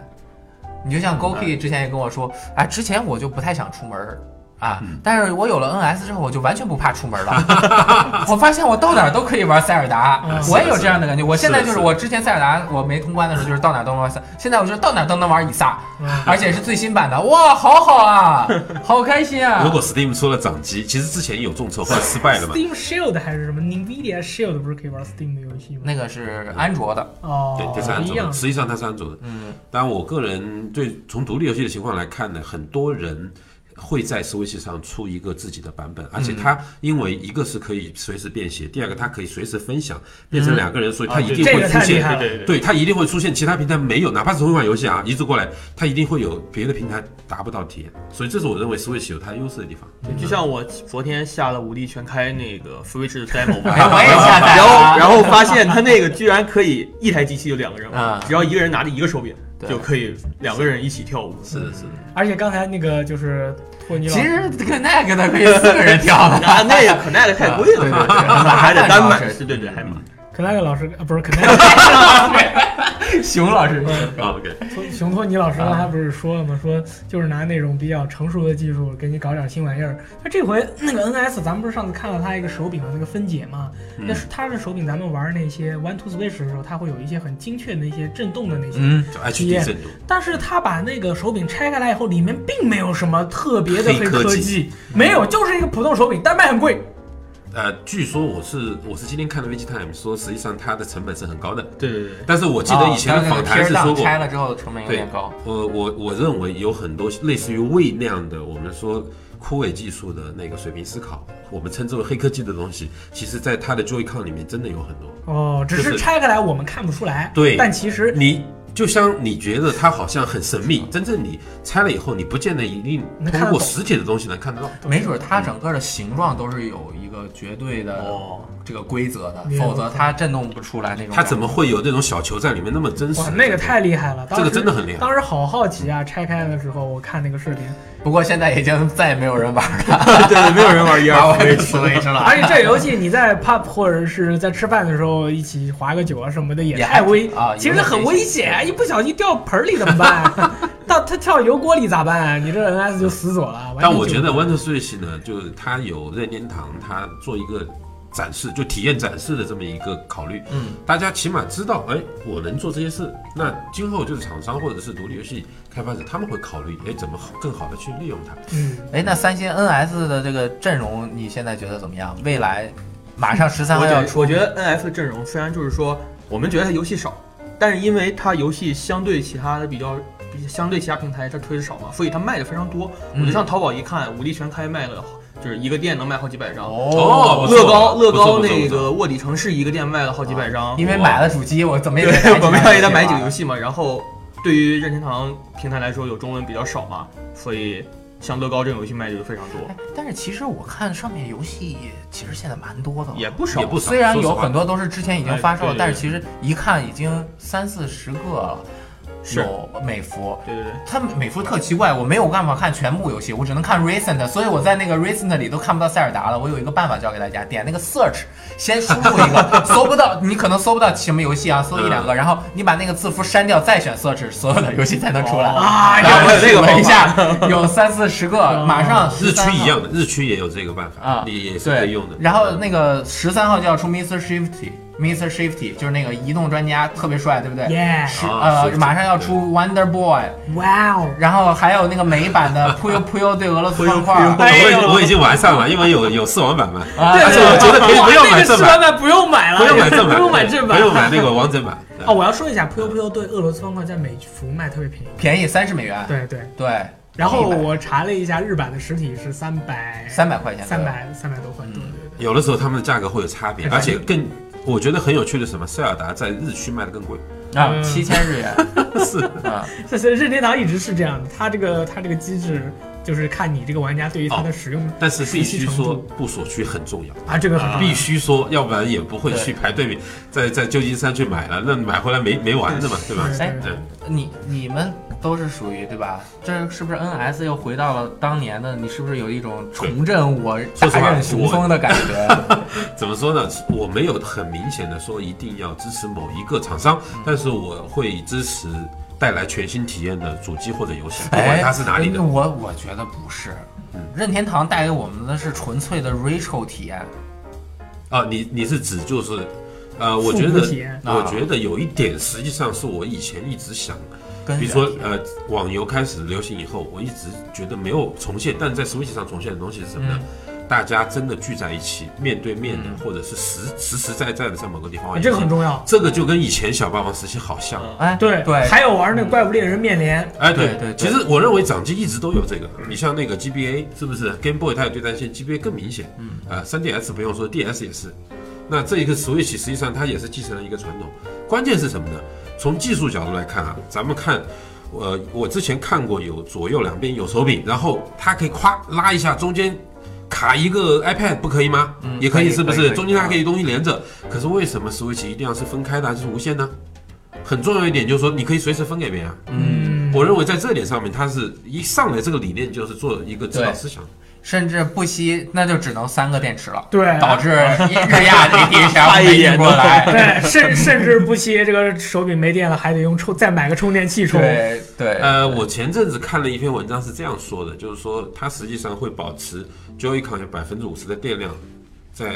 S2: 你就像 Goki 之前也跟我说，哎，之前我就不太想出门儿啊，但是我有了 NS 之后，我就完全不怕出门了。 我发现我到哪儿都可以玩塞尔达
S1: 嗯，
S2: 我也有这样的感觉。我现在就是
S3: 是
S2: 我之前塞尔达我没通关的时候，就是到哪儿都能玩塞，现在我就是到哪儿都能玩以撒，而且是最新版的，哇，好好啊，好开心啊！
S3: 如果 Steam 出了掌机，其实之前有众筹，后来失败了嘛。
S1: Steam Shield 还是什么 NVIDIA Shield 不是可以玩 Steam 的游戏吗？
S2: 那个是安卓的，
S1: 哦，
S3: 对，这是安
S1: 不一
S3: 卓
S1: 样
S3: 的，。实际上它是安卓的。
S2: 嗯，
S3: 当然，我个人对从独立游戏的情况来看呢，很多人会在 Switch 上出一个自己的版本，而
S1: 嗯
S3: 且它因为一个是可以随时便携，第二个它可以随时分享，变成两个人，所以它
S4: 啊
S3: 一
S4: 对
S3: 定
S1: 这
S3: 会
S1: 个
S3: 出
S1: 太厉
S3: 现
S1: 害了。
S4: 对对
S3: 对，它一定会出现其他平台没有，哪怕是同一款游戏啊，移植过来，它一定会有别的平台达不到体验，所以这是我认为 Switch 有它优势的地方。
S4: 对，就像我昨天下了《武力全开》那个 Switch 的 demo
S2: 哎， 我
S4: 吧，
S2: 也下载了。
S4: 然后然后发现它那个居然可以一台机器就两个人玩
S2: 啊，
S4: 只要一个人拿着一个手柄
S2: 对
S4: 就可以两个人一起 跳舞。
S3: 是
S1: 嗯
S3: 的，是的，
S1: 而且刚才那个就是托尼老
S2: 其
S1: 师，
S2: 实这个那个的可以四个人跳的，
S4: 那那个 Connect 太贵了，
S2: 对对对
S4: 还得单买，嗯
S2: 是
S4: 对对对，还买。
S1: 肯奈克老师啊，不是肯奈克
S2: 熊老师，
S3: 啊，OK，
S1: 托熊托尼老师
S3: 啊
S1: 刚才不是说了吗？说就是拿那种比较成熟的技术给你搞点新玩意儿。那这回那个 NS，咱们不是上次看了它一个手柄的那个分解吗？
S3: 嗯
S1: 那是它的手柄，咱们玩那些 One to Switch 的时候，它会有一些很精确的一些震动的那些。
S2: 嗯，
S3: 叫 HD 震动，
S1: 但是他把那个手柄拆开来以后，里面并没有什么特别的
S3: 黑科
S1: 科
S3: 技嗯
S1: 没有，就是一个普通手柄，但卖很贵。
S3: 呃，据说我是我是今天看的 VGTime 说，实际上它的成本是很高的，
S4: 对对对，
S3: 但是我记
S1: 哦
S3: 得以前的访谈是说过，
S2: 拆了之后成本有点高，
S3: 我我我认为有很多类似于胃那样的，我们说枯萎技术的那个水平思考，我们称之为黑科技的东西，其实在它的 Joy-Con 里面真的有很多。
S1: 哦，只
S3: 就是是
S1: 拆开来我们看不出来。
S3: 对嗯
S1: 但其实
S3: 你就像你觉得它好像很神秘，真正你拆了以后，你不见得一定
S1: 能看
S3: 通
S1: 得
S3: 过
S1: 懂
S3: 实体的东西能看得到。
S2: 没准它整个的形状都是有一个绝对的
S4: 哦，
S2: 这个规则的
S1: 明，白
S2: 否则它震动不出来那种感觉。
S3: 它怎么会有这种小球在里面那么真实
S1: 哇，？那个太厉害了，当
S3: 这个
S1: 时
S3: 真的很厉害
S1: 当时好好奇啊，拆开的时候我看那个视频，
S2: 不过现在已经再也没有人玩了，
S4: 对对，没有人玩一
S2: 玩
S4: 二
S2: 我
S4: Switch。
S2: Switch 了
S1: 而。且这游戏你在 pub 或者是在吃饭的时候一起划个酒啊什么的也
S2: 也
S1: 太危
S2: 啊
S1: 其实很危险
S3: 嗯
S1: 啊，一不小心掉盆里怎么 办？到它跳油锅里咋办？你这 NS 就死左了。完全
S3: 但我
S1: 就
S3: 觉得 One to Switch 呢，就是它有任天堂，它做一个展示，就体验展示的这么一个考虑。
S2: 嗯，
S3: 大家起码知道，哎，我能做这些事。那今后就是厂商或者是独立游戏开发者，他们会考虑，哎，怎么好更好的去利用它。
S1: 嗯。
S2: 哎，那三星 NS 的这个阵容你现在觉得怎么样？未来马上十三
S4: 我
S2: 号要
S4: 觉
S2: 出，
S4: 我觉得 N F 的阵容虽然就是说我们觉得它游戏少，但是因为它游戏相对其他的比较，比相对其他平台它推的少嘛，所以它卖的非常多。我
S3: 嗯
S4: 就上淘宝一看，武力全开卖了，就是一个店能卖好几百张。
S3: 哦不
S4: 乐
S3: 错
S4: 高乐
S3: 不错
S4: 高
S3: 不
S4: 那
S3: 错不错啊
S4: 个卧底城市一个店卖了好几百张，
S2: 因为
S3: 我
S2: 买了主机，我怎么也
S4: 对
S2: 得买几，
S4: 我们要给他买几个
S2: 吧
S4: 游戏嘛。然后对于任天堂平台来说，有中文比较少嘛，所以像乐高这种游戏卖的就非常多，
S2: 哎但是其实我看上面游戏其实现在蛮多的了，
S4: 也不少
S3: 也。不少
S2: 虽然
S3: 说实
S2: 有
S3: 话
S2: 很多都是之前已经发售了，
S4: 哎对对对
S2: 但是其实一看已经三四十个了，
S4: 是
S2: 有美服。
S4: 对对对，
S2: 它美服特奇怪，我没有办法看全部游戏，我只能看 recent，所以我在那个 recent 里都看不到塞尔达了。我有一个办法教给大家，点那个 search，先输入一 个，搜不到，你可能搜不到什么游戏啊，搜一两
S4: 嗯
S2: 个，然后你把那个字符删掉，再选 search，所有的游戏才能出来。
S4: 啊
S2: 然后
S4: 有这个
S2: 数了一
S4: 方
S2: 下，有三四十个，马上
S3: 日区
S2: 13号
S3: 一样的，日区也有这个办法
S2: 啊
S3: 也也是可
S2: 对
S3: 以用的。
S2: 然后
S3: 嗯
S2: 那个十三号就要出 Mr. Shifty。Mr. Shifty 就是那个移动专家，特别帅，对不对
S1: Yeah
S2: 是
S3: 啊
S2: 呃，
S3: ，Shifty，
S2: 马上要出 Wonder Boy，
S1: 哇哦！
S2: 然后还有那个美版 的 Puyo Puyo 对俄罗斯方块儿，
S1: 哎呦
S3: 我已我已经玩上了，因为有有四王 版嘛，
S2: 啊
S3: 但是我觉得可以不要买
S1: 这
S3: 正
S1: 个
S3: 版，
S1: 版不用买了，
S3: 不用买正版，
S1: 不用买正版，
S3: 不用买那个完 整版。
S1: 哦，我要说一下，Puyo Puyo 对俄罗斯方块在美服卖特别便宜。
S2: 便宜三十美元，
S1: 对对，
S2: 对，
S1: 然后
S2: 100
S1: 我查了一下，日版的实体是三百
S2: 三百块钱，
S1: 三，百三百多块，对对对。
S3: 有的时候他们的价格会有差别，
S1: 哎
S3: 而且更我觉得很有趣的是什么，塞尔达在日区卖的更贵，
S2: 啊，
S1: 嗯
S2: 七千日元，
S3: 是
S2: 啊，
S1: 这是任天堂一直是这样的，它这个它这个机制就是看你这个玩家对于它的使用
S3: 但是必
S1: 熟悉
S3: 须
S1: 程
S3: 说
S1: 度
S3: 不锁区很重要。
S1: 哎啊，这个很重要
S3: 必须说，要不然也不会去排队买，在在旧金山去买了，那买回来没没玩的嘛，对吧？
S1: 是
S2: 哎
S3: 啊对，
S2: 你你们都是属于对吧？这是不是 NS 又回到了当年的？你是不是有一种重振 我
S3: 说实
S2: 大
S3: 话
S2: 任雄风的感觉？
S3: 怎么说呢？我没有很明显的说一定要支持某一个厂商，
S1: 嗯
S3: 但是我会支持带来全新体验的主机或者游戏，不管它是哪里的嗯
S2: 哎。我我觉得不是，任天堂带给我们的是纯粹的 retro 体验。
S3: 啊，你你是指就是，呃，我
S1: 复
S3: 觉
S1: 古
S3: 得
S1: 体验啊
S3: 我觉得有一点实际上是我以前一直想
S2: 跟
S3: 比如说呃，网游开始流行以后，我一直觉得没有重现，但在 Switch 上重现的东西是什么呢？
S1: 嗯
S3: 大家真的聚在一起，面对面的，或者是实实实在在的在某个地方
S1: 啊，
S3: 玩游戏，
S1: 这个很重要。
S3: 这个就跟以前小霸王时期好像。
S4: 嗯
S2: 哎，
S1: 对
S2: 对，
S1: 还有玩那个怪物猎人面连，
S3: 哎，
S2: 对对对
S3: 其实我认为掌机一直都有这个。你像那个 GBA 是不是 Game Boy 它有对战线，GBA 更明显。嗯，啊、3 DS 不用说，DS 也是。那这一个 Switch 实际上它也是继承了一个传统。关键是什么呢？从技术角度来看啊，咱们看，呃，我之前看过有左右两边有手柄，然后它可以咵拉一下，中间卡一个 iPad 不可以吗？也
S2: 嗯
S3: 可
S2: 可
S3: 以，
S2: 以
S3: 是不
S2: 可以
S3: 是？
S2: 可以
S3: 中间它可以东西连着。可是为什么 Switch 一定要是分开的，还是无线呢？很重要一点就是说，你可以随时分给别人啊。
S1: 嗯，
S3: 我认为在这点上面，他是一上来这个理念就是做一个指导思想。
S2: 甚至不惜，那就只能三个电池了，
S1: 对啊
S2: 导致日亚这第一全部没运过来。
S1: 对，甚甚至不惜这个手柄没电了，还得用充再买个充电器充。
S2: 对对，
S3: 呃，我前阵子看了一篇文章是这样说的，就是说它实际上会保持 Joy-Con 有百分之五十的电量，在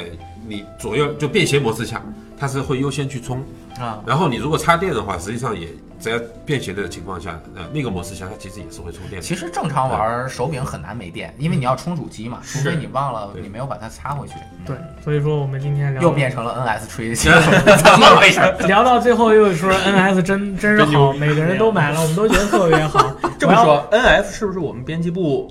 S3: 你左右就便携模式下，它是会优先去充。
S2: 啊，
S3: 然后你如果插电的话，实际上也在便携的情况下，呃，那个模式下它其实也是会充电的。
S2: 其实正常玩手柄很难没电，因为你要充主机嘛，除非你忘了
S3: 对
S2: 你没有把它插回去。
S1: 对，所以说我们今天聊
S2: 又变成了 NS 吹气，怎么回事？
S1: 聊到最后又说 NS 真真是好，每个人都买了，我们都觉得特别好。
S4: 这么说，N F 是不是我们编辑部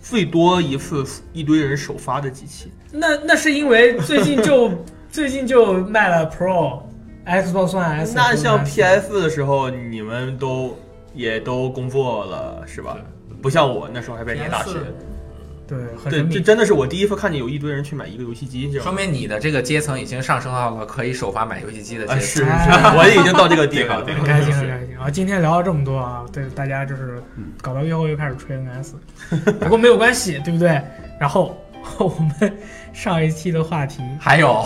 S4: 最多一次一堆人首发的机器？
S1: 那那是因为最近就 最近就卖了 Pro、Xbox One S，
S4: 那像 P
S1: PS
S4: S 的时候，你们都也都工作了是吧？不像我那时候还在念大学，
S1: 对，很神
S4: 对，这
S1: 秘。
S4: 真的是我第一次看见有一堆人去买一个游戏机，这
S2: 说
S4: 样。
S2: 明你的这个阶层已经上升到了可以首发买游戏机的阶
S4: 啊，
S2: 层。
S4: 是是，是
S1: 哎
S4: 我已经到这个地步 了。
S3: 对
S1: 很开心，很开心啊！今天聊了这么多啊，对大家就是
S4: 嗯
S1: 搞到最后又开始吹 NS，不 过没有关系，对不对？然后 我们上一期的话 题
S2: 还有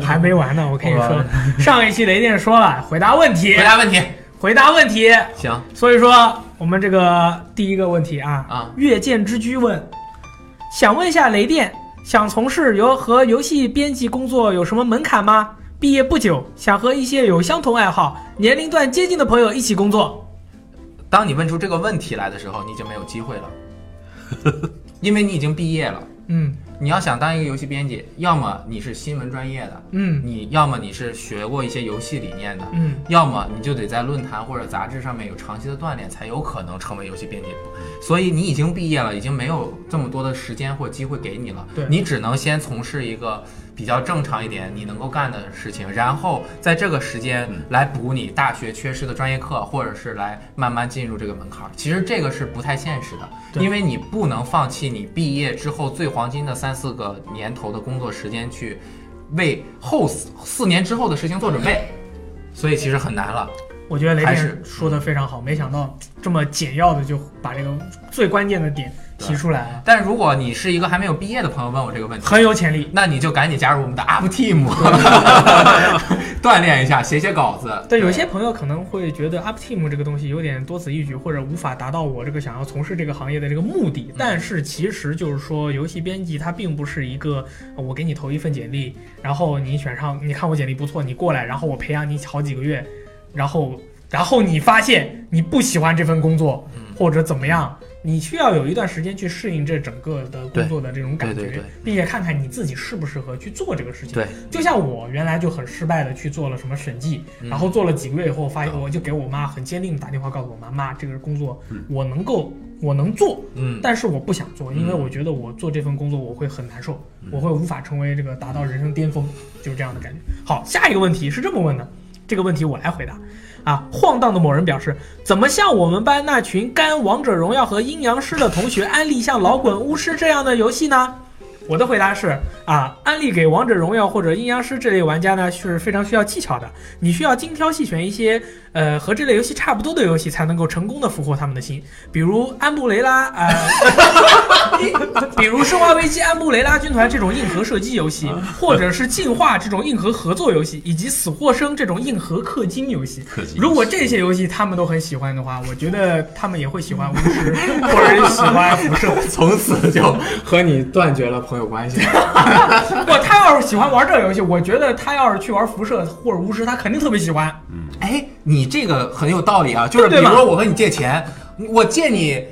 S1: 还没完呢，我跟你
S2: 我
S1: 说， 上一期雷电说了回答问题
S2: 回，答问题，
S1: 回答问题，
S2: 行，
S1: 所以说，我们这个第一个问题啊，
S2: 啊
S1: 月见之居问，想问一下雷电，想从事游和游戏编辑工作有什么门槛吗？毕业不久，想和一些有相同爱好、年龄段接近的朋友一起工作。
S2: 当你问出这 个问题来的时候，你已经没有机会了，因为你已经毕业了。
S1: 嗯，
S2: 你要想当一个游戏编辑，要么你是新闻专业的，
S1: 嗯
S2: 你要么你是学过一些游戏理念的，
S1: 嗯，
S2: 要么你就得在论坛或者杂志上面有长期的锻炼，才有可能成为游戏编辑。所以你已经毕业了，已经没有这么多的时间或机会给你了，
S1: 对
S2: 你只能先从事一个比较正常一点你能够干的事情，然后在这个时间来补你大学缺失的专业课，或者是来慢慢进入这个门槛儿。其实这个是不太现实的，
S1: 对
S2: 因为你不能放弃你毕业之后最黄金的三四个年头的工作时间去为后四四年之后的事情做准备。所以其实很难了。
S1: 我觉得雷
S2: 还
S1: 电
S2: 是
S1: 说的非常好，没想到这么简要的就把这个最关键的点提出来了，
S2: 但如果你是一个还没有毕业的朋友问我这个问题，
S1: 很有潜力。
S2: 那你就赶紧加入我们的 UP Team，锻炼一下，写写稿子。
S1: 对，有些朋友可能会觉得 Up Team 这个东西有点多此一举，或者无法达到我这个想要从事这个行业的这个目
S2: 嗯
S1: 的。但是其实就是说，游戏编辑它并不是一个呃我给你投一份简历，然后你选上，你看我简历不错，你过来，然后我培养你好几个月，然后然后你发现你不喜欢这份工作，
S2: 嗯
S1: 或者怎么样。你需要有一段时间去适应这整个的工作的这种感觉，
S2: 对对对
S1: 并且看看你自己适不适合去做这个事情。
S2: 对，
S1: 就像我原来就很失败的去做了什么审计，然后做了几个月以后，发现我就给我妈很坚定的打电话告诉我妈，妈这个工作我能够我能做，
S2: 嗯，嗯
S1: 但是我不想做，因为我觉得我做这份工作我会很难受，我会无法成为这个达到人生巅峰，就是这样的感觉。好，下一个问题是这么问的，这个问题我来回答。啊，晃荡的某人表示，怎么像我们班那群干王者荣耀和阴阳师的同学安利像老滚巫师这样的游戏呢？我的回答是啊，安利给王者荣耀或者阴阳师这类玩家呢是非常需要技巧的，你需要精挑细选一些呃和这类游戏差不多的游戏，才能够成功的俘获他们的心。比如安布雷拉啊、呃 比如《生化危机》安布雷拉军团这种硬核射击游戏，或者是《进化》这种硬核合作游戏，以及《死或生》这种硬核氪金游戏。
S3: 氪金
S1: 如果这些游戏他们都很喜欢的话，我觉得他们也会喜欢巫师，或者是喜欢辐射。
S2: 从此就和你断绝了朋友关系。
S1: 不，他要是喜欢玩这个游戏，我觉得他要是去玩辐射或者巫师，他肯定特别喜欢。
S2: 哎，你这个很有道理啊，就是比
S1: 对
S2: 如
S1: 吧
S2: 说我和你借钱，我借你。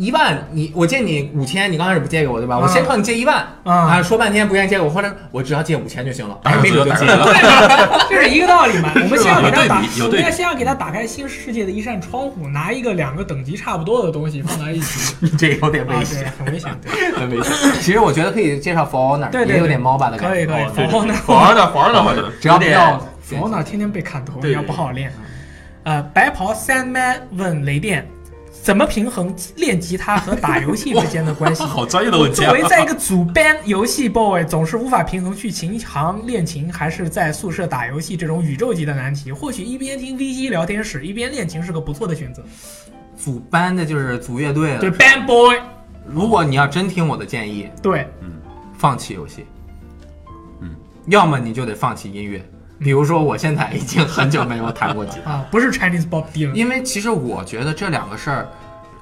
S2: 一万，你我借你五千，你刚开始不借给我对吧？我先
S1: 嗯
S2: 靠你借一万
S1: 嗯
S2: 啊，说半天不愿意借我，或者我只要借五千就行了，
S3: 打个
S2: 没
S3: 折，
S2: 就
S3: 打
S2: 借
S3: 个
S2: 了。
S3: 折，
S1: 这是一个道理嘛。我们先要给他打，
S3: 有对比有
S1: 我们
S3: 对比
S1: 要先要给他打开新世界的一扇窗户，拿一个两个等级差不多的东西放到一 起，
S2: 你 这有点
S1: 啊，
S2: 危
S1: 对
S2: 险，，
S1: 很危险，对，
S2: 很危险。其实我觉得可以介绍 For Honor，
S1: 对对对
S2: 也有点 MOBA 的感觉。
S1: 可以可以
S4: 哦。对
S1: 然后呢，
S4: 反而呢，反而呢，好像
S2: 只要
S4: 有
S2: 不
S4: 点
S2: 要
S1: 佛哪天天被砍头，
S4: 对
S1: 你要不好好练。呃，白袍三麦问雷电，怎么平衡练吉他和打游戏之间的关系？
S3: 好专业的问题
S1: 作
S3: 啊！
S1: 为在一个组 ban 游戏 boy，总是无法平衡去琴行练琴，还是在宿舍打游戏这种宇宙级的难题。或许一边听 V G 聊天室，一边练琴是个不错的选择。
S2: 组班的就是组乐队
S1: 对
S2: 了。
S1: ban boy，
S2: 如果你要真听我的建议，
S1: 对，
S2: 放弃游戏，嗯，要么你就得放弃音乐。比如说，我现在已经很久没有弹过吉他，
S1: 啊，不是 Chinese Bob Dylan，
S2: 因为其实我觉得这两个事儿，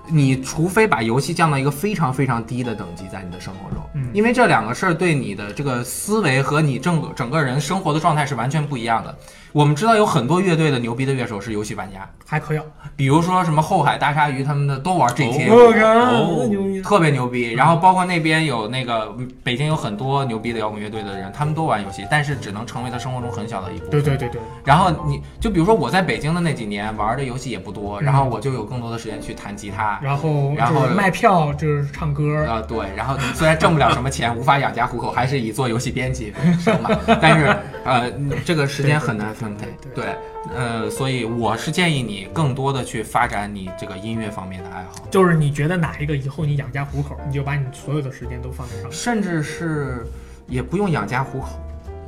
S2: 你除非把游戏降到一个非常非常低的等级，在你的生活中，
S1: 嗯
S2: 因为这两个事儿对你的这个思维和你整个整个人生活的状态是完全不一样的。我们知道有很多乐队的牛逼的乐手是游戏玩家，
S1: 还可以。
S2: 比如说什么后海大鲨鱼他们的都玩这些，
S3: 哦
S1: 靠，
S3: 那牛
S1: 逼！
S2: 特别牛逼。然后包括那边有那个嗯北京有很多牛逼的摇滚乐队的人，他们都玩游戏，但是只能成为他生活中很小的一部分。
S1: 对对对对，
S2: 然后你就比如说我在北京的那几年玩的游戏也不多，
S1: 嗯
S2: 然后我就有更多的时间去弹吉他。
S1: 然后
S2: 然后
S1: 就是卖票就是唱歌，
S2: 啊，对，然后虽然挣不了什么钱，无法养家糊口，还是以做游戏编辑 为生嘛。但是，呃，这个时间很难分配。
S1: 对对
S2: 对，呃，所以我是建议你更多的去发展你这个音乐方面的爱好。
S1: 就是你觉得哪一个以后你养家糊口，你就把你所有的时间都放在上面。
S2: 甚至是也不用养家糊口。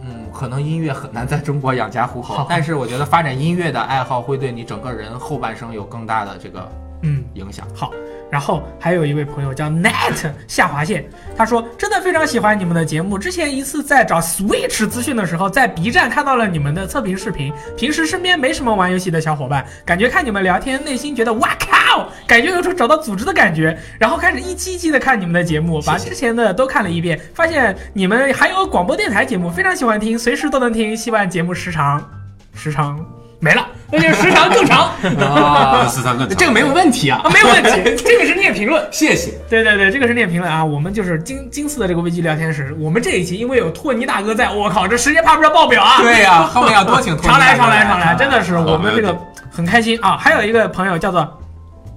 S2: 嗯，可能音乐很难在中国养家糊口
S1: 好，
S2: 但是我觉得发展音乐的爱好会对你整个人后半生有更大的这个
S1: 嗯。
S2: 影响。
S1: 好，然后还有一位朋友叫 Net 下划线，他说真的非常喜欢你们的节目。之前一次在找 Switch 资讯的时候，在 B 站看到了你们的测评视频。平时身边没什么玩游戏的小伙伴，感觉看你们聊天，内心觉得哇靠，感觉有种找到组织的感觉。然后开始一期一期的看你们的节目，把之前的都看了一遍，发现你们还有广播电台节目，非常喜欢听，随时都能听。希望节目时长时长没了， 那就是时长更长，哦
S3: 那
S2: 啊，
S3: 时长 更长。
S4: 这个没有问题啊
S1: 啊，。没有问题。这个是念评论，
S2: 谢谢。
S1: 对对对，这个是念评论啊。我们就是今今次的这个危机聊天室，我们这一期因为有托尼大哥在，我靠，这时间怕不是要爆表 啊！
S2: 对呀，后面要多请托尼
S1: 常来
S2: 大
S1: 常
S2: 哥
S1: 来 常来，真的是
S3: 好
S1: 我们这
S3: 没
S1: 个
S3: 问
S1: 很开心啊。还有一个朋友叫做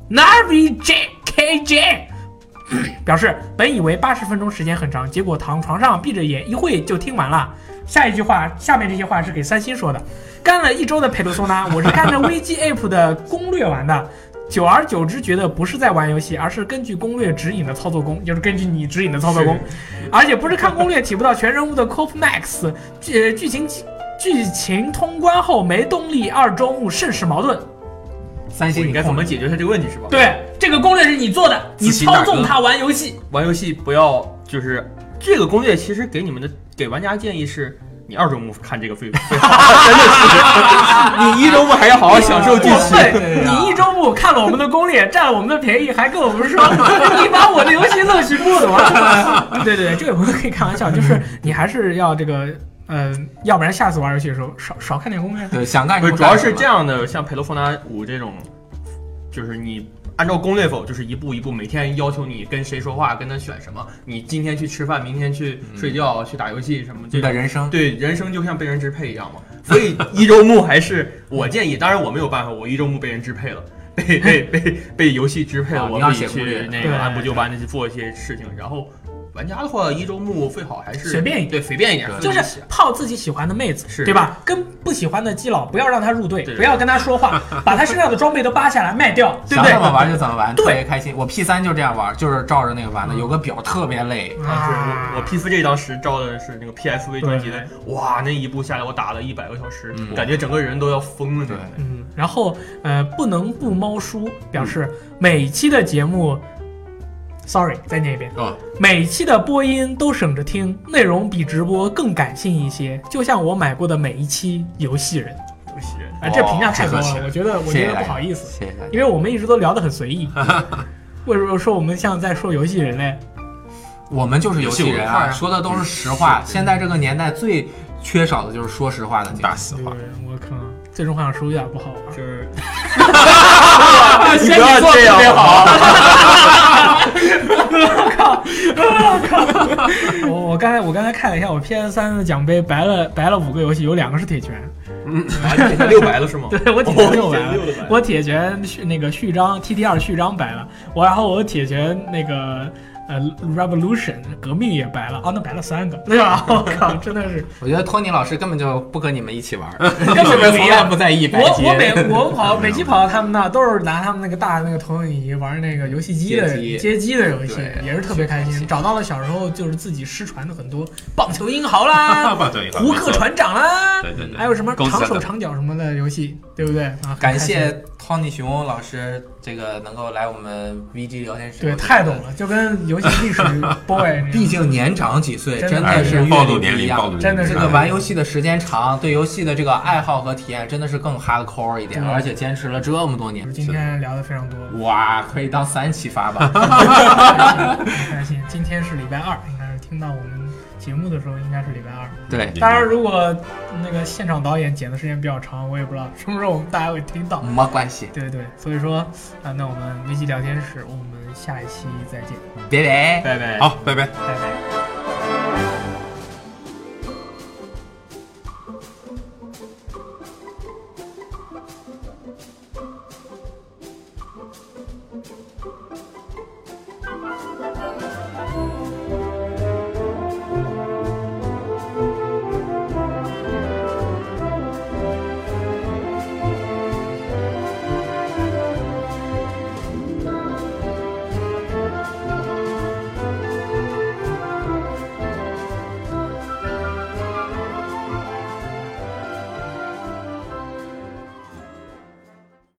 S1: Navi J K J。表示本以为八十分钟时间很长，结果躺床上闭着眼一会就听完了。下一句话，下面这些话是给三星说的。干了一周的佩鲁松呢， 我是看着危机 App 的攻略玩的。久而久之，觉得不是在玩游戏，而是根据攻略指引的操作功，就是根据你指引的操作功，而且不是看攻略体不到全人物的 Cop Max 剧呃剧情剧情通关后没动力，二周目甚是矛盾。
S2: 三
S4: 我
S2: 星，
S4: 应
S2: 你
S4: 该怎么
S2: 控制
S4: 解决一下这个问题是吧？，
S1: 对，这个攻略是你做的，你
S2: 自信大
S1: 操
S2: 哥
S1: 纵他玩游戏。
S4: 玩游戏不要就是这个攻略，其实给你们的给玩家建议是，你二周目看这个最最好， 真的是，你 一周目还要好好享受剧
S1: 过
S4: 情。
S1: 分！
S2: 对呀
S1: 你一周目看了我们的攻略，占了我们的便宜，还跟我们 说你把我的游戏乐趣剥夺了。 嗯对对对，这个我可以开玩笑，就是你还是要这个，呃，要不然下次玩游戏的时候少少看点攻略。啊
S2: 对，想干什
S4: 不
S2: 么
S4: 是，
S2: 干
S4: 主要
S2: 什
S4: 是
S2: 么
S4: 这样的，像《佩洛弗纳五》这种，就是你按照攻略走，就是一步一步，每天要求你跟谁说话，跟他选什么，你今天去吃饭，明天去睡觉，去打游戏什么这
S2: 你的
S4: 种。
S2: 人生，
S4: 对，人生就像被人支配一样嘛，所以一周目还是我建议，当然我没有办法，我一周目被人支配了，被被被被游戏支配了，
S2: 啊
S4: 我
S2: 你要
S4: 自
S2: 写
S4: 己
S2: 攻略
S4: 去那
S1: 对
S4: 个按部就班的去做一些事情。然后玩家的话，一周目最好还是
S1: 随便一点
S4: 对随便一点，
S2: 对
S1: 就是
S4: 自己写
S1: 泡自己喜欢的妹子，
S4: 是
S1: 对吧？跟不喜欢的基佬，不要让他入队，
S4: 对
S1: 不要跟他说 话，把他身上的装备都扒下来卖掉，对不
S2: 想
S1: 对
S2: 怎？么玩就怎么玩，
S1: 对
S2: 特别开心。我 P 三就这样玩，就是照着那个玩的，有个表特别累。
S4: 当时
S1: 啊
S4: 我我 PSJ 当时照的是那个 PSV 专辑的，哇，那一部下来我打了一百个小时，
S2: 嗯
S4: 感觉整个人都要疯了
S2: 对
S4: 那种。，
S1: 嗯，然后呃，不能不猫叔表示每期的节目、s o r r y 再念一遍，
S2: 啊
S3: 哦，
S1: 每期的播音都省着听，内容比直播更感性一些，就像我买过的每一期《游戏人》
S4: 对不起，
S1: 啊，这评价太高
S2: 哇哦这
S1: 了，
S2: 个
S1: 我觉得我
S2: 谢
S1: 觉
S2: 谢
S1: 得
S2: 大
S1: 不
S2: 家
S1: 好意思，
S2: 谢谢大家。
S1: 因为我们一直都聊得很随意。 为什么说我们像在说游戏人嘞？
S2: 我们就是游戏人
S3: 游戏文化
S2: 啊，
S3: 啊
S2: 说的都是实话。现在这个年代最缺少的就是说实话的精
S3: 大
S2: 神。
S3: 实
S1: 对，
S3: 话。
S1: 我靠，最终幻想十五有点不 好玩。
S4: 就是
S2: 你
S4: 不要这样啊
S2: 好。
S1: 我我刚才我刚才看了一下，我 PS 3的奖杯白了白了五个游戏，有两个是铁拳。
S4: 啊，你给六白了是吗？
S1: 对我铁拳又白
S4: 我铁拳
S1: 了
S4: 又白，了
S1: 我铁拳续那个序章 T T 二序章白了，我然后我铁拳那个呃 Revolution 革命也白了，哦，那白了三个，对吧？ 我靠，真的是，
S2: 我觉得托尼老师根本就不跟你们一起玩，根
S1: 本不一样
S2: 从来不在意
S1: 我
S2: 白
S1: 我每
S2: 洁。
S1: 我跑每期跑到他们那都是拿他们那个大的那个投影仪玩那个游戏机的
S2: 街机
S1: 街机的游戏
S2: 对，
S1: 也是特别开
S2: 是
S1: 心，
S2: 的
S1: 找到了小时候就是自己失传的很多棒球英豪啦、
S3: 棒球一号
S1: 胡克，船长啦
S3: 没错，对对对，
S1: 还有什么
S3: 公司
S1: 长手
S3: 的
S1: 长脚什么的游戏，对不对啊？很
S2: 感
S1: 开心
S2: 谢托尼熊老师这个能够来我们 VG 聊天室。
S1: 对，太懂。了，就跟游戏历 史 boy 那样
S2: 毕竟年长几岁，
S1: 真
S2: 真
S1: 的
S2: 的
S1: 哎
S2: 是
S3: 暴露
S2: 阅历
S3: 年
S2: 不一
S3: 龄，
S2: 样
S3: 暴露年龄，
S1: 真的是
S2: 这个玩游戏的时间长，对游戏的这个爱好和体验真的是更 hardcore 一点，
S1: 对
S2: 而且坚持了这么多年
S1: 就是，嗯今天聊的非常多，
S2: 哇，可以当三期发 吧。
S1: 很开心。今天是礼拜二，应该是听到我们节目的时候应该是礼拜二。
S2: 对，
S1: 当然，如果那个现场导演剪的时间比较长，我也不知道什么时候我们大家会听到。
S2: 没关系，
S1: 对对，所以说啊，那我们危机聊天室，我们下一期再见，
S2: 拜拜。
S4: 拜拜。
S3: 好，拜拜。
S1: 拜拜。